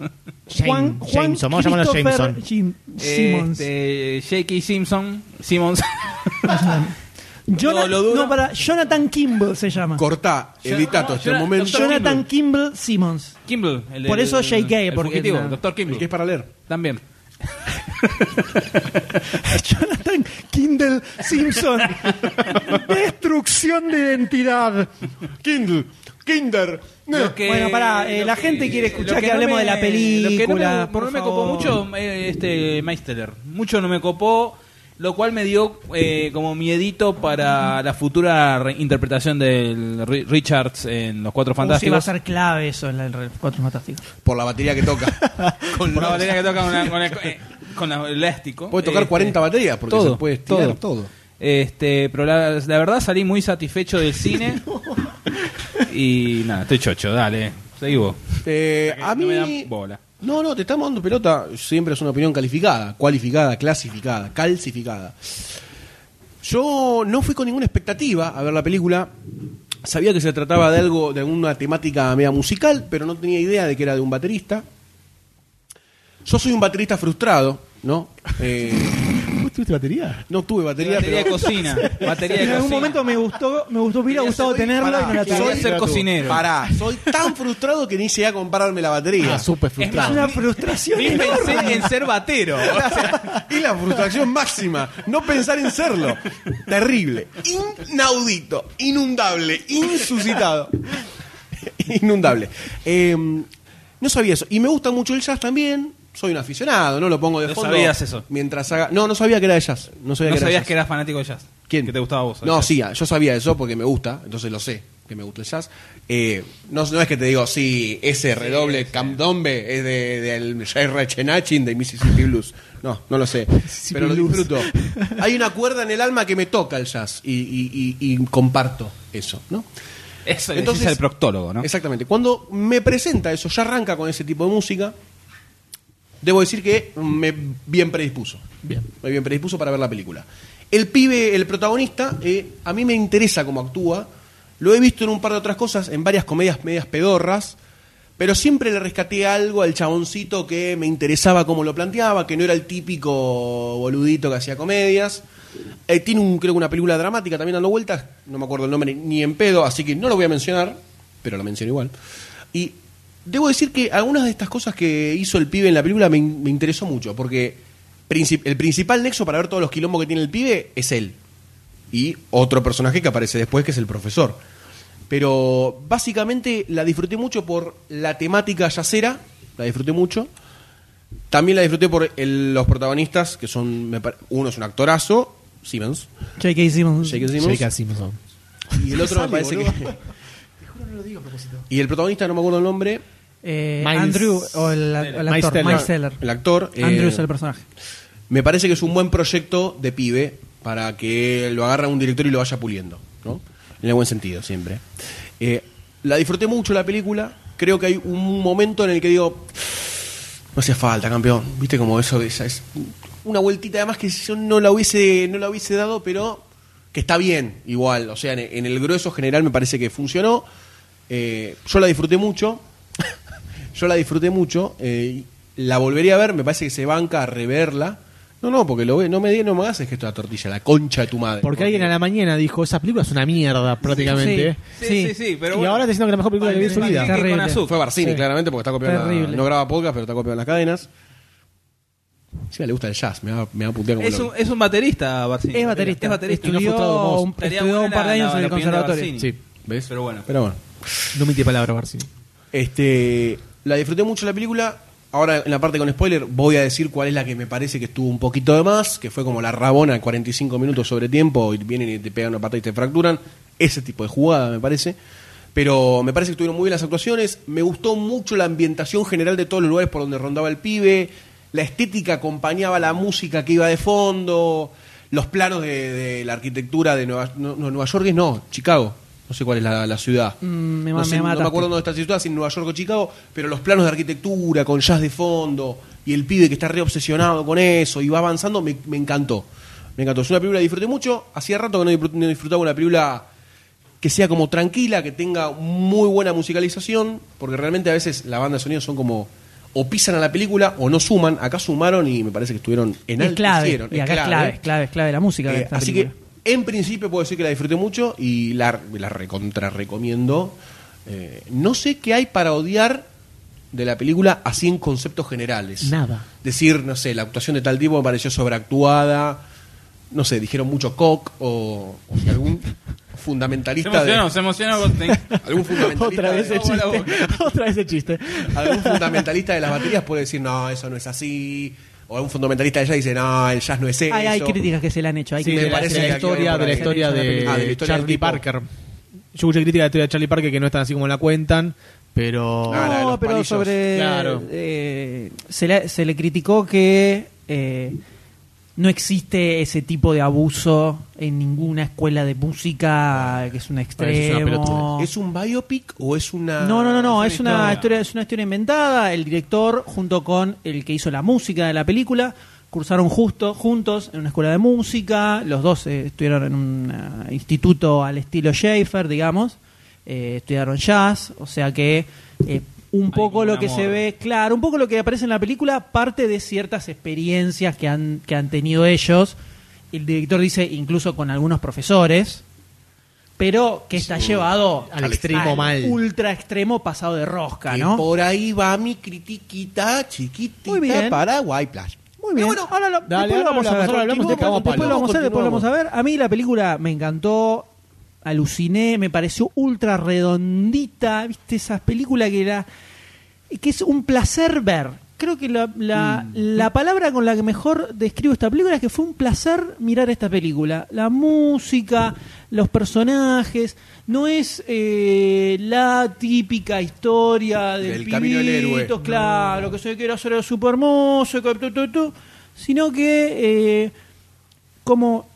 S4: Jam- Jameson, vamos a llamarlo
S3: Christopher
S4: Jameson.
S3: Jim- Simmons.
S5: Este, J.K. Simpson. Simmons.
S3: Jonathan-
S5: No, lo dudo.
S3: no, para Jonathan Kimball se llama.
S2: Cortá,
S5: Yo-
S2: editato
S5: no,
S2: este
S5: yo-
S2: momento.
S5: Doctor
S3: Jonathan Kimball Simmons.
S5: Kimble. el-
S3: Por
S5: el-
S3: eso J.K.,
S5: el
S3: porque
S5: fugitivo,
S3: no.
S5: Doctor
S2: El
S5: Kimble.
S2: que es para leer.
S5: También.
S3: Jonathan Kindle Simpson.
S6: Destrucción de identidad.
S2: Kindle, Kinder.
S5: Lo que-
S3: Bueno, pará, eh,
S5: lo
S3: la
S5: que-
S3: gente quiere escuchar
S5: lo
S3: que hablemos de la
S5: Lo que no me,
S3: película,
S5: por no
S3: por
S5: me copó
S3: favor.
S5: mucho eh, este Meisteler. Mucho no me copó, lo cual me dio eh, como miedito para la futura re- interpretación del Ri- Richards en Los Cuatro
S3: Uh, sí, va a
S5: Fantásticos.
S3: ser clave eso en la- en los Cuatro Fantásticos.
S2: Por la batería que toca. Con
S5: Por la
S2: los-
S5: batería que toca con, la- con el, eh, con la- el elástico.
S2: Puede tocar
S5: Este,
S2: 40 baterías porque se puede estirar todo.
S5: Este, pero la, la verdad salí muy satisfecho del cine. Y nada, estoy chocho, dale. Seguí vos.
S2: Eh, a mí.
S5: no me dan bola.
S2: No, no, te estamos dando pelota. Siempre es una opinión calificada, cualificada, clasificada, calcificada. Yo no fui con ninguna expectativa a ver la película. Sabía que se trataba de algo, de alguna temática media musical, pero no tenía idea de que era de un baterista. Yo soy un baterista frustrado, ¿no? Eh,
S4: ¿Vos tuviste batería?
S2: no tuve batería,
S5: Batería de
S2: pero-
S5: cocina. Batería de
S3: En algún
S5: cocina.
S3: momento me gustó, me gustó, me hubiera gustado tenerla y no la
S2: Pará,
S5: Quería
S3: tuve.
S2: soy-
S5: ser cocinero.
S2: Pará, soy tan frustrado que ni llegué a comprarme la batería.
S4: Ah, súper
S3: Es
S4: frustrado.
S3: una frustración.
S5: Ni
S3: enorme.
S5: pensé en ser batero.
S2: y la frustración máxima, no pensar en serlo. Terrible, inaudito, inundable, insuscitado. Inundable. Eh, no sabía eso. Y me gusta mucho el jazz también. Soy un aficionado, no lo pongo de
S5: No
S2: fondo.
S5: sabías eso.
S2: Mientras haga. No, no sabía que era de jazz. No sabía
S5: No
S2: que era de
S5: sabías
S2: jazz.
S5: que eras fanático de jazz.
S2: ¿Quién?
S5: Que te gustaba a vos. el
S2: No,
S5: jazz.
S2: sí, yo sabía eso porque me gusta, entonces lo sé, que me gusta el jazz. Eh, no, no es que te digo, sí, ese redoble camdombe es de, del Jay Rechenachin de Mississippi Blues. No, no lo sé, pero lo disfruto. Hay una cuerda en el alma que me toca el jazz y, y- y- y comparto eso, ¿no?
S5: Eso
S2: Entonces-
S5: entonces el proctólogo, ¿no?
S2: Exactamente. Cuando me presenta eso, ya arranca con ese tipo de música, debo decir que me bien predispuso. Bien. Me bien predispuso para ver la película. El pibe, el protagonista, eh, a mí me interesa cómo actúa. Lo he visto en un par de otras cosas, en varias comedias medias pedorras, pero siempre le rescaté algo al chaboncito que me interesaba cómo lo planteaba, que no era el típico boludito que hacía comedias. Eh, tiene un, creo que una película dramática también dando vueltas, no me acuerdo el nombre ni en pedo, así que no lo voy a mencionar, pero lo menciono igual. Y debo decir que algunas de estas cosas que hizo el pibe en la película me, in- me interesó mucho, porque princip- el principal nexo para ver todos los quilombos que tiene el pibe es él. Y otro personaje que aparece después, que es el profesor. Pero básicamente la disfruté mucho por la temática yacera, la disfruté mucho. También la disfruté por el- los protagonistas, que son, me pare- uno es un actorazo, Siemens,
S3: J.K. Simmons.
S4: Mm.
S2: J.K. Simmons,
S4: J.K. Simpson.
S2: y el otro me parece que... Y el protagonista, no me acuerdo el nombre,
S3: Eh,
S4: Miles-
S3: Andrew, o el, el
S4: Miles
S3: actor,
S4: Teller.
S3: Miles Teller.
S2: el actor... eh,
S3: Andrew es el personaje.
S2: me parece que es un buen proyecto de pibe para que lo agarra un director y lo vaya puliendo, ¿no? En el buen sentido, siempre. Eh, la disfruté mucho la película. Creo que hay un momento en el que digo, no hacía falta, campeón. Viste como eso, de esa es una vueltita además que yo no la hubiese, no la hubiese dado, pero que está bien, igual. O sea, en, en el grueso general me parece que funcionó. Eh, yo la disfruté mucho. yo la disfruté mucho. eh, y la volvería a ver, me parece que se banca a reverla. No, no, porque lo ve, no me di, no me hagas es que esto la tortilla, la concha de tu madre.
S4: Porque alguien a la mañana dijo, esa película es una mierda prácticamente.
S5: Sí,
S3: Sí.
S5: sí, sí, pero
S4: y
S5: bueno.
S4: ahora está diciendo que es la mejor película que vi en su
S5: Patrick
S4: vida.
S5: con
S3: Terrible.
S5: azúcar.
S2: Fue Barcini,
S4: Sí.
S2: claramente, porque está copiando. la-
S3: Terrible.
S2: no graba podcast, pero está copiando las cadenas. Sí, le gusta el jazz, me va, me va a putear como
S5: Es
S2: loco.
S5: un, es un baterista, Barcini.
S3: Es baterista.
S5: Es baterista.
S4: Y no fue todo
S3: Estudió,
S4: vos.
S3: un,
S5: Estaría
S3: estudió
S5: buena
S3: un par de
S5: la-
S3: años
S5: la
S3: en el
S5: opinión de
S3: conservatorio.
S5: Barcini.
S4: Sí,
S2: ¿Ves?
S5: Pero bueno.
S2: Pero bueno.
S4: no me palabra, Barcini.
S2: Este, la disfruté mucho la película. Ahora, en la parte con spoiler, voy a decir cuál es la que me parece que estuvo un poquito de más, que fue como la rabona 45 minutos sobre tiempo, y vienen y te pegan una pata y te fracturan. Ese tipo de jugada, me parece. Pero me parece que estuvieron muy bien las actuaciones. Me gustó mucho la ambientación general de todos los lugares por donde rondaba el pibe. La estética acompañaba la música que iba de fondo. Los planos de, de la arquitectura de Nueva, no, no, Nueva York, es no, Chicago. No sé cuál es la, la ciudad.
S3: Mm, me ma-
S2: no, sé,
S3: me
S2: no
S3: mataste.
S2: me acuerdo dónde está situada, si en Nueva York o Chicago, pero los planos de arquitectura, con jazz de fondo, y el pibe que está re obsesionado con eso, y va avanzando, me, me encantó. Me encantó. Es una película que disfruté mucho. Hacía rato que no disfrut- no disfrutaba una película que sea como tranquila, que tenga muy buena musicalización, porque realmente a veces la banda de sonido son como o pisan a la película o no suman, acá sumaron y me parece que estuvieron en
S3: Es clave. Y acá es clave, es clave, es clave la música. de
S2: eh,
S3: esta
S2: así
S3: película.
S2: que, en principio, puedo decir que la disfruté mucho y la, la recontra recomiendo. Eh, no sé qué hay para odiar de la película así en conceptos generales.
S4: Nada.
S2: Decir, no sé, la actuación de tal tipo me pareció sobreactuada. No sé, dijeron mucho cock o, o si algún
S5: Se
S2: fundamentalista. de-
S5: emocionó, se emocionó Goldstein.
S2: algún fundamentalista.
S4: Otra vez
S2: de-
S4: el
S5: Vamos a la
S4: chiste. Otra vez el chiste.
S2: algún fundamentalista de las baterías puede decir, no, eso no es así. O algún fundamentalista de jazz dice, no, el jazz no es eso.
S3: hay, hay críticas que se le han hecho. Hay
S4: Sí,
S2: me
S4: de
S3: críticas
S4: la,
S2: parece
S4: de la
S2: que aquí
S4: historia,
S2: va por
S4: de la
S2: ahí.
S4: historia de,
S2: Ah, de la historia del
S4: Charlie
S2: tipo.
S4: Parker. Yo escuché crítica de la historia de Charlie Parker que no están así como la cuentan, pero...
S2: Ah, la de los
S3: No, pero
S2: palillos.
S3: sobre.
S4: Claro.
S3: eh, se, le, se le criticó que eh, no existe ese tipo de abuso en ninguna escuela de música, que es un
S4: una
S3: extremo.
S4: pelotuda.
S2: ¿Es un biopic o es una.?
S3: No, no, no, no, es una
S2: historia?
S3: historia, es una historia inventada. El director, junto con el que hizo la música de la película, cursaron justo juntos en una escuela de música. Los dos eh, estuvieron en un ah, instituto al estilo Schaefer, digamos. Eh, estudiaron jazz, o sea que eh, un poco
S5: como
S3: lo
S5: un
S3: que se
S5: amor.
S3: ve, claro, un poco lo que aparece en la película parte de ciertas experiencias que han, que han tenido ellos. El director dice incluso con algunos profesores, pero que está llevado
S4: Al extremo mal.
S3: ultra extremo pasado de rosca,
S2: Que
S3: ¿no?
S2: Por ahí va mi critiquita chiquitita
S3: Muy bien.
S2: para Whiplash.
S3: Muy bien. ahora lo, después
S4: Dale,
S3: lo
S4: ahora
S3: vamos a
S4: hablamos,
S3: ver.
S4: ahora hablamos,
S3: Después
S4: te cagamos a
S3: después
S4: palo.
S3: lo vamos a ver, después lo vamos a ver. A mí la película me encantó. aluciné, me pareció ultra redondita, viste esas películas que era que es un placer ver. Creo que la, la,
S2: Mm.
S3: la palabra con la que mejor describo esta película es que fue un placer mirar esta película. La música, los personajes, no es eh, la típica historia del,
S2: Del camino del
S3: pibito,
S2: héroe.
S3: Claro, que soy quiero hacer super hermoso, que tu, tu, tu, sino que eh, como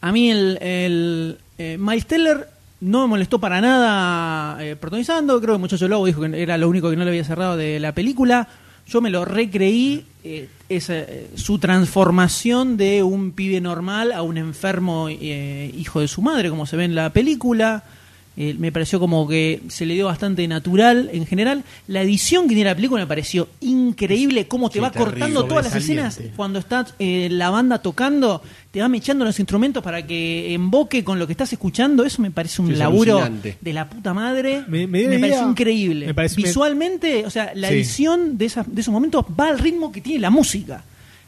S3: a mí el, el eh, Miles Teller no me molestó para nada eh, protagonizando. Creo que Muchacho Lobo dijo que era lo único que no le había cerrado de la película. Yo me lo recreí, eh, esa, eh, su transformación de un pibe normal a un enfermo eh, hijo de su madre, como se ve en la película. Eh, me pareció como que se le dio bastante natural en general. La edición que tiene la película me pareció increíble, cómo te
S2: Sí,
S3: va
S2: terrible,
S3: cortando todas las
S4: sobresaliente.
S3: escenas cuando está eh, la banda tocando, te va mechando los instrumentos para que emboque con lo que estás escuchando. Eso me parece un
S2: Sí, es
S3: laburo
S2: alucinante.
S3: de la puta madre.
S4: Me- me dio la
S3: pareció
S4: idea-
S3: increíble.
S4: me parece- me-
S3: Visualmente, o sea, la
S4: Sí.
S3: edición de, esas, de esos momentos va al ritmo que tiene la música.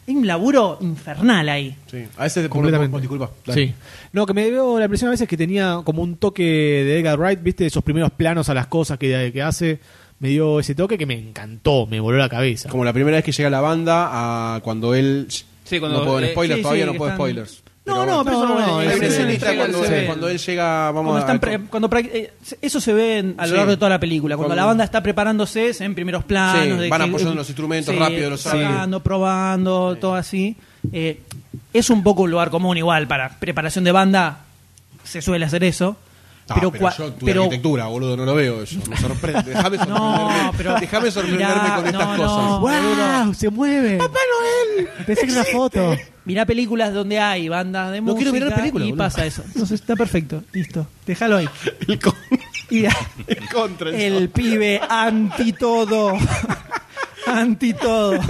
S3: Hay un laburo infernal ahí.
S2: Sí. A veces
S4: Completamente.
S2: por- Disculpa. dale.
S4: Sí. No, que me dio la impresión a veces que tenía como un toque de Edgar Wright, viste, esos primeros planos a las cosas que, que hace. Me dio ese toque que me encantó, me voló la cabeza.
S2: Como la primera vez que llega la banda a cuando él.
S5: Sí, cuando-
S2: no puedo
S5: eh,
S2: spoilers,
S3: sí,
S2: todavía
S3: sí,
S2: no
S3: que
S2: puedo
S3: están-
S2: spoilers.
S3: No, no,
S2: Pero bueno.
S3: pero eso
S4: No,
S3: no,
S4: no,
S2: Hay
S4: es-
S2: una
S4: es-
S2: escenita
S4: es-
S2: cuando,
S4: se ve.
S2: cuando él llega. Vamos
S3: Cuando
S2: a-
S3: están pre- cuando pra- eh, se- eso se ve en- a lo
S2: Sí.
S3: largo de toda la película. Cuando
S2: Cuando-
S3: la banda está preparándose, se ven primeros planos.
S2: Sí,
S3: de
S2: van
S3: que-
S2: apoyando los instrumentos rápido, los sacan.
S3: sacando, probando, todo así. Eh, es un poco un lugar común igual para preparación de banda. Se suele hacer eso.
S2: Ah,
S3: pero
S2: pero,
S3: cua-
S2: yo tu
S3: pero-
S2: arquitectura, boludo, no lo veo eso. Me sorprende. Déjame sorprenderme,
S3: No, pero-
S2: Déjame sorprenderme
S3: Mirá,
S2: con estas
S3: no,
S2: cosas.
S3: no.
S4: ¡Wow! ¡Se mueve! ¡Papá Noel! Pensé que era una foto.
S3: Mirá películas donde hay bandas de
S2: No
S3: música
S2: quiero mirar películas,
S3: y
S2: boludo.
S3: pasa eso. Entonces está perfecto, listo. Déjalo ahí.
S2: El, con-
S3: Y de-
S2: el contra. el-
S3: El pibe anti todo. anti todo.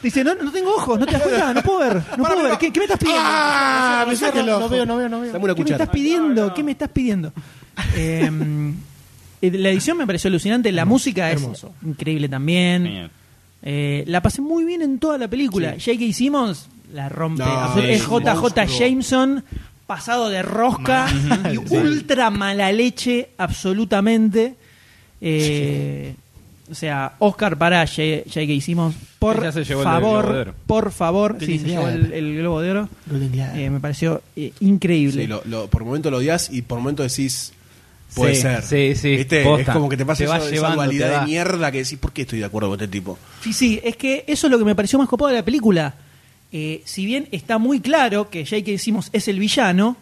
S3: Dice, no, no tengo ojos, no te das cuenta, no puedo ver, no puedo ver. ¿Qué, qué me estás pidiendo?
S4: ¡Ah! Me saca el ojo. No veo, no veo, no
S2: Dame una
S3: ¿Qué me
S2: cuchara.
S3: estás pidiendo? ¿Qué me estás pidiendo? Eh, eh, la edición me pareció alucinante, la música es increíble también.
S5: Genial.
S3: Eh, la pasé muy bien en toda la película. J.K. Simmons la rompe.
S2: No,
S3: Absolut-
S2: es
S3: es
S2: un
S3: JJ
S2: monstruo.
S3: Jameson pasado de rosca y ultra mala leche absolutamente. Eh, O sea, Oscar para J- J.K. Simmons, por
S5: Ella se llevó el Globo de
S3: favor,
S5: Oro.
S3: por favor,
S4: Qué
S3: sí, se
S4: lindo.
S3: llevó el, el Globo de Oro.
S4: Golden Globe.
S3: Eh, me pareció eh, increíble.
S2: Sí, lo- lo- por momento lo odias y por momento decís. Puede
S5: Sí,
S2: ser.
S5: sí, sí,
S2: ¿Viste? Es
S5: posta.
S2: como que te pasa
S5: Te va
S2: esa- esa
S5: llevando, te
S2: dualidad
S5: va.
S2: de mierda que decís, ¿por qué estoy de acuerdo con este tipo?
S3: Sí, sí, es que eso es lo que me pareció más copado de la película. Eh, si bien está muy claro que Jake decimos es el villano,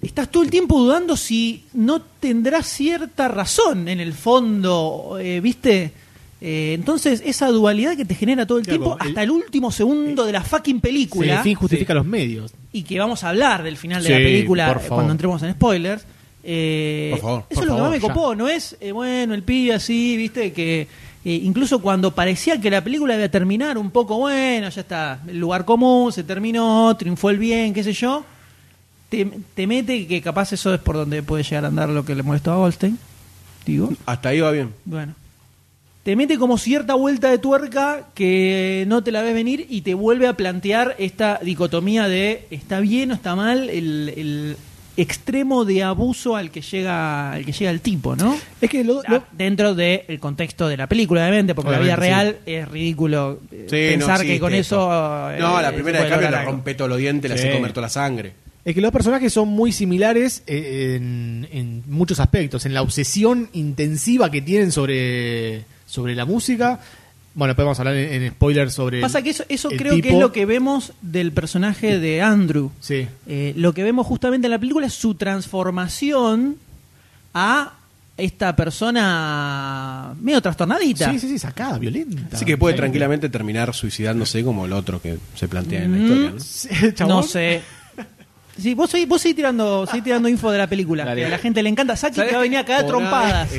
S3: estás todo el tiempo dudando si no tendrá cierta razón en el fondo, eh, ¿viste? Eh, entonces, esa dualidad que te genera todo el
S4: Claro,
S3: tiempo,
S4: el- Eh,
S3: hasta el último segundo de la fucking
S4: Sí,
S3: película
S4: el fin justifica los medios.
S3: y que vamos a hablar del final de
S4: Sí,
S3: la película
S4: por
S3: eh,
S4: favor.
S3: cuando entremos en spoilers. eh,
S2: Por favor,
S3: eso
S4: por
S3: es lo que más
S4: favor,
S3: me
S4: ya.
S3: copó, ¿no es? eh, bueno, el pibe así, viste, que eh, incluso cuando parecía que la película iba a terminar un poco, bueno, ya está, el lugar común, se terminó, triunfó el bien, qué sé yo, te, te mete que capaz eso es por donde puede llegar a andar lo que le molestó a Goldstein, digo.
S2: Hasta ahí va bien.
S3: Bueno. Te mete como cierta vuelta de tuerca que no te la ves venir y te vuelve a plantear esta dicotomía de está bien o está mal el, el extremo de abuso al que llega al que llega el tipo, ¿no?
S4: Es que lo,
S3: Ah, Dentro del contexto de la película, obviamente, porque en la vida real
S4: Obviamente,
S3: es ridículo eh,
S2: Sí, no
S3: pensar que
S2: existe
S3: con
S2: eso.
S3: eso. eh,
S2: No, la
S3: se
S2: primera de
S3: puede
S2: cambio
S3: lograr
S2: le
S3: algo.
S2: rompe todos los dientes, le
S5: Sí.
S2: hace comer toda la sangre.
S4: Es que los personajes son muy similares eh, en, en muchos aspectos. En la obsesión intensiva que tienen sobre, sobre la música. Bueno, podemos hablar en, en spoilers sobre. el-
S3: Pasa que eso, eso
S4: el
S3: creo que
S4: tipo.
S3: es lo que vemos del personaje de Andrew.
S4: Sí.
S3: Eh, lo que vemos justamente en la película es su transformación a esta persona medio trastornadita.
S4: Sí, sí, sí, sacada, violenta.
S2: Así que puede
S4: Sí.
S2: tranquilamente terminar suicidándose como el otro que se plantea en la historia. ¿no?
S4: Sí, el chabón.
S3: No sé. Sí, vos seguís, vos seguís tirando, seguís tirando info de la película.
S5: Dale.
S3: que a la gente le encanta. Saki
S5: ¿Sabés
S3: te va a venir a cagar
S2: Por
S3: trompadas.
S2: ahí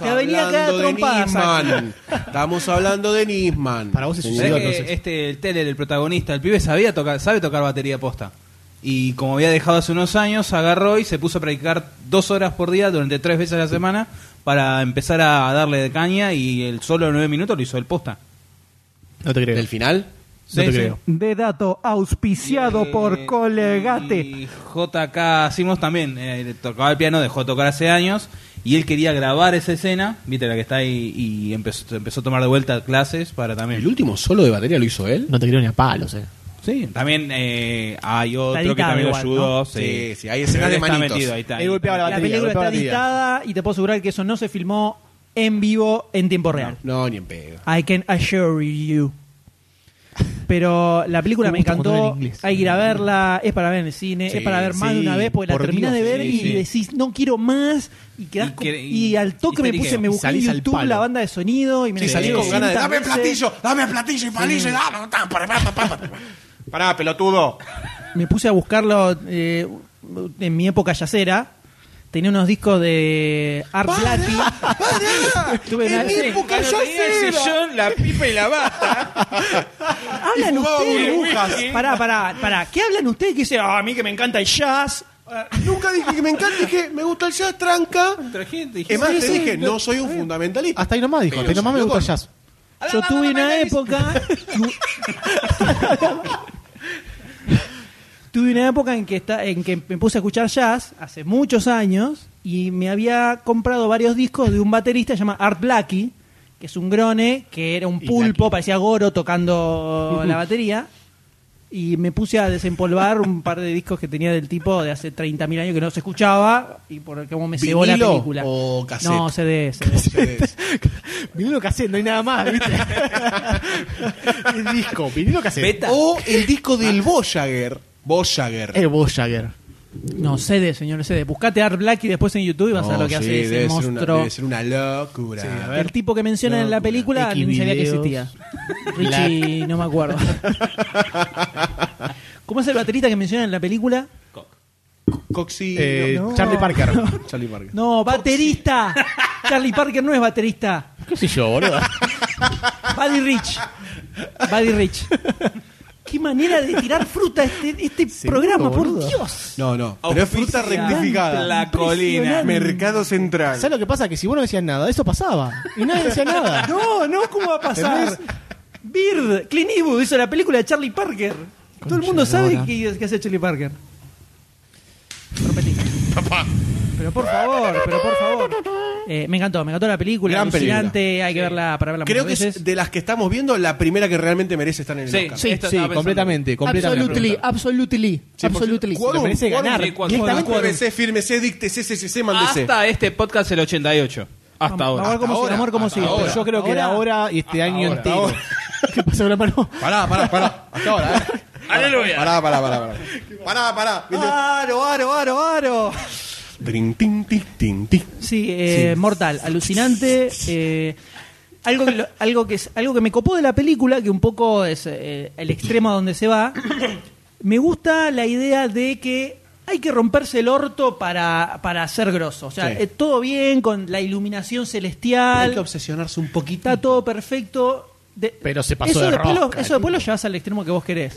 S3: Te va a venir a cagar
S2: hablando de
S3: trompadas. Saki.
S2: Nisman. Estamos hablando de Nisman.
S4: Para vos es
S5: ¿Sabés
S4: suicidio,
S5: que
S4: entonces.
S5: este, el Teller, el protagonista, el pibe sabía tocar, sabe tocar batería posta. Y como había dejado hace unos años, agarró y se puso a practicar dos horas por día durante tres veces a la semana para empezar a darle de caña y el solo de nueve minutos lo hizo el posta.
S4: No te creo.
S2: ¿Del final?
S4: No
S5: Sí,
S4: te
S5: sí.
S4: creo.
S6: De dato auspiciado por
S5: Eh,
S6: Colegate.
S5: Y JK Simons también eh, tocaba el piano, dejó de tocar hace años y él quería grabar esa escena, viste la que está ahí, y empezó, empezó a tomar de vuelta clases para también.
S2: ¿El último solo de batería lo hizo él?
S4: No te creo ni a palos, eh.
S5: Sí, también eh, hay otro que
S3: editado
S5: también lo
S3: igual,
S5: ayudó.
S3: ¿no?
S5: Sí,
S2: Sí, sí, hay escenas
S5: Él
S2: de
S5: está
S2: manitos.
S5: metido, ahí está, ahí
S4: Él golpeaba la
S3: la
S4: batería.
S3: película
S4: golpeaba
S3: está
S4: la batería.
S3: editada y te puedo asegurar que eso no se filmó en vivo en tiempo real.
S2: No, ni en pedo.
S3: I can assure you. Pero la película
S4: Me
S3: me
S4: gusta cuando
S3: encantó.
S4: hablan inglés.
S3: Hay que ir a verla. Es para ver en el cine.
S2: Sí,
S3: es para ver más de
S4: sí,
S3: una vez porque la
S4: por
S3: terminás
S4: Dios,
S3: de ver
S5: sí,
S3: y
S5: sí.
S3: decís, no quiero más. Y, quedás
S5: Y
S3: con-
S5: que-
S3: y al toque me
S5: histérico.
S3: puse, me
S4: Y
S3: busqué en
S4: salís al
S3: YouTube
S4: palo.
S3: la banda de sonido. Y me
S2: Sí,
S3: la
S2: salís
S3: quedé
S2: con ganas de.
S3: 200
S2: ¡Dame
S3: veces.
S2: platillo! ¡Dame platillo y palillo! y ¡Dame! ta, para, para, para, para". ¡Pará, pelotudo!
S3: Me puse a buscarlo eh, en mi época yacera. Tenía unos discos de Art Blakey. Tuve una- sí.
S5: Yo tenía el sillón, la pipa y la bata.
S3: Hablan
S2: fumaba
S3: ustedes.
S2: burbujas.
S3: Pará, pará, pará. ¿Qué hablan ustedes? Que dice, "Ah, a mí que me encanta el jazz.
S2: Nunca dije que me encanta, dije, me gusta el jazz, tranca.
S5: Trajiste, dijiste,
S2: Es más, te
S4: sí,
S2: dije,
S4: no-
S2: no soy un fundamentalista.
S4: Hasta ahí nomás dijo,
S2: Pero
S4: hasta ahí nomás me
S2: salió
S4: gusta el
S2: con-
S4: jazz.
S3: Yo tuve una época. tu- tuve una época en que, está, en que me puse a escuchar jazz hace muchos años y me había comprado varios discos de un baterista llamado Art Blakey, que es un grone, que era un
S4: Y
S3: pulpo,
S4: Blackie.
S3: parecía Goro tocando la batería. Y me puse a desempolvar un par de discos que tenía del tipo de hace 30.000 años que no se escuchaba y por cómo me cebó la
S2: ¿Vinilo
S3: película.
S2: o cassette?
S3: No, CD, CD.
S4: Vinilo cassette, no hay nada más, ¿viste? El disco, vinilo cassette.
S5: Beta.
S2: O el disco del Voyager. Voyager.
S4: El Voyager.
S3: No, CD, señor, CD. Buscate Art Black y después en YouTube y vas a ver lo que
S2: No, Oh, sí,
S3: hace ese
S2: debe ser una-
S3: monstruo.
S2: debe ser una locura.
S3: el tipo que mencionan en la
S4: Locura.
S3: película ni sabía que
S4: Equivideos.
S3: existía. Richie, no me acuerdo. ¿Cómo es el baterista que mencionan en la película?
S2: Coxy.
S4: Eh,
S2: no,
S4: Charlie Parker.
S2: no, Charlie Parker.
S3: No, baterista. Charlie Parker no es baterista.
S4: ¿Qué sé yo, boludo?
S3: Buddy Rich. Buddy Rich. Qué manera de tirar fruta este, este programa, por
S4: boludo.
S3: Dios.
S2: No, no. Pero es fruta
S5: Auspicia
S2: rectificada.
S5: La colina.
S2: Mercado Central.
S4: ¿Sabes lo que pasa? Que si vos no decías nada, eso pasaba. Y nadie decía nada.
S3: No, no, ¿cómo va a pasar? Bird, Clint Eastwood hizo la película de Charlie Parker. Todo el mundo
S4: de
S3: sabe
S4: hora.
S3: que, que hace Charlie Parker. Repetí. Pero por favor, pero por favor. Eh, me encantó, me encantó la película.
S2: Gran película.
S3: alucinante, hay que verla para verla
S2: Creo que
S3: muchas
S2: es
S3: veces.
S2: de las que estamos viendo la primera que realmente merece estar en el
S5: Sí,
S2: Oscar.
S4: Sí,
S5: Esto
S4: sí,
S5: estaba pensando.
S4: completamente, completamente.
S12: Absolutely, absolutely, absolutely.
S4: Lo merece ganar.
S5: sí, cuatro,
S4: Directamente
S5: cuatro.
S2: Cuádrese, fírmese, díctese, CCC, mándese.
S5: Hasta este podcast el 88. Hasta
S3: Vamos,
S5: ahora.
S3: vamos a ver cómo
S2: Hasta
S3: sigue, vamos a ver cómo
S2: ahora,
S3: sigue.
S2: hasta
S4: Pero yo creo que era ahora y este año
S2: ahora,
S4: entero.
S2: ahora.
S4: ¿Qué pasó con la mano?
S2: Pará, pará, pará. Hasta ahora, eh.
S5: Aleluya.
S2: Pará, pará, pará. Pará, pará. pará. ¿Viste?
S3: Aro, aro, aro, aro.
S2: Trin, tin, tin, tin, tin.
S3: Sí, eh, mortal, alucinante. eh, algo, que lo- algo, que es, algo que me copó de la película, que un poco es eh, el extremo a donde se va, me gusta la idea de que hay que romperse el orto para, para ser grosso. O sea,
S2: Sí.
S3: eh, todo bien con la iluminación
S2: Hay
S3: celestial,
S2: que obsesionarse un poquito.
S3: está todo perfecto. De-
S4: Pero se pasó
S3: eso
S4: de
S3: después
S4: rosca,
S3: lo, Eso después lo llevas al extremo que vos querés.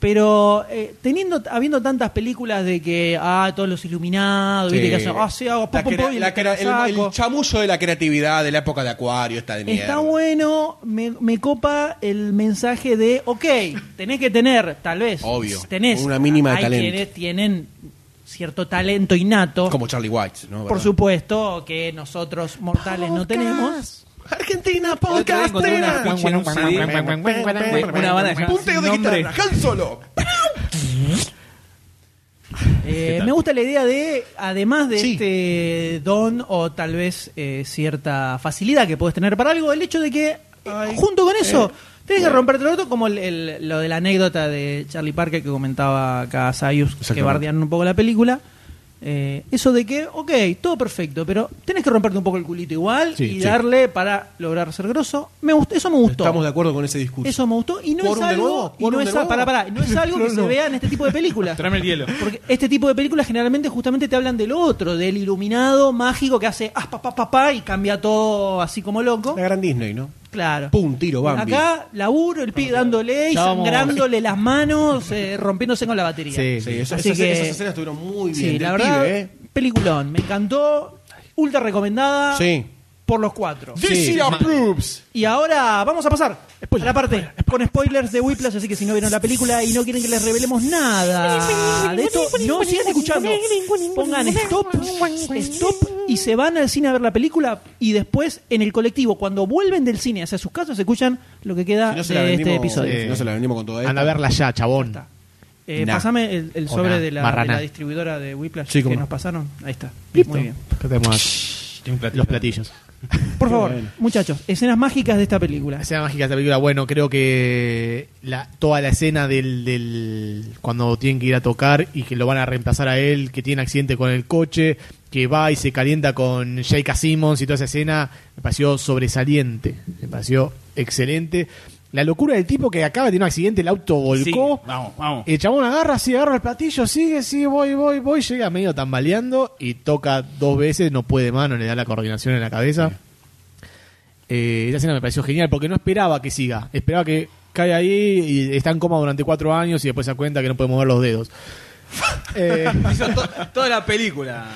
S3: Pero eh, teniendo, habiendo tantas películas de que, ah, todos los iluminados, viste, que hacen, ah, sí, hago pum,
S2: La
S3: pum,
S2: crea-
S3: pum, y
S2: la
S3: te
S2: crea-
S3: la
S2: el,
S3: saco.
S2: el chamullo de la creatividad de la época de Acuario está de mierda.
S3: Está bueno, me, me copa el mensaje de, ok, tenés que tener, tal vez,
S2: Obvio,
S3: tenés,
S2: una mínima de
S3: hay
S2: talento.
S3: quienes tienen cierto talento innato,
S2: Como Charlie White, ¿no?
S3: por
S2: ¿Verdad?
S3: supuesto, que nosotros mortales no tenemos.
S2: Argentina
S5: El otro día encontré una
S2: podcastera.
S5: ficha en un CD de Una banda que se llama
S2: Punteo de
S5: Sin Nombre.
S2: guitarra, Han Solo.
S3: Eh, me gusta la idea de, además de
S2: Sí.
S3: este don o tal vez eh, cierta facilidad que puedes tener para algo, el hecho de que, eh, junto con eso,
S2: eh,
S3: tenés que romperte el otro, como el- el- lo de la anécdota de Charlie Parker que comentaba acá Sayus, que
S2: Exactamente.
S3: bardearon un poco la película. Eh, eso de que, ok, todo perfecto, pero tenés que romperte un poco el culito igual
S4: Sí,
S3: y
S4: sí.
S3: darle para lograr ser grosso. Me gust- eso me gustó.
S2: Estamos de acuerdo con ese discurso.
S3: Eso me gustó y no
S2: ¿Quórum
S3: es
S2: de
S3: algo
S2: nuevo?
S3: y no
S2: ¿Quórum
S3: es,
S2: de
S3: a-
S2: nuevo?
S3: pará, pará, no es algo que se vea en este tipo de películas.
S5: Tráeme el hielo.
S3: Porque este tipo de películas generalmente justamente te hablan del otro, del iluminado mágico que hace ah, pa, pa, pa, pa, y cambia todo así como loco.
S2: La gran Disney, ¿no?
S3: Claro.
S2: Pum, tiro, Bambi.
S3: Acá, laburo, el pibe dándole y
S4: Ya vamos.
S3: sangrándole las manos, eh, rompiéndose con la batería.
S4: Sí,
S2: Sí, esas,
S3: Así
S2: esas-
S3: que-
S2: esas escenas estuvieron muy bien.
S3: Sí, la
S2: del eh.
S3: verdad,
S2: pibe, ¿eh?
S3: peliculón. Me encantó, ultra recomendada.
S2: Sí.
S3: por los cuatro.
S2: DC approves.
S3: Y ahora vamos a pasar a la parte con spoilers de Whiplash, así que si no vieron la película y no quieren que les revelemos nada de esto, no sigan escuchando. Pongan stop, stop y se van al cine a ver la película y después en el colectivo, cuando vuelven del cine hacia sus casas, escuchan lo que queda
S2: Si no se la
S3: de este
S2: vendimos- eh,
S3: episodio.
S2: si no se la vendimos con toda esta.
S4: Anda a verla ya, chabón.
S3: Está. Eh,
S4: Nah.
S3: Pasame el, el
S4: O
S3: sobre
S4: nah,
S3: de, la,
S4: marrana.
S3: de la distribuidora de Whiplash
S2: Sí, cómo
S3: que
S2: no.
S3: nos pasaron. Ahí está.
S4: Listo.
S3: Muy bien.
S4: ¿Qué tenemos? Los platillos.
S3: Por favor, muchachos, escenas mágicas de esta película.
S4: La escena mágica de esta película, bueno, creo que la, toda la escena del, del- cuando tienen que ir a tocar y que lo van a reemplazar a él, que tiene accidente con el coche, que va y se calienta con J.K. Simmons y toda esa escena, me pareció sobresaliente, me pareció excelente. La locura del tipo que acaba de tener un accidente, el auto volcó.
S5: Sí, vamos, vamos.
S4: El chabón agarra, sí, agarra el platillo, sigue, sí, voy, voy, voy, llega medio tambaleando y toca dos veces, no puede más, no le da la coordinación en la cabeza. Eh, esa escena me pareció genial porque no esperaba que siga, esperaba que caiga ahí y está en coma durante cuatro años y después se da cuenta que no puede mover los dedos. Eh,
S5: Hizo to- toda la película.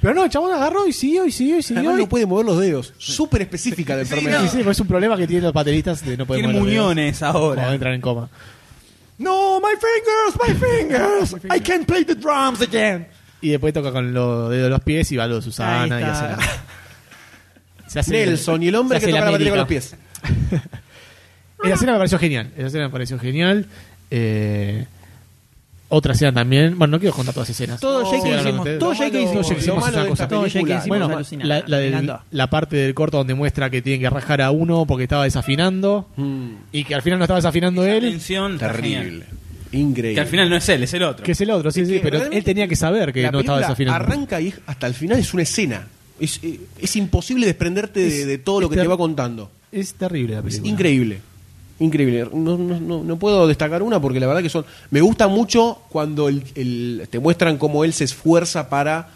S4: pero no, el chabón agarró y siguió y siguió y siguió.
S2: Además
S4: y-
S2: no puede mover los dedos. Súper específica la enfermedad.
S4: Sí, sí, pero es un problema que tienen los bateristas de no poder
S5: Tiene
S4: mover los dedos
S5: muñones
S4: cuando
S5: ahora.
S4: entran en coma.
S2: No, my fingers, my fingers. I can't play the drums again.
S4: Y después toca con los dedos de los pies y va lo de Susana
S3: Ahí
S4: y
S3: está.
S4: hace la- Se hace
S2: Nelson y el hombre
S4: se
S2: que
S4: hace
S2: toca la batería con los
S4: América.
S2: pies.
S4: Esa escena me pareció genial. Esa escena me pareció genial. Eh, otra escena también. Bueno, no quiero contar todas las escenas.
S3: Todo
S4: Sí,
S3: ya que
S4: hablaron
S3: hicimos,
S4: ustedes.
S3: todo ya que
S2: Lo
S3: hicimos,
S4: malo- lo malo
S3: es una
S4: de
S3: cosa.
S4: esta
S3: todo ya que
S2: película.
S3: hicimos
S4: Bueno,
S3: es
S4: ma-
S3: alucinante.
S4: la, la
S3: Me
S4: del-
S3: encantó.
S4: la parte del corto donde muestra que tienen que rajar a uno porque estaba desafinando
S3: Mm.
S4: y que al final no estaba desafinando él,
S5: Tensión está genial.
S2: Mm. Terrible. Increíble.
S5: Que al final no es él, es el otro.
S4: que es el otro, sí,
S2: Es
S4: sí,
S2: que
S4: pero
S2: realmente
S4: él tenía que saber que
S2: La
S4: no estaba
S2: película
S4: desafinando.
S2: Arranca y hasta el final es una escena. Es, eh, es imposible desprenderte de- de, todo lo que
S4: es
S2: te
S4: ter-
S2: va contando.
S4: Es terrible la
S2: Es
S4: película.
S2: increíble. Increíble. No, no- no- no puedo destacar una porque la verdad que son. Me gusta mucho cuando el- el- te muestran cómo él se esfuerza para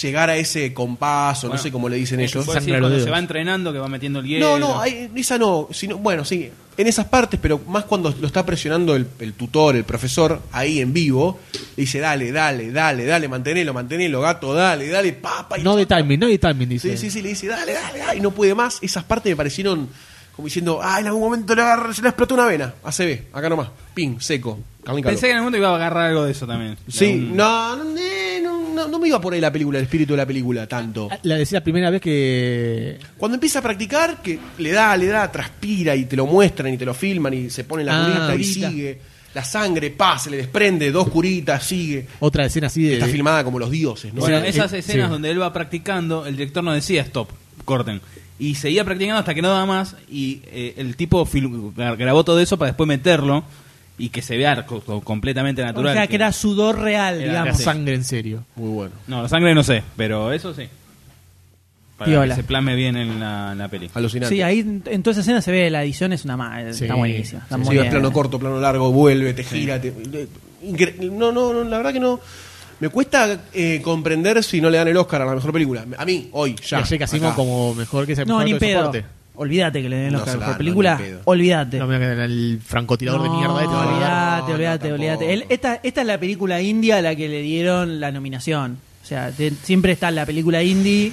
S2: llegar a ese compás o no
S5: Bueno,
S2: sé cómo le dicen
S5: es que
S2: ellos.
S5: vos decís
S4: Sangre a los
S5: cuando
S4: dedos.
S5: se va entrenando que va metiendo el
S2: No,
S5: hielo.
S2: no, hay- esa no, sino, bueno, sí, en esas partes, pero más cuando lo está presionando el, el tutor, el profesor, ahí en vivo, le dice, dale, dale, dale, dale, mantenelo, mantenelo, gato, dale, dale, papa. y-
S4: No de timing, no de timing, dice.
S2: Sí, sí, sí, le dice, dale, dale, dale, y no puede más. Esas partes me parecieron como diciendo, ah, en algún momento le agarra, se le explotó una vena. ACB, acá nomás, ping, seco. Carlín Calvo.
S5: Pensé que en algún momento iba a agarrar algo de eso también.
S2: Sí,
S5: Algún-
S2: no, no, eh, no, no, no me iba por ahí la película, el espíritu de la película, tanto.
S4: Ah, La decía la primera vez que
S2: Cuando empieza a practicar, que le da, le da, transpira y te lo muestran y te lo filman y se pone la
S4: Ah,
S2: curita y
S4: curita.
S2: sigue. La sangre, pasa, se le desprende, dos curitas, sigue.
S4: otra escena así de
S2: Está filmada como los dioses, ¿no?
S5: Bueno,
S4: sea,
S5: esas
S4: eh,
S5: escenas
S4: sí.
S5: donde él va practicando, el director no decía stop, corten. Y seguía practicando hasta que no daba más. Y eh, el tipo fil- grabó todo eso para después meterlo y que se vea co- co- completamente natural.
S3: O sea, que era sudor real,
S5: Era-
S4: la
S3: digamos.
S4: sangre en serio.
S2: Muy bueno.
S5: No, la sangre no sé, pero eso sí. Para
S3: Piola.
S5: que se plasme bien en la, en la peli.
S2: Alucinante.
S3: Sí, ahí en en toda esa escena se ve la edición, es una ma-
S4: Sí.
S3: está buenísima. Está
S4: Sí,
S3: muy
S2: Sí,
S3: bien.
S2: plano corto, plano largo, vuelve, te gira. te- eh, incre- no, no, no, la verdad que no. Me cuesta eh, comprender si no le dan el Oscar a la mejor película. A mí, hoy,
S4: Ya,
S2: ya.
S4: y a Jake Asimov
S2: acá.
S4: como mejor que ese
S3: No,
S4: mejor
S3: ni
S4: actor de
S3: pedo.
S4: soporte.
S3: Olvídate que le den
S2: No
S3: los Oscar
S2: se
S3: a
S2: la
S3: mejor
S2: dan,
S3: película.
S2: ni en pedo.
S3: Olvídate.
S4: No, mira que era el francotirador de
S3: No,
S4: mierda este.
S3: Olvídate,
S2: No,
S3: olvídate,
S2: no,
S3: olvídate. Él-
S2: tampoco.
S3: esta, esta es la película india a la que le dieron la nominación. O sea, te- siempre está la película indie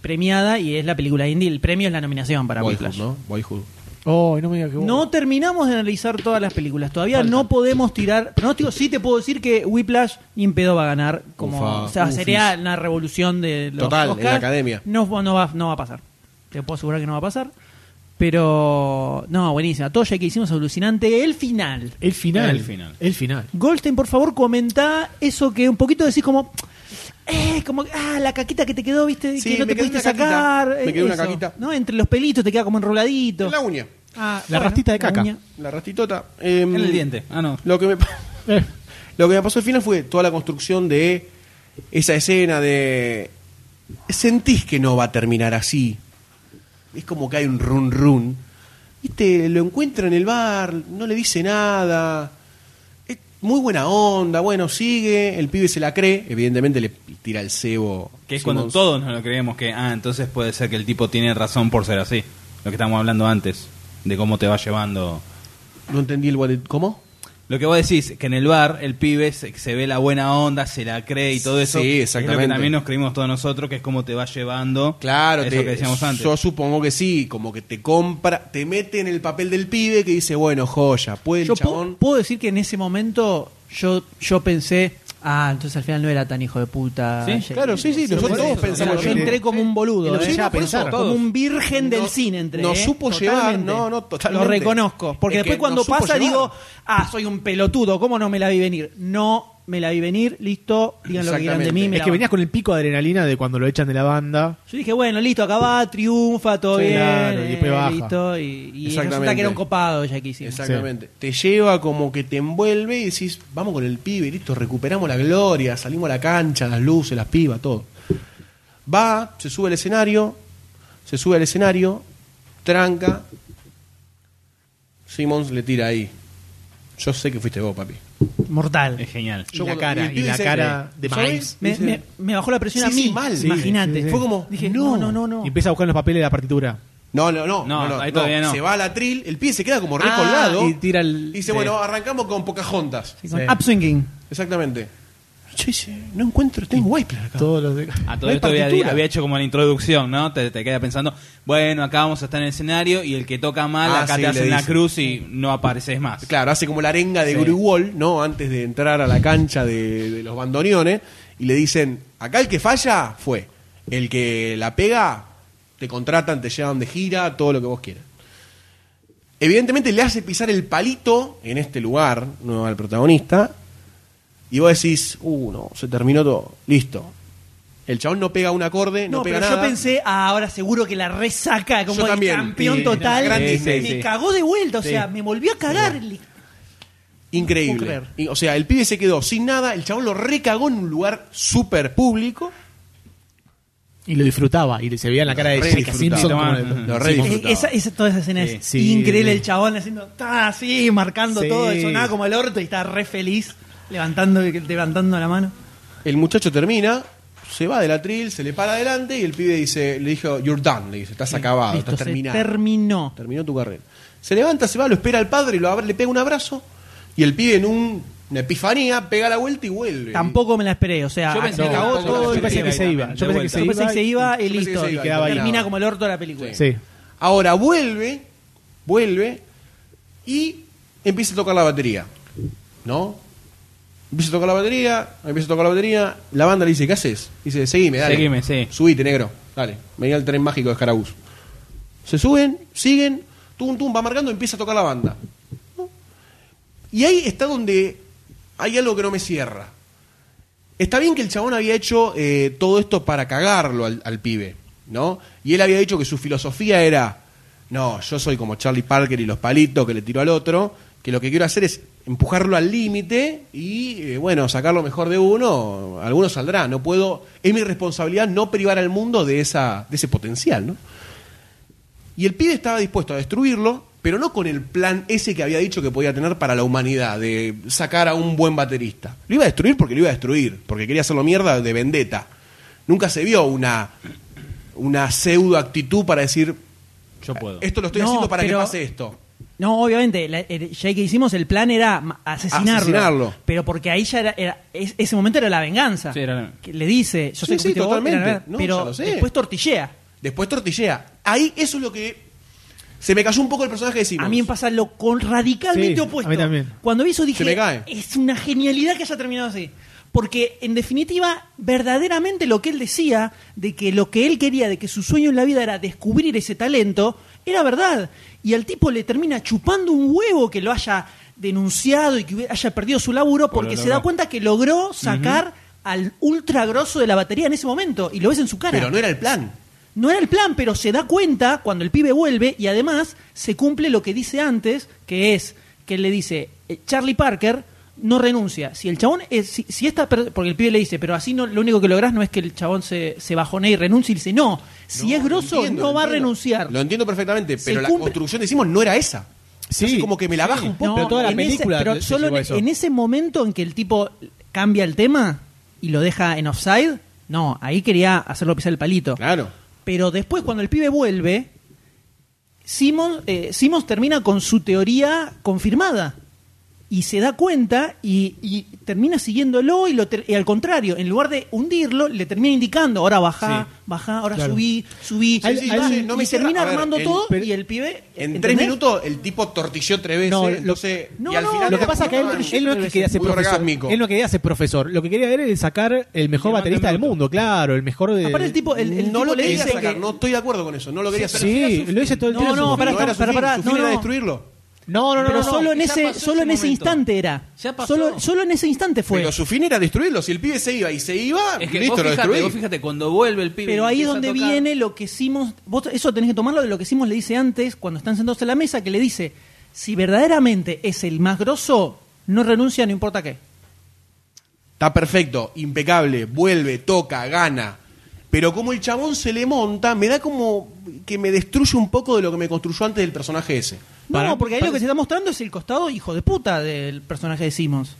S3: premiada y es la película indie. El premio es la nominación para
S2: Boyhood,
S3: Whiplash.
S2: ¿no? Boyhood.
S4: Oh, no me digas que vos-
S3: No terminamos de analizar todas las películas. Todavía no podemos tirar pronósticos. Sí te puedo decir que Whiplash impedo va a ganar. Como,
S2: Ufa,
S3: o sea,
S2: ufis.
S3: sería una revolución de los
S2: Total, en
S3: Oscars.
S2: la academia.
S3: No, no, va, no va a pasar. Te puedo asegurar que no va a pasar. Pero, no, buenísima. Todo ya que hicimos alucinante. El final.
S4: El final.
S5: El final.
S4: El final.
S3: Goldstein, por favor, comenta eso que un poquito decís como... Eh, como ah, la caquita que te quedó, viste,
S2: Sí,
S3: que no
S2: me
S3: te
S2: quedó
S3: pudiste
S2: una caquita.
S3: sacar. eh,
S2: Me quedó una
S3: eso,
S2: caquita.
S3: ¿no? Entre los pelitos te queda como enroladito.
S2: En la uña,
S3: Ah,
S4: La rastita de
S3: la
S4: caca.
S3: uña.
S2: la rastitota. eh,
S5: En el diente. Ah, no.
S2: Lo que me.
S3: Eh.
S2: Lo que me pasó al final fue toda la construcción de esa escena de. Sentís que no va a terminar así. Es como que hay un run run. Viste, lo encuentra en el bar, no le dice nada. Es muy buena onda, bueno, sigue, el pibe se la cree, evidentemente le tira el cebo.
S5: Que es cuando
S2: Simmons.
S5: todos nos lo creemos que, ah, entonces puede ser que el tipo tiene razón por ser así. Lo que estábamos hablando antes, de cómo te va llevando.
S2: No entendí el what it- ¿Cómo?
S5: Lo que vos decís, que en el bar el pibe se, se ve la buena onda, se la cree y todo eso.
S2: Sí,
S5: Es lo
S2: exactamente.
S5: que también nos creímos todos nosotros, que es como te va llevando.
S2: Claro,
S5: eso
S2: te-
S5: que decíamos antes.
S2: yo supongo que sí, como que te compra, te mete en el papel del pibe que dice, bueno, joya, puede el
S3: Yo pu-
S2: chabón.
S3: puedo decir que en ese momento yo, yo pensé, ah, entonces al final no era tan hijo de puta.
S5: Sí,
S3: Jake".
S2: claro, sí, sí, nosotros
S3: por
S2: todos
S3: eso, o sea,
S2: pensamos lo
S3: Yo
S2: mismo.
S3: entré como un
S4: Y
S3: boludo,
S4: lo
S3: ¿eh?
S4: lleva a
S2: por eso,
S4: pensar.
S5: todos.
S3: como un virgen del
S2: No-
S3: cine entré.
S2: no
S3: ¿eh?
S2: supo llevar, no, no, totalmente.
S3: Lo reconozco, porque
S2: Es que
S3: después cuando
S2: no supo
S3: pasa
S2: llevar.
S3: digo, ah, soy un pelotudo, ¿cómo no me la vi venir? No me la vi venir, listo, digan lo que quieran de mí. me
S4: Es
S3: la
S4: que
S3: banco.
S4: venías con el pico de adrenalina de cuando lo echan de la banda.
S3: Yo dije, bueno, listo, acá va, triunfa, todo
S4: Sí,
S3: bien.
S4: claro, y después
S3: eh,
S4: baja.
S3: Listo, y, y resulta
S2: Exactamente.
S3: que era un copado ya que hicimos.
S2: Exactamente. Te lleva como que te envuelve y decís, vamos con el pibe, listo, recuperamos la gloria, salimos a la cancha, las luces, las pibas, todo. Va, se sube al escenario, se sube al escenario, tranca. Simmons le tira ahí. Yo sé que fuiste vos, papi.
S3: Mortal.
S5: Es genial.
S4: Y
S2: Yo
S4: la
S2: cuando-
S4: cara,
S2: y el
S4: y
S2: pibe
S4: la
S2: dice,
S4: cara de
S2: "¿Soy?".
S4: Miles.
S3: Me,
S2: Dice,
S3: me- me bajó la presión a
S2: Sí,
S3: mí.
S2: sí, mal. Sí,
S3: Imagínate.
S2: sí, sí. Fue como,
S3: Dije,
S2: no.
S3: no, no, no. no.
S4: Y empieza a buscar en los papeles la partitura.
S2: No, no, no.
S5: No, ahí todavía no.
S2: Se va al atril, el pibe se queda como re
S4: Ah,
S2: colgado.
S4: y tira el-
S2: y
S4: sí.
S2: dice, bueno, arrancamos con Pocahontas.
S3: Sí, con
S4: Sí.
S3: Upswinging.
S2: Ah. Exactamente. Yo dice, no encuentro, tengo Wipler acá.
S4: Todos los de-
S5: A
S2: No
S5: todo
S2: hay
S5: esto había,
S2: partitura.
S5: había hecho como la introducción, ¿no? Te, te queda pensando, bueno, acá vamos a estar en el escenario y el que toca mal,
S2: Ah,
S5: acá
S2: sí,
S5: te
S2: le
S5: hacen la
S2: dice.
S5: cruz y no apareces más.
S2: Claro, hace como la arenga de
S5: Sí.
S2: Guru Wall, ¿no? Antes de entrar a la cancha de, de los bandoneones. Y le dicen, acá el que falla fue. El que la pega, te contratan, te llevan de gira, todo lo que vos quieras. Evidentemente le hace pisar el palito en este lugar, ¿no? Al protagonista. Y vos decís, uh, no, se terminó todo. Listo. El chabón no pega un acorde, no,
S3: No,
S2: pega
S3: pero
S2: nada.
S3: yo pensé, ah, ahora seguro que la resaca como
S2: Yo
S3: el
S2: también.
S3: campeón
S2: Sí,
S3: total.
S2: gran Disney.
S3: me
S5: Sí, sí.
S3: cagó de vuelta, o
S5: Sí.
S3: sea, me volvió a cagar. Le- No puedo
S2: Increíble.
S3: creer.
S2: Y, o sea, el pibe se quedó sin nada, el chabón lo recagó en un lugar súper público.
S4: Y lo disfrutaba. Y se veía en la cara de
S2: Re
S4: Jessica
S2: disfrutaba.
S4: Simpson.
S5: Tomá.
S4: como-
S2: Lo re
S4: Sí,
S3: Eh,
S2: disfrutaba.
S3: Esa, esa, toda esa escena
S4: Sí,
S3: es
S4: sí.
S3: increíble. El chabón haciendo, está así, marcando
S4: Sí.
S3: todo, y sonaba como el orto y está re feliz, levantando, levantando la mano.
S2: El muchacho termina, se va del atril, se le para adelante y el pibe dice, le dijo, you're done, le dice, estás acabado,
S3: Listo,
S2: estás
S3: se
S2: Ah, terminado.
S3: terminó.
S2: Terminó tu carrera. Se levanta, se va, lo espera el padre, lo abra- le pega un abrazo y el pibe en un- una epifanía pega la vuelta y vuelve.
S3: Tampoco me la esperé, o sea,
S5: Yo pensé
S4: No,
S5: que cagó
S4: yo
S5: todo el
S4: pensé que se
S5: ahí
S4: iba.
S5: también,
S4: Yo
S5: de
S4: pensé que se
S3: yo pensé que se iba
S4: y-
S3: y
S2: yo pensé que
S3: listo.
S2: se iba,
S4: y quedaba ahí.
S3: termina como el orto la película.
S4: Sí.
S2: Ahora vuelve, vuelve y empieza a tocar la batería. ¿No? Empieza a tocar la batería, empieza a tocar la batería. La banda le dice, ¿qué haces? Dice, seguime, dale.
S5: Seguime, sí.
S2: Subite, negro. Dale. Venía el tren mágico de Escarabús. Se suben, siguen, tum, tum, va marcando, empieza a tocar la banda. ¿No? Y ahí está donde hay algo que no me cierra. Está bien que el chabón había hecho eh, todo esto para cagarlo al, al pibe, ¿no? Y él había dicho que su filosofía era, no, yo soy como Charlie Parker y los palitos que le tiró al otro, que lo que quiero hacer es empujarlo al límite y, eh, bueno, sacar lo mejor de uno, alguno saldrá, no puedo, es mi responsabilidad no privar al mundo de, esa, de ese potencial, ¿no? Y el pibe estaba dispuesto a destruirlo, pero no con el plan ese que había dicho que podía tener para la humanidad, de sacar a un buen baterista. Lo iba a destruir porque lo iba a destruir, porque quería hacerlo mierda de vendetta. Nunca se vio una, una pseudo actitud para decir,
S5: Yo puedo.
S2: esto lo estoy
S3: No,
S2: haciendo para
S3: pero-
S2: que pase esto.
S3: No, obviamente, la- el- ya que hicimos el plan era ma- asesinarlo.
S2: Asesinarlo.
S3: Pero porque ahí ya era, era- es- ese momento era la venganza.
S5: Sí, era la-
S3: Que le dice, yo
S2: Sí,
S3: sé que
S2: sí,
S3: fuiste vos,
S2: totalmente.
S3: era la-
S2: No, ya
S3: pero
S2: lo sé.
S3: después tortillea.
S2: Después tortillea. Ahí eso es lo que... Se me cayó un poco el personaje de Simmons.
S3: A mí me pasa lo con radicalmente
S4: Sí,
S3: opuesto.
S4: a mí también.
S3: Cuando vi eso dije,
S2: Se me cae.
S3: es una genialidad que haya terminado así. Porque en definitiva, verdaderamente lo que él decía, de que lo que él quería, de que su sueño en la vida era descubrir ese talento, era verdad. Y al tipo le termina chupando un huevo que lo haya denunciado y que hubiera- haya perdido su laburo porque se da
S5: logró.
S3: cuenta que logró sacar al ultra grosso de la batería en ese momento. Y lo ves en su cara.
S2: Pero no era el plan.
S3: No era el plan, pero se da cuenta cuando el pibe vuelve y además se cumple lo que dice antes, que es que él le dice, eh, Charlie Parker no renuncia. Si el chabón, es, si, si esta, per- porque el pibe le dice, pero así no, lo único que lográs no es que el chabón se, se bajonee y renuncie y dice, no, si
S2: No,
S3: es
S2: lo
S3: grosso
S2: entiendo,
S3: no
S2: lo
S3: va a
S2: entiendo.
S3: renunciar.
S2: Lo entiendo perfectamente,
S3: Se
S2: pero la
S3: cumple-
S2: construcción de Simmons no era esa.
S4: Sí.
S2: Entonces, como que me la baja un poco.
S3: No,
S4: Pero toda la
S3: en ese-
S4: película
S3: pero
S4: se
S3: solo
S4: llevó
S3: en,
S4: eso.
S3: en ese momento en que el tipo cambia el tema y lo deja en offside, no, ahí quería hacerlo pisar el palito.
S2: Claro.
S3: Pero después, cuando el pibe vuelve, Simons, eh, Simons termina con su teoría confirmada. y se da cuenta y, y termina siguiéndolo y, lo ter- y al contrario, en lugar de hundirlo, le termina indicando, ahora baja,
S2: Sí.
S3: baja, ahora
S4: Claro.
S3: subí, subí,
S2: Sí, sí,
S3: y
S2: yo
S3: va,
S2: sé, no me
S3: y termina
S2: cierra- a ver,
S3: armando
S2: el-
S3: todo
S4: pero-
S3: y el pibe...
S2: En
S3: ¿entendés?
S2: tres minutos el tipo tortilló tres veces.
S4: No, lo-
S2: entonces,
S3: no,
S2: y al
S3: no,
S2: final
S4: Lo que
S2: era
S4: pasa es que él,
S2: muy-
S4: él no es que quería ser
S2: Muy
S4: profesor.
S2: orgásmico.
S4: Él no quería ser profesor. Lo que quería era sacar el mejor baterista del mundo, claro, el mejor de.
S3: Aparte el tipo, el, el
S2: no
S3: tipo
S2: lo
S3: le
S2: quería
S3: dice
S2: sacar,
S3: que...
S2: no estoy de acuerdo con eso, no lo quería hacer.
S4: Sí, lo dice todo el
S3: No,
S4: tiempo.
S3: no, pará,
S2: no era su
S3: pará,
S2: fin,
S3: pará,
S2: su
S3: no,
S2: fin era
S3: no.
S2: destruirlo.
S4: No, no, no,
S3: pero
S4: no, no.
S3: solo en
S5: ya
S3: ese,
S5: pasó
S3: solo
S5: ese
S3: en ese
S5: momento.
S3: instante era.
S5: Ya pasó.
S3: Solo, solo en ese instante fue.
S2: Pero su fin era destruirlo. Si el pibe se iba y se iba,
S5: Es que
S2: Ah, listo,
S5: vos
S2: lo
S5: fíjate,
S2: destruí.
S5: vos fíjate, cuando vuelve el pibe.
S3: Pero ahí es
S5: empieza a
S3: donde
S5: tocar-
S3: viene lo que hicimos. Vos, eso tenés que tomarlo de lo que hicimos le dice antes, cuando están sentados en la mesa, que le dice: Si verdaderamente es el más grosso, no renuncia, no importa qué.
S2: Está perfecto, impecable, vuelve, toca, gana. Pero como el chabón se le monta, me da como que me destruye un poco de lo que me construyó antes del personaje ese.
S3: No,
S4: Para-
S3: porque ahí lo que se está mostrando es el costado hijo de puta del personaje de Simmons.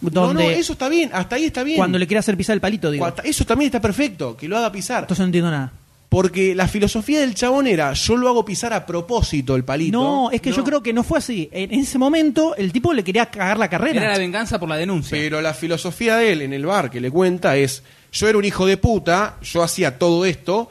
S3: Donde
S2: No, no, eso está bien, hasta ahí está bien.
S3: cuando le quiere hacer pisar el palito, digo.
S2: Hasta- Eso también está perfecto, que lo haga pisar.
S3: Entonces no entiendo nada.
S2: Porque la filosofía del chabón era, yo lo hago pisar a propósito el palito.
S3: No, es que yo creo que no fue así. En ese momento el tipo le quería cagar la carrera.
S5: Era la venganza por la denuncia.
S2: Pero la filosofía de él en el bar que le cuenta es, yo era un hijo de puta, yo hacía todo esto,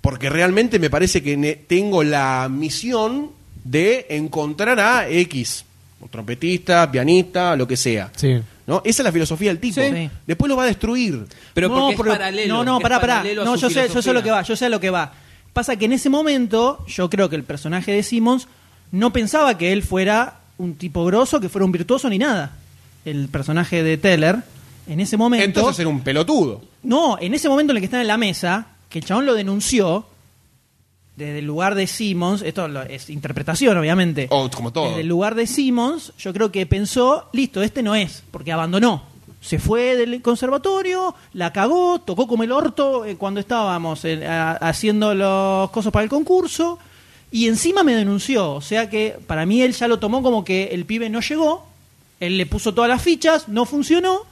S2: porque realmente me parece que ne- tengo la misión de encontrar a X, un trompetista, pianista, lo que sea.
S4: Sí.
S2: ¿No? Esa es la filosofía del tipo.
S3: Sí.
S2: Después lo va a destruir.
S5: Pero
S3: no,
S5: porque es
S3: pero-
S5: paralelo.
S3: No, no,
S5: es
S3: pará, pará.
S5: paralelo a
S3: No,
S5: su
S3: yo sé, yo sé
S5: filosofía.
S3: lo que va, yo sé lo que va. Pasa que en ese momento, yo creo que el personaje de Simmons no pensaba que él fuera un tipo grosso, que fuera un virtuoso ni nada. El personaje de Teller, en ese momento.
S2: Entonces era un pelotudo.
S3: No, en ese momento en el que están en la mesa, que el chabón lo denunció, desde el lugar de Simmons, esto lo- es interpretación, obviamente.
S2: O como todo.
S3: Desde el lugar de Simmons, yo creo que pensó, listo, este no es, porque abandonó. Se fue del conservatorio, la cagó, tocó como el orto eh, cuando estábamos eh, a- haciendo los cosas para el concurso, y encima me denunció. O sea que para mí él ya lo tomó como que el pibe no llegó, él le puso todas las fichas, no funcionó,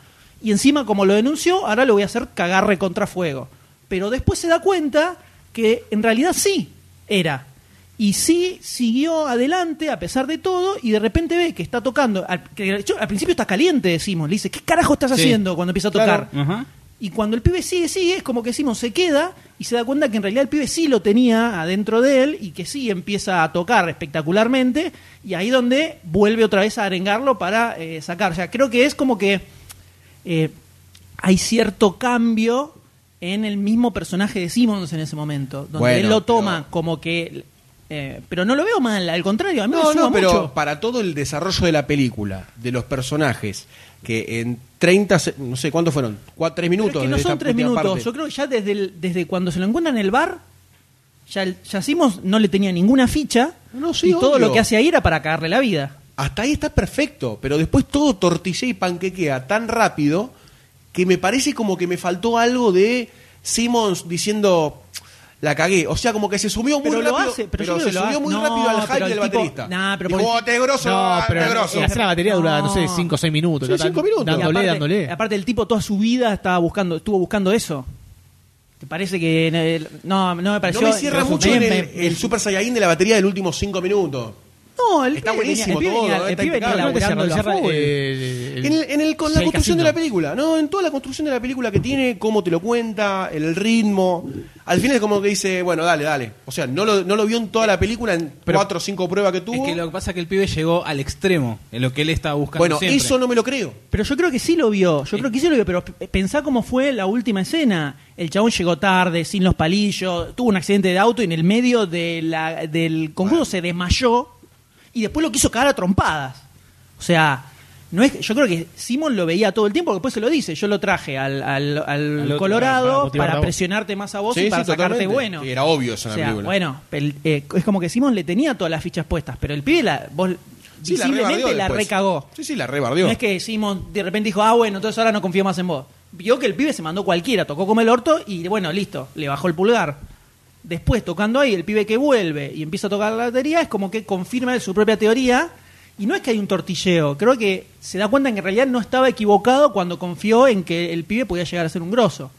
S3: y encima como lo denunció, ahora lo voy a hacer cagar recontra fuego. Pero después se da cuenta que en realidad sí era. Y sí siguió adelante a pesar de todo y de repente ve que está tocando. Al, que yo- al principio está caliente, decimos. Le dice, ¿qué carajo estás haciendo cuando empieza a tocar?
S5: Ajá.
S3: Y cuando el pibe sigue, sigue, es como que Simon se queda y se da cuenta que en realidad el pibe sí lo tenía adentro de él y que sí empieza a tocar espectacularmente. Y ahí donde vuelve otra vez a arengarlo para eh, sacar. O sea, creo que es como que eh, hay cierto cambio en el mismo personaje de Simmons en ese momento. Donde
S2: Bueno,
S3: él lo toma
S2: pero-
S3: como que. eh, pero no lo veo mal, al contrario, a mí me
S2: No,
S3: suma
S2: no, pero
S3: mucho.
S2: para todo el desarrollo de la película, de los personajes, que en 30, se- no sé cuántos fueron, Cuatro, tres
S3: Pero es
S2: minutos.
S3: que no
S2: desde
S3: son
S2: esta
S3: tres
S2: última
S3: minutos.
S2: parte.
S3: Yo creo que ya desde, el- desde cuando se lo encuentran en el bar, ya, el- ya Simmons no le tenía ninguna ficha.
S2: No, sí,
S3: y todo
S2: obvio.
S3: lo que hacía ahí era para cagarle la vida.
S2: Hasta ahí está perfecto, pero después todo tortillea y panquequea tan rápido que me parece como que me faltó algo de Simmons diciendo la cagué. O sea, como que se subió muy
S3: Pero lo
S2: rápido.
S3: hace, pero yo
S2: pero
S3: creo
S2: se
S3: que lo
S2: subió
S3: hace.
S2: muy
S3: No,
S2: rápido al hype
S3: pero el
S2: del
S3: tipo-
S2: baterista.
S3: nah, pero
S2: Dijo,
S3: porque-
S2: "Oh, te grosso,
S4: No,
S2: ah,
S4: pero
S2: te grosso.
S4: el hacer la batería duraba, no sé,
S3: No.
S4: 5 o 6 minutos.
S2: Sí,
S4: Lo tan-
S2: cinco minutos.
S4: Dándole,
S3: Y aparte,
S4: dándole.
S3: aparte el tipo toda su vida estaba buscando, estuvo buscando eso. ¿Te parece que eh, no, no me pareció?
S2: No me cierra mucho
S3: me-
S2: en el,
S3: me-
S2: el Super Saiyajin de la batería del último cinco minutos.
S3: No, el
S2: Está
S3: pibe venía-
S2: buenísimo
S3: el pibe
S2: todo,
S3: venía-
S2: ¿no?
S3: el
S2: Está
S3: pibe venía
S2: impecable.
S4: Aparte cierra-
S3: laburando
S4: cierra eh,
S3: a full.
S4: el- el-
S2: En, el- en el- con la
S4: el
S2: construcción de la
S4: casino.
S2: película, ¿no? En toda la construcción de la película que tiene, cómo te lo cuenta, el ritmo. Al final es como que dice, bueno, dale, dale. O sea, no lo, no lo vio en toda la película, en cuatro o cinco pruebas que
S5: Es
S2: tuvo.
S5: que lo que pasa es que el pibe llegó al extremo en lo que él estaba buscando.
S2: bueno,
S5: siempre.
S2: eso no me lo creo.
S3: Pero yo creo que sí lo vio, yo creo que sí lo vio, pero p- pensá cómo fue la última escena. El chabón llegó tarde, sin los palillos, tuvo un accidente de auto y en el medio de la- del concurso se desmayó y después lo quiso cagar a trompadas. O sea, no es, yo creo que Simon lo veía todo el tiempo, porque después se lo dice, yo lo traje al, al- al
S4: otro, para
S3: Colorado
S4: motivarte
S3: para,
S4: a vos.
S3: presionarte más a vos
S2: Sí,
S3: y para
S2: sí,
S3: sacarte
S2: totalmente.
S3: bueno.
S2: Sí, era obvio eso en
S3: O
S2: la
S3: sea,
S2: película.
S3: bueno, pel- eh, es como que Simon le tenía todas las fichas puestas, pero el pibe la, vos
S2: Sí, la
S3: visiblemente
S2: rebardeó
S3: la,
S2: después.
S3: recagó.
S2: Sí, sí, la rebardeó.
S3: No es que Simon de repente dijo, ah, bueno, entonces ahora no confío más en vos. Vio que el pibe se mandó cualquiera, tocó como el orto y bueno, listo, le bajó el pulgar. Después, tocando ahí, el pibe que vuelve y empieza a tocar la batería, es como que confirma él su propia teoría. Y no es que hay un tortilleo, creo que se da cuenta en que en realidad no estaba equivocado cuando confió en que el pibe podía llegar a ser un grosso.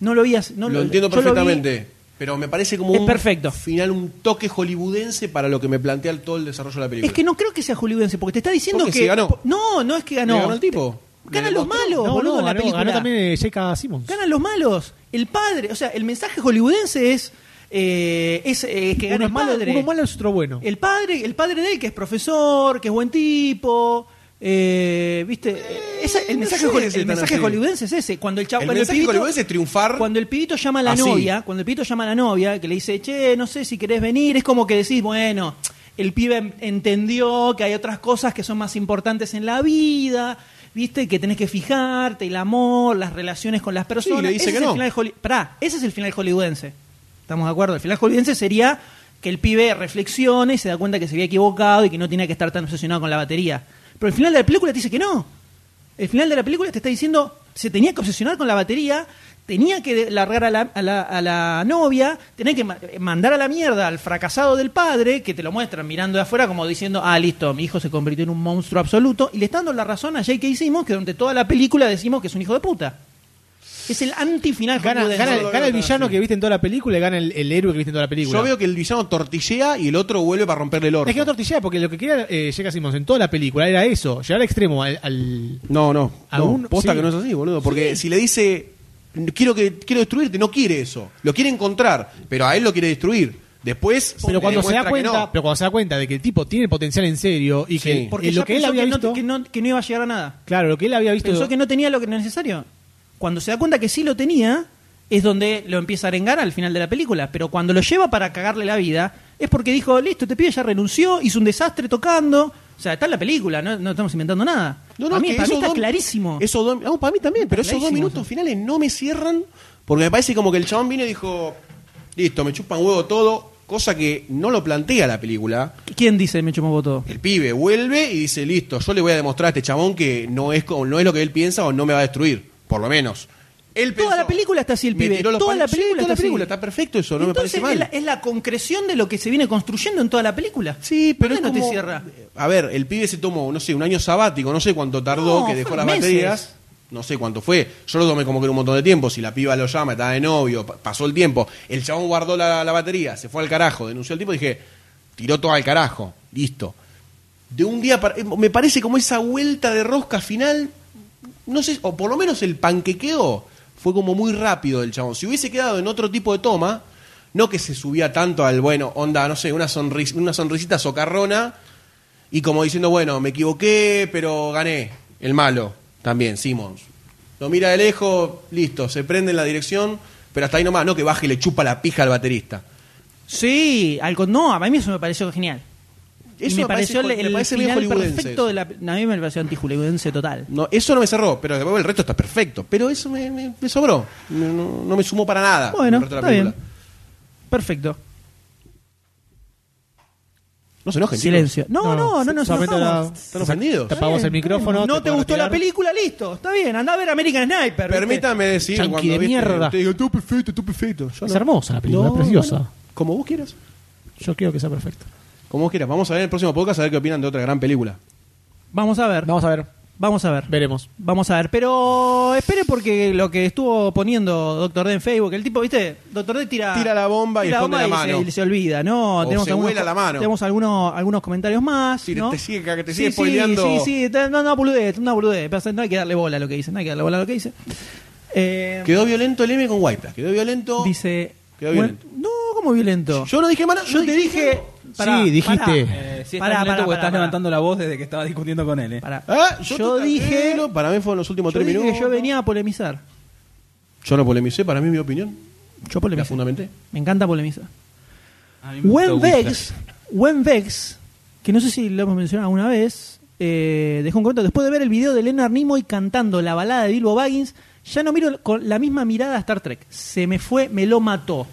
S3: No lo vi, as- no
S2: lo, entiendo
S3: yo vi-
S2: perfectamente. Pero me parece como
S3: Es
S2: un
S3: perfecto.
S2: final, un toque hollywoodense para lo que me plantea el- todo el desarrollo de la película.
S3: Es que no creo que sea hollywoodense, porque te está diciendo
S2: Porque
S3: que.
S2: se ganó.
S3: po- No, no es que ganó.
S2: Le ganó el tipo.
S3: Te- Ganan
S2: Le
S3: los
S2: demostró.
S3: malos,
S4: No,
S3: boludo,
S4: no,
S3: en la
S4: ganó,
S3: película.
S4: ganó también eh, J.K. Simmons.
S3: Ganan los malos. El padre. O sea, el mensaje hollywoodense es. eh, es eh, que
S4: uno
S3: gana
S4: es
S3: el
S4: malo,
S3: padre.
S4: uno es malo es otro bueno.
S3: El padre, el padre de él, que es profesor, que es buen tipo. eh, ¿Viste? Ese- el
S2: no
S3: mensaje,
S2: sé
S3: hol-
S2: si es
S3: el
S2: tan
S3: mensaje
S2: así.
S3: hollywoodense es ese. Cuando el chavo.
S2: El
S3: cuando
S2: mensaje hollywoodense es triunfar
S3: Cuando el pibito llama a la
S2: así.
S3: novia, cuando el pibito llama a la novia, que le dice, che, no sé si querés venir, es como que decís, bueno, el pibe en- entendió que hay otras cosas que son más importantes en la vida. ¿Viste? Que tenés que fijarte, el amor, las relaciones con las personas.
S2: le dice
S3: ese
S2: que
S3: es
S2: no.
S3: el final holly- Pará, ese es el final hollywoodense. ¿Estamos de acuerdo? El final hollywoodense sería que el pibe reflexione y se da cuenta que se había equivocado y que no tenía que estar tan obsesionado con la batería. Pero el final de la película te dice que no. El final de la película te está diciendo, se tenía que obsesionar con la batería, tenía que largar a la, a la- a la novia, tenía que ma- mandar a la mierda al fracasado del padre, que te lo muestran mirando de afuera como diciendo, ah, listo, mi hijo se convirtió en un monstruo absoluto, y le está dando la razón a J.K. Simmons, que durante toda la película decimos que es un hijo de puta. Es el antifinal.
S4: Gana,
S3: hollywoodense.
S4: gana- gana el villano que viste en toda la película y gana el, el héroe que viste en toda la película.
S2: Yo veo que el villano tortillea y el otro vuelve para romperle el orto.
S4: Es que no tortillea, porque lo que quería eh, J.K. Simmons en toda la película era eso, llegar al extremo, al, al-
S2: No, no.
S4: Aún-
S2: no posta
S4: sí.
S2: que no es así, boludo. Porque si le dice, quiero, que, quiero destruirte, no quiere eso. Lo quiere encontrar, pero a él lo quiere destruir. Después,
S4: Pero
S2: le
S4: cuando se da
S2: demuestra que
S4: cuenta,
S2: no.
S4: pero cuando se da cuenta de que el tipo tiene el potencial en serio y que
S2: Sí.
S3: Porque
S4: y lo
S3: ya
S4: que él
S3: pensó
S4: había
S3: que no-
S4: visto,
S3: que no- que no iba a llegar a nada.
S4: claro, lo que él había visto,
S3: Pensó que no tenía lo que era necesario. Cuando se da cuenta que sí lo tenía, es donde lo empieza a arengar al final de la película. Pero cuando lo lleva para cagarle la vida, es porque dijo, listo, te pibe ya renunció, hizo un desastre tocando. O sea, está en la película, no, no estamos inventando nada.
S2: No, no,
S3: a mí,
S2: que
S3: para mí
S2: esos
S3: está
S2: dos-
S3: clarísimo.
S2: esos dos- no, para mí también, pero esos dos
S3: clarísimo
S2: minutos
S3: eso.
S2: finales no me cierran porque me parece como que el chabón vino y dijo, listo, me chupan huevo todo, cosa que no lo plantea la película.
S3: ¿Quién dice me chumó voto?
S2: El pibe vuelve y dice, listo, yo le voy a demostrar a este chabón que no es, co- no es lo que él piensa o no me va a destruir, por lo menos. Él
S3: Toda la película está así el
S2: me
S3: pibe,
S2: tiró los
S3: toda la
S2: palos. Sí,
S3: película
S2: toda la
S3: está
S2: película,
S3: así.
S2: está perfecto eso, no
S3: Entonces,
S2: me parece
S3: es la,
S2: mal.
S3: es la concreción de lo que se viene construyendo en toda la película.
S2: Sí, pero
S3: ¿Por
S2: es
S3: qué no
S2: como-
S3: te cierra?
S2: A ver, el pibe se tomó, no sé, un año sabático, no sé cuánto tardó,
S3: No,
S2: que dejó
S3: fueron
S2: las
S3: meses.
S2: baterías. No sé cuánto fue. Yo lo tomé como que era un montón de tiempo. Si la piba lo llama, estaba de novio, pa- pasó el tiempo. El chabón guardó la, la batería, se fue al carajo, denunció al tipo y dije, tiró todo al carajo, listo. De un día para. eh, Me parece como esa vuelta de rosca final. No sé, o por lo menos el panquequeo fue como muy rápido del chabón. Si hubiese quedado en otro tipo de toma, no que se subía tanto al, bueno, onda, no sé, una, sonris- una sonrisita socarrona y como diciendo, bueno, me equivoqué, pero gané. El malo, también, Simmons. Lo mira de lejos, listo, se prende en la dirección, pero hasta ahí nomás, no que baje y le chupa la pija al baterista.
S3: Sí, al con- no, a mí eso me pareció genial.
S2: Eso
S3: y me,
S2: me parece
S3: pareció el,
S2: jo- me
S3: el
S2: parece bien
S3: final
S2: hollywoodense
S3: perfecto de la... A mí me pareció anti-hollywoodense total.
S2: No, eso no me cerró, pero después el resto está perfecto. Pero eso me, me- me sobró. No, no- no me sumó para nada.
S3: Bueno,
S2: el resto de la
S3: está bien.
S2: película.
S3: Perfecto.
S2: No se enojen, chicos.
S3: Silencio. No, no, no, no, nos
S4: solamente
S3: enojamos.
S4: la-
S2: Están ofendidos.
S4: tapamos el micrófono.
S3: No te
S4: pueden
S3: gustó la
S4: retirar.
S3: película, listo. Está bien, anda a ver American Sniper. ¿viste?
S2: Permítame decir,
S4: Yankee
S2: cuando
S4: de
S2: viste,
S4: mierda.
S2: te digo, tú perfecto, tú perfecto. Yo
S4: Es
S2: no.
S4: hermosa la película,
S2: No,
S4: preciosa.
S2: bueno, como vos quieras.
S4: Yo quiero que sea perfecta.
S2: Como vos quieras. Vamos a ver el próximo podcast a ver qué opinan de otra gran película.
S3: Vamos a ver,
S4: Vamos a ver,
S3: vamos a ver.
S4: veremos.
S3: Vamos a ver, pero espere porque lo que estuvo poniendo Doctor D en Facebook, el tipo, ¿viste? Doctor D tira,
S2: Tira la bomba y
S3: tira
S2: esconde la
S3: y se-
S2: mano.
S3: y se olvida, ¿no?
S2: O se vuela la mano.
S3: Tenemos algunos, algunos comentarios más.
S2: Sí,
S3: ¿no?
S2: te sigue ca- que te sigue
S3: sí,
S2: spoileando.
S3: Sí, sí, te- no, no, boludez, no, boludez. Pasa, No hay que darle bola a lo que dice, no hay que darle bola a lo que dice. Eh,
S2: Quedó violento el M con Wipers. Quedó violento.
S3: Dice.
S2: Quedó
S3: bueno,
S2: violento.
S3: no, como violento.
S2: Yo no dije mano.
S3: Yo te dije. pará,
S4: Sí, dijiste.
S3: pará,
S5: Eh, sí,
S3: Pará, pará,
S5: estás lento porque
S3: pará,
S5: estás
S3: pará.
S5: levantando la voz desde que estaba discutiendo con él. eh.
S3: pará.
S2: Ah,
S3: yo
S2: estoy
S3: dije.
S2: tranquilo. Para mí fueron los últimos
S3: Yo
S2: tres
S3: dije
S2: minutos.
S3: que yo venía a polemizar.
S2: Yo no polemicé, para mí es mi opinión.
S3: Yo
S2: La
S3: polemizar.
S2: fundamenté.
S3: Me encanta polemizar.
S5: A mí me
S3: Wen
S5: gustó Whiplash.
S3: Vex, Wen Vex, que no sé si lo hemos mencionado alguna vez, eh, dejó un comentario. Después de ver el video de Leonard Nimoy cantando la balada de Bilbo Baggins, ya no miro con la misma mirada a Star Trek. Se me fue, me lo mató.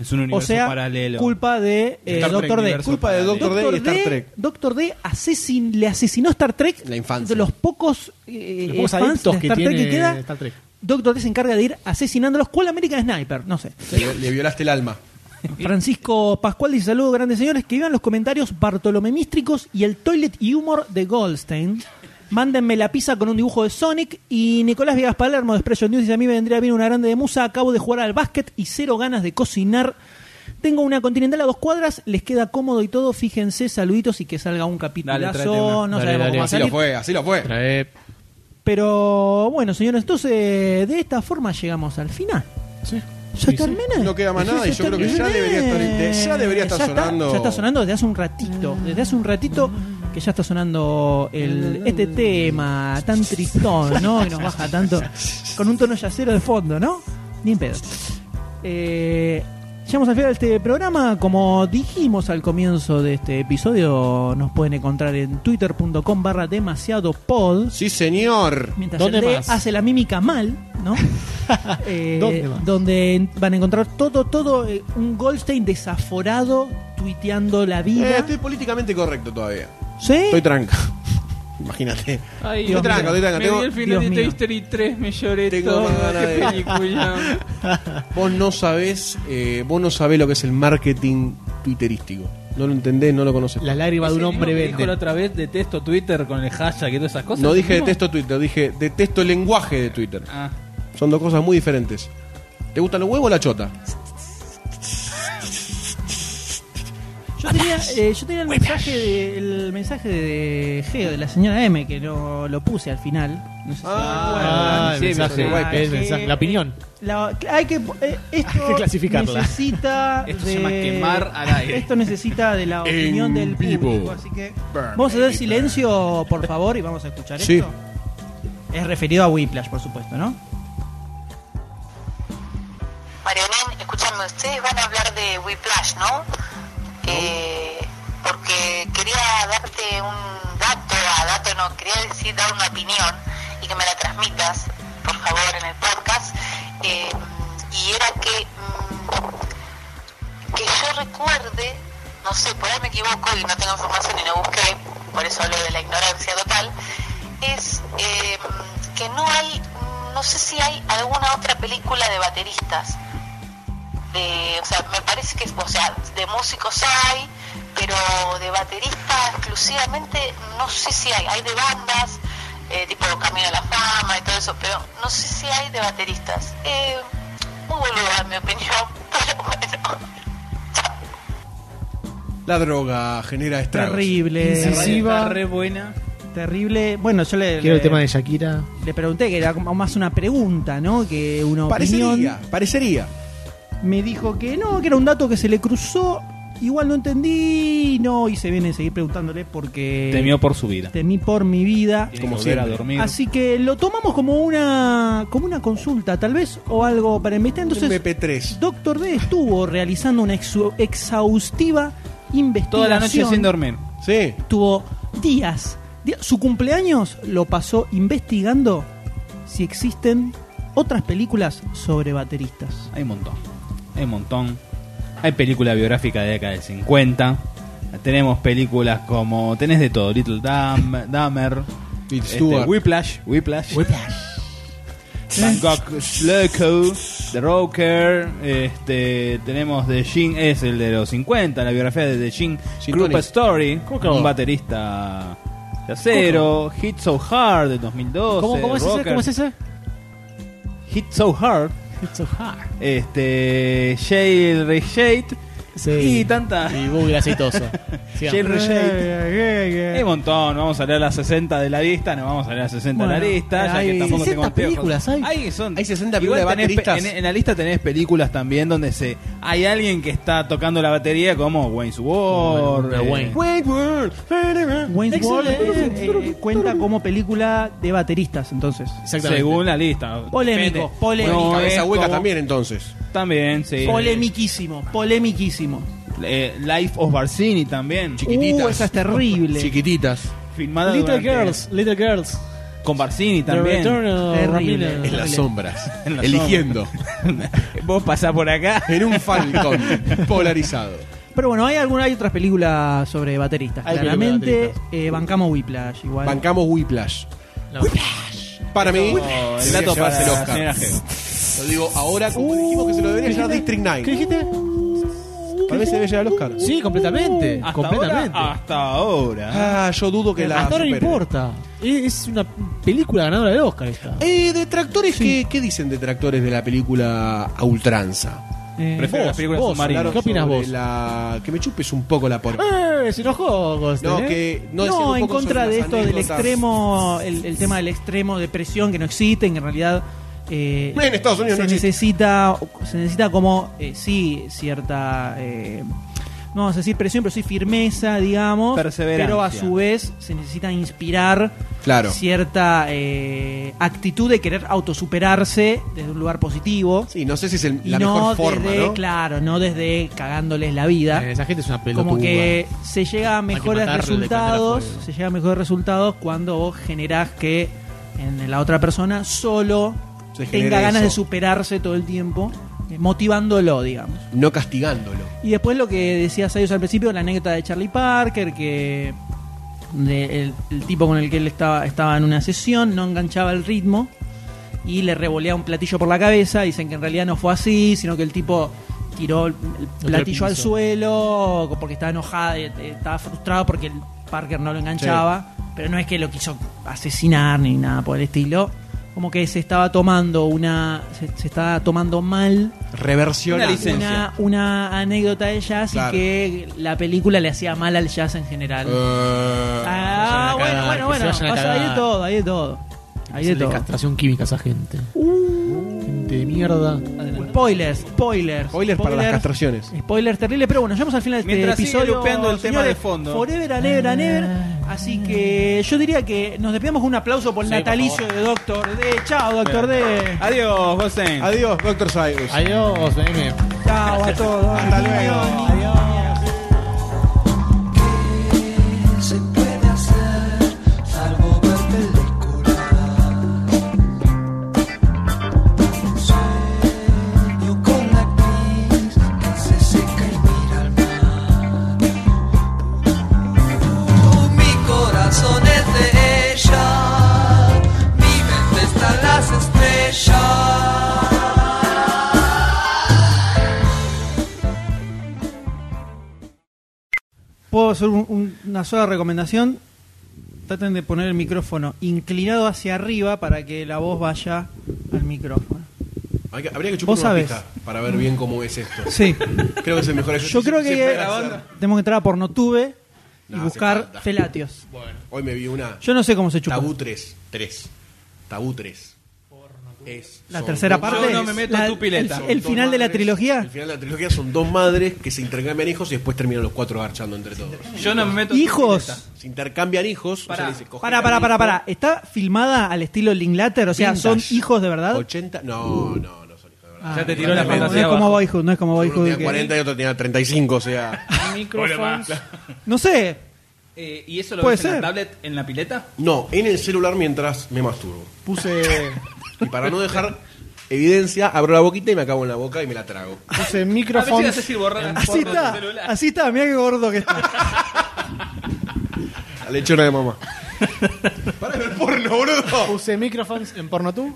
S5: Es un
S3: O
S5: universo
S3: sea,
S5: paralelo.
S3: culpa de eh,
S5: Star Trek
S3: Doctor D.
S5: universo
S2: Culpa de
S5: paralelo.
S2: Doctor D. y Star Trek.
S3: Doctor D asesin- le asesinó Star Trek.
S2: La infancia.
S3: De los pocos, eh,
S4: Los pocos
S3: fans
S4: adictos
S3: de
S4: que
S3: Star Trek
S4: tiene
S3: que queda.
S4: Star Trek.
S3: Doctor D se encarga de ir asesinándolos. ¿Cuál American Sniper? No sé.
S2: Le, le violaste el alma.
S3: Francisco Pascual dice saludos grandes señores que iban los comentarios bartolomemístricos y el toilet y humor de Goldstein Mándenme la pizza con un dibujo de Sonic. Y Nicolás Viegas Palermo de Expression News dice: A mí me vendría bien una grande de musa. Acabo de jugar al básquet y cero ganas de cocinar. Tengo una continental a dos cuadras, les queda cómodo y todo. Fíjense, saluditos y que salga un
S5: tráete una.
S3: capitulazo. No
S4: Dale,
S3: sabemos
S4: dale.
S3: cómo va a
S2: Así lo
S3: salir.
S2: fue, así lo fue.
S4: Trae-
S3: Pero bueno, señores, entonces de esta forma llegamos al final.
S4: Sí.
S3: ¿Ya
S4: Sí, sí.
S3: termina?
S2: No queda más nada y yo creo que ya debería estar- de- ya debería estar
S3: está-
S2: sonando.
S3: ya está sonando desde hace un ratito. Desde hace un ratito que ya está sonando el, este tema tan tristón, ¿no? Que nos baja tanto. Con un tono yacero de fondo, ¿no? Ni en pedo. Eh, llegamos al final de este programa. Como dijimos al comienzo de este episodio, nos pueden encontrar en twitter.com barra demasiado pod.
S2: Sí, señor.
S3: Mientras
S4: ¿Dónde
S3: el D
S4: más?
S3: hace la mímica mal, ¿no? Eh,
S4: ¿Dónde más?
S3: Donde en- van a encontrar todo, todo eh, un Goldstein desaforado tuiteando la
S2: Eh,
S3: vida.
S2: estoy políticamente correcto todavía.
S3: ¿Sí?
S2: Estoy tranca. Imagínate.
S5: Ay,
S2: Estoy tranca, estoy tranca.
S5: me
S2: Tengo-
S5: vi el final
S3: Dios
S5: de
S3: mío.
S5: Toy Story 3, me lloré
S2: Tengo
S5: todo.
S2: más ganas
S5: Qué
S2: de-
S5: película.
S2: Vos no sabés, eh, vos no sabés lo que es el marketing twitterístico. No lo entendés, no lo conocés.
S4: Las lágrimas de un
S5: Ese
S4: hombre
S5: mismo que dijo
S4: vende.
S5: la otra vez detesto Twitter con el hashtag y todas esas cosas.
S2: No dije
S5: ¿Mismo?
S2: detesto Twitter, dije detesto el lenguaje de Twitter.
S5: Ah,
S2: Son dos cosas muy diferentes. ¿Te gustan los huevos o la chota?
S3: Yo tenía, eh, yo tenía el mensaje de, el mensaje de Geo, de la señora M, que no lo puse al final. No sé si
S4: Ah, el
S5: Sí,
S4: mensaje,
S5: sí,
S3: sí.
S4: el mensaje, la opinión.
S3: La- hay que eh, esto
S4: Hay que clasificarla.
S3: necesita
S5: Esto
S3: de-
S5: se llama quemar al aire.
S3: esto necesita de la opinión del público así que vamos a hacer silencio por favor y vamos a escuchar
S2: Sí.
S3: esto es referido a Whiplash por supuesto ¿no?
S13: Mariolén, escúchame, ustedes van a hablar de Whiplash, ¿no? Eh, porque quería darte un dato, a dato no, quería decir, dar una opinión y que me la transmitas, por favor, en el podcast. Eh, y era que, mm, que yo recuerde, no sé, por ahí me equivoco y no tengo información y no busqué, por eso hablo de la ignorancia total, es eh, que no hay, no sé si hay alguna otra película de bateristas de, o sea, me parece que, o sea, de músicos hay, pero de bateristas exclusivamente, no sé si hay, hay de bandas, eh, tipo Camino a la Fama y todo eso, pero no sé si hay de bateristas. Eh, muy boluda en mi opinión, pero bueno.
S2: La droga genera estragos.
S3: terrible
S5: está re buena.
S3: terrible bueno yo le,
S4: Quiero el
S3: le-
S4: tema de Shakira.
S3: le pregunté que era como más una pregunta ¿no? que una
S2: Parecería,
S3: opinión
S2: parecería.
S3: me dijo que no, que era un dato que se le cruzó igual no entendí no y se viene a seguir preguntándole porque
S5: Temió por su vida.
S3: temí por mi vida
S5: Tiene
S2: Como
S5: que volver a
S2: siempre.
S5: dormir.
S3: Así que lo tomamos como una como una consulta, tal vez, o algo para investigar.
S2: Un
S3: Entonces,
S2: MP3.
S3: Doctor D estuvo realizando una exu- exhaustiva investigación.
S5: Toda la noche sin dormir.
S2: Sí.
S3: Tuvo días, di- Su cumpleaños lo pasó investigando si existen otras películas sobre bateristas.
S5: Hay un montón. Hay un montón. Hay película biográfica de la década del 50. Tenemos películas como. Tenés de todo. Little Dam, Dahmer.
S2: Y
S5: este,
S2: Stuart.
S5: Whiplash. Whiplash. Bangkok Loco. The Rocker. Este, tenemos de Jim. Es el de los 50. La biografía de The Jim.
S2: Gin
S5: Group
S2: Tonic.
S5: Story.
S4: Coco.
S5: Un baterista. De acero, Hit So Hard del 2012.
S4: ¿Cómo, cómo es ese?
S5: Rocker.
S4: ¿Cómo es ese?
S5: Hit So Hard.
S4: It's so hard.
S5: Este. Shale Reshade.
S4: Sí.
S5: Y tanta.
S4: Y Google aceitoso. Sigamos.
S5: Shale Reshade. Hay un montón. Vamos a leer las 60 de la lista. No vamos a leer las 60 de la
S3: Bueno,
S5: lista. Ya
S3: hay
S5: que
S4: 60
S5: tampoco tengo anteojos.
S4: películas, hay.
S5: son,
S2: Hay 60
S5: igual
S2: películas de
S5: tenés pe-
S2: bateristas.
S5: En, en la lista tenés películas también donde se hay alguien que está tocando la batería, como Wayne's World.
S4: Bueno,
S5: eh,
S4: Wayne.
S3: Wayne's World
S4: Excelente.
S3: eh, eh, cuenta como película de bateristas, entonces.
S4: Exactamente.
S5: Según la lista.
S3: Polémico,
S5: Depende.
S3: polémico.
S5: No
S2: Cabeza
S5: es
S2: hueca
S5: como-
S2: también entonces.
S5: También, sí.
S3: Polemiquísimo, polemiquísimo.
S5: Eh, Life of Barcini también.
S2: Chiquititas.
S3: Uh, esa es terrible.
S2: Chiquititas.
S5: Filmada
S4: Little
S5: durante-
S4: Girls, Little Girls.
S5: Con Barcini
S4: The
S5: también.
S4: Return of
S3: Terrible.
S4: Ramina.
S2: En las
S3: Horrible.
S2: sombras.
S5: En las
S2: eligiendo.
S5: Vos pasás por acá.
S2: En un Falcon polarizado.
S3: Pero bueno, hay alguna, hay otras películas sobre bateristas.
S4: Hay películas de
S3: Claramente,
S4: bateristas.
S3: eh, bancamos Whiplash igual.
S2: Bancamos Whiplash.
S4: No.
S2: Para mí,
S5: Oh, el
S2: debería
S5: dato para
S2: llevarse
S5: el
S2: el Oscar.
S5: Oscar.
S2: Lo digo ahora como dijimos que se lo debería llevar District 9.
S4: ¿Qué dijiste?
S2: Para mí se debe llegar al Oscar.
S4: Sí, completamente.
S5: Hasta
S4: completamente.
S5: ahora- hasta ahora.
S2: Ah, yo dudo que la.
S4: Hasta ahora no
S2: supere.
S4: importa. Es es una película ganadora del Oscar esta.
S2: Eh, detractores, ¿qué, qué dicen detractores de la película a ultranza?
S3: Eh,
S5: Prefiero las películas
S4: vos,
S5: submarinas.
S4: claro. ¿Qué opinas
S2: sobre
S4: vos?
S2: la- Que me chupes un poco la porra.
S4: ¡Eh! Se enojó Goldstein,
S2: No,
S4: ¿eh?
S2: que
S3: No,
S2: no, decir un
S3: en
S2: poco
S3: contra
S2: sobre
S3: de
S2: las
S3: esto del
S2: anécdotas.
S3: extremo, el, el tema del extremo de presión que no existe, en realidad. eh,
S2: En Estados Unidos
S3: se
S2: no existe.
S3: necesita, se necesita como, eh, sí, cierta. eh, no vamos a decir presión, pero sí firmeza, digamos.
S5: Perseverancia.
S3: Pero a su vez se necesita inspirar
S2: Claro.
S3: cierta eh, actitud de querer autosuperarse desde un lugar positivo.
S2: Sí, no sé si es el-
S3: Y
S2: la
S3: no
S2: mejor forma,
S3: desde,
S2: ¿no?
S3: claro, no desde cagándoles la vida
S4: Eh, Esa gente es una pelotuda.
S3: como que se llega a mejores
S4: matarlo,
S3: resultados
S4: le canta la
S3: se llega a mejores resultados cuando vos generás que en la otra persona solo
S2: Se genere
S3: tenga ganas
S2: eso.
S3: de superarse todo el tiempo eh, motivándolo digamos
S2: No castigándolo.
S3: y después lo que decía Sayos al principio la anécdota de Charlie Parker que de- el, el tipo con el que él estaba estaba en una sesión no enganchaba el ritmo y le revoleaba un platillo por la cabeza dicen que en realidad no fue así sino que el tipo tiró el platillo al
S4: piso.
S3: suelo suelo, porque estaba enojada, eh, eh, estaba frustrado porque el Parker no lo enganchaba, pero no es que lo quiso asesinar ni nada por el estilo. Como que se estaba tomando una. se, se estaba tomando mal
S2: Reversión.
S5: Una licencia.
S3: una, una anécdota de jazz
S2: Claro.
S3: y que la película le hacía mal al jazz en general.
S2: Eh,
S3: ah,
S4: que se vayan
S3: bueno,
S4: a
S3: bueno,
S4: cagar, que
S3: bueno.
S4: se vayan a
S3: pasa, hay de
S4: cagar.
S3: todo, hay de todo. Hay de
S4: Es de
S3: todo.
S4: castración química esa gente. Gente de mierda.
S3: Spoilers, spoilers.
S2: Spoilers para las castraciones.
S3: Spoilers terribles, pero bueno, llegamos al final de este
S5: Mientras sigue
S3: episodio.
S5: lupeando el tema
S3: señores.
S5: de fondo.
S3: Forever and ever and ever. Así que yo diría que nos despedimos con un aplauso por el
S4: Sí, por
S3: natalicio de Doctor D. Chao, Doctor D.
S5: Adiós, Goldstein.
S2: Adiós, Doctor Cyrus.
S4: Adiós, M.
S3: Chao a todos.
S2: Hasta luego.
S3: Adiós.
S8: se puede hacer salvo ver películas. Sueño con la actriz que se seca y mira al mar. Oh, Mi corazón es de ella, mi mente está en las estrellas.
S3: ¿Puedo hacer un- un- una sola recomendación? Traten de poner el micrófono inclinado hacia arriba para que la voz vaya al micrófono.
S2: Hay que- habría que chupar
S3: Vos
S2: una
S3: sabés.
S2: pija para ver bien cómo es esto.
S3: Sí.
S2: Creo que es el mejor ejercicio
S3: Yo creo que
S2: se puede
S3: eh,
S2: hacer.
S3: tenemos que entrar a Pornotube y
S2: No, hace
S3: buscar
S2: falta.
S3: felatios.
S2: Bueno, hoy me vi una.
S3: Yo no sé cómo se chupa.
S2: Tabú 3. 3. Tabú 3. Es,
S3: La
S2: son
S3: tercera
S2: dos
S3: parte.
S5: Yo no me meto
S3: la-
S5: en tu pileta.
S3: el-
S2: Son
S3: El,
S2: dos
S3: final de la
S2: madres-
S3: trilogía.
S2: El final de la trilogía son dos madres que se intercambian hijos y después terminan los cuatro garchando entre todos.
S5: Yo no me meto en tu pileta.
S3: Hijos.
S2: Se intercambian hijos.
S5: Pará.
S2: o sea, le dice, "Cogete
S3: Para,
S2: al
S3: para, para,
S2: hijo".
S3: para. ¿Está filmada al estilo Linklater? O sea, ¿son
S2: Vintage.
S3: hijos de verdad?
S2: 80. No, no, no son hijos de verdad.
S5: Ya te tiró la
S3: no, no
S5: fantasía
S3: es como
S5: abajo.
S3: Boyhood, Ah, no es como
S2: Uno
S3: Boyhood.
S2: tenía
S3: que-
S2: 40 y otro tenía 35, o sea.
S3: No sé.
S5: Eh, ¿Y eso lo
S3: Puede
S5: ves en la
S3: ser.
S5: tablet, en la pileta?
S2: No, en el celular mientras me masturbo. Puse. Y para no dejar evidencia, abro la boquita y me acabo en la boca y me la trago.
S4: Puse
S5: A ver si
S4: micrófono.
S5: no sé si borrar las
S3: Así
S5: fotos del
S3: está.
S5: celular.
S3: Así está. Mira qué gordo que está.
S2: La lechona de mamá. Para de ver porno, boludo.
S4: Puse micrófonos en porno tú.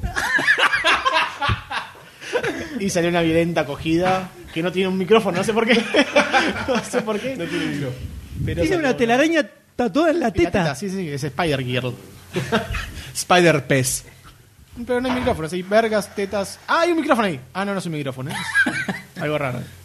S4: y salió una violenta acogida que no tiene un micrófono, no sé por qué. no sé por qué. No tiene micrófono.
S3: Tiene una telaraña tatuada en la teta.
S4: Sí, sí, es Spider Girl.
S2: Spider Pez.
S4: Pero no hay micrófono, hay vergas, tetas. Ah, hay un micrófono ahí. Ah, no, no es un micrófono. ¿eh? Algo raro.